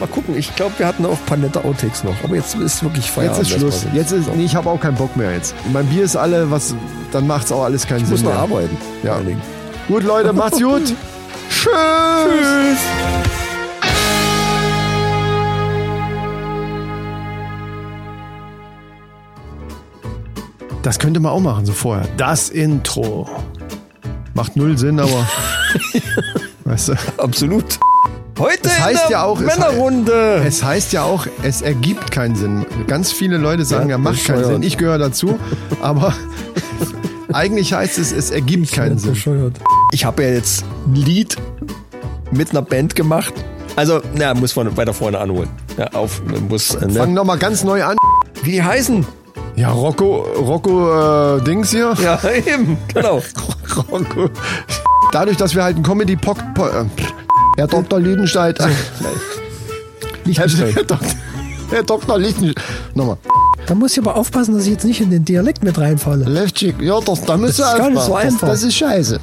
B: Mal gucken. Ich glaube, wir hatten auch Panetta Outtakes noch. Aber jetzt ist wirklich
A: jetzt
B: Feierabend.
A: ist Schluss.
B: erstmal.
A: Jetzt ist, nee, ich habe auch keinen Bock mehr jetzt. Mein Bier ist alle, was, dann macht's auch alles keinen
B: Ich
A: Sinn
B: muss noch
A: mehr.
B: arbeiten.
A: Ja.
B: vor allen Dingen.
A: Gut, Leute, macht's gut. Tschüss. Das könnte man auch machen, so vorher. Das Intro. Macht null Sinn, aber. weißt du,
B: Absolut. Heute
A: Es heißt
B: in der
A: ja auch, es-
B: Männerrunde.
A: es heißt ja auch, es ergibt keinen Sinn. Ganz viele Leute sagen, ja,
B: Ja,
A: macht keinen
B: bescheuert.
A: Sinn. Ich gehöre dazu, aber eigentlich heißt es, es ergibt keinen Sinn.
B: Ich habe ja jetzt ein Lied mit einer Band gemacht. Also, na, muss man weiter vorne anholen. Ja, auf, muss, äh,
A: Fang
B: ne?
A: nochmal ganz neu an.
B: Wie die heißen?
A: Ja, Rocco, Rocco äh, Dings hier.
B: Ja, eben, genau.
A: Rocco. Dadurch, dass wir halt ein comedy pock po äh, Herr Dr. Lüdenscheid. Herr, Herr, Dok- Herr Dr. Lichtenstein. Nochmal.
C: Da muss ich aber aufpassen, dass ich jetzt nicht in den Dialekt mit reinfalle.
A: Left Cheek. Ja, das, da müsst ihr
C: Das ist gar
A: aufpassen.
C: nicht so einfach.
A: Das, das ist scheiße.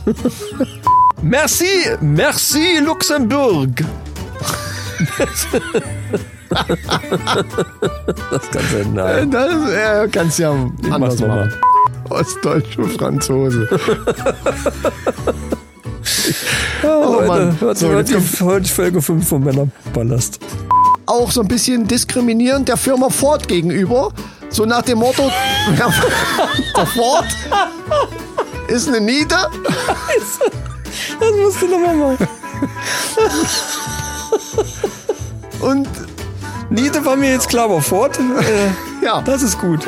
B: Merci, merci Luxemburg. das kann sein, nein.
A: Das äh, kannst ja anders
B: mach's noch
A: machen. Ostdeutsche Franzose.
B: Oh,
A: Mann.
B: Hört,
A: So,
B: hört die
A: jetzt
B: Folge Folge 5 vom Männerballast.
A: Auch so ein bisschen diskriminierend der Firma Ford gegenüber. So nach dem Motto, wer- der Ford ist eine Niete.
B: Das musst du nochmal machen.
A: Und
B: Niete war mir jetzt klar, aber fort. Äh,
A: ja.
B: das ist gut.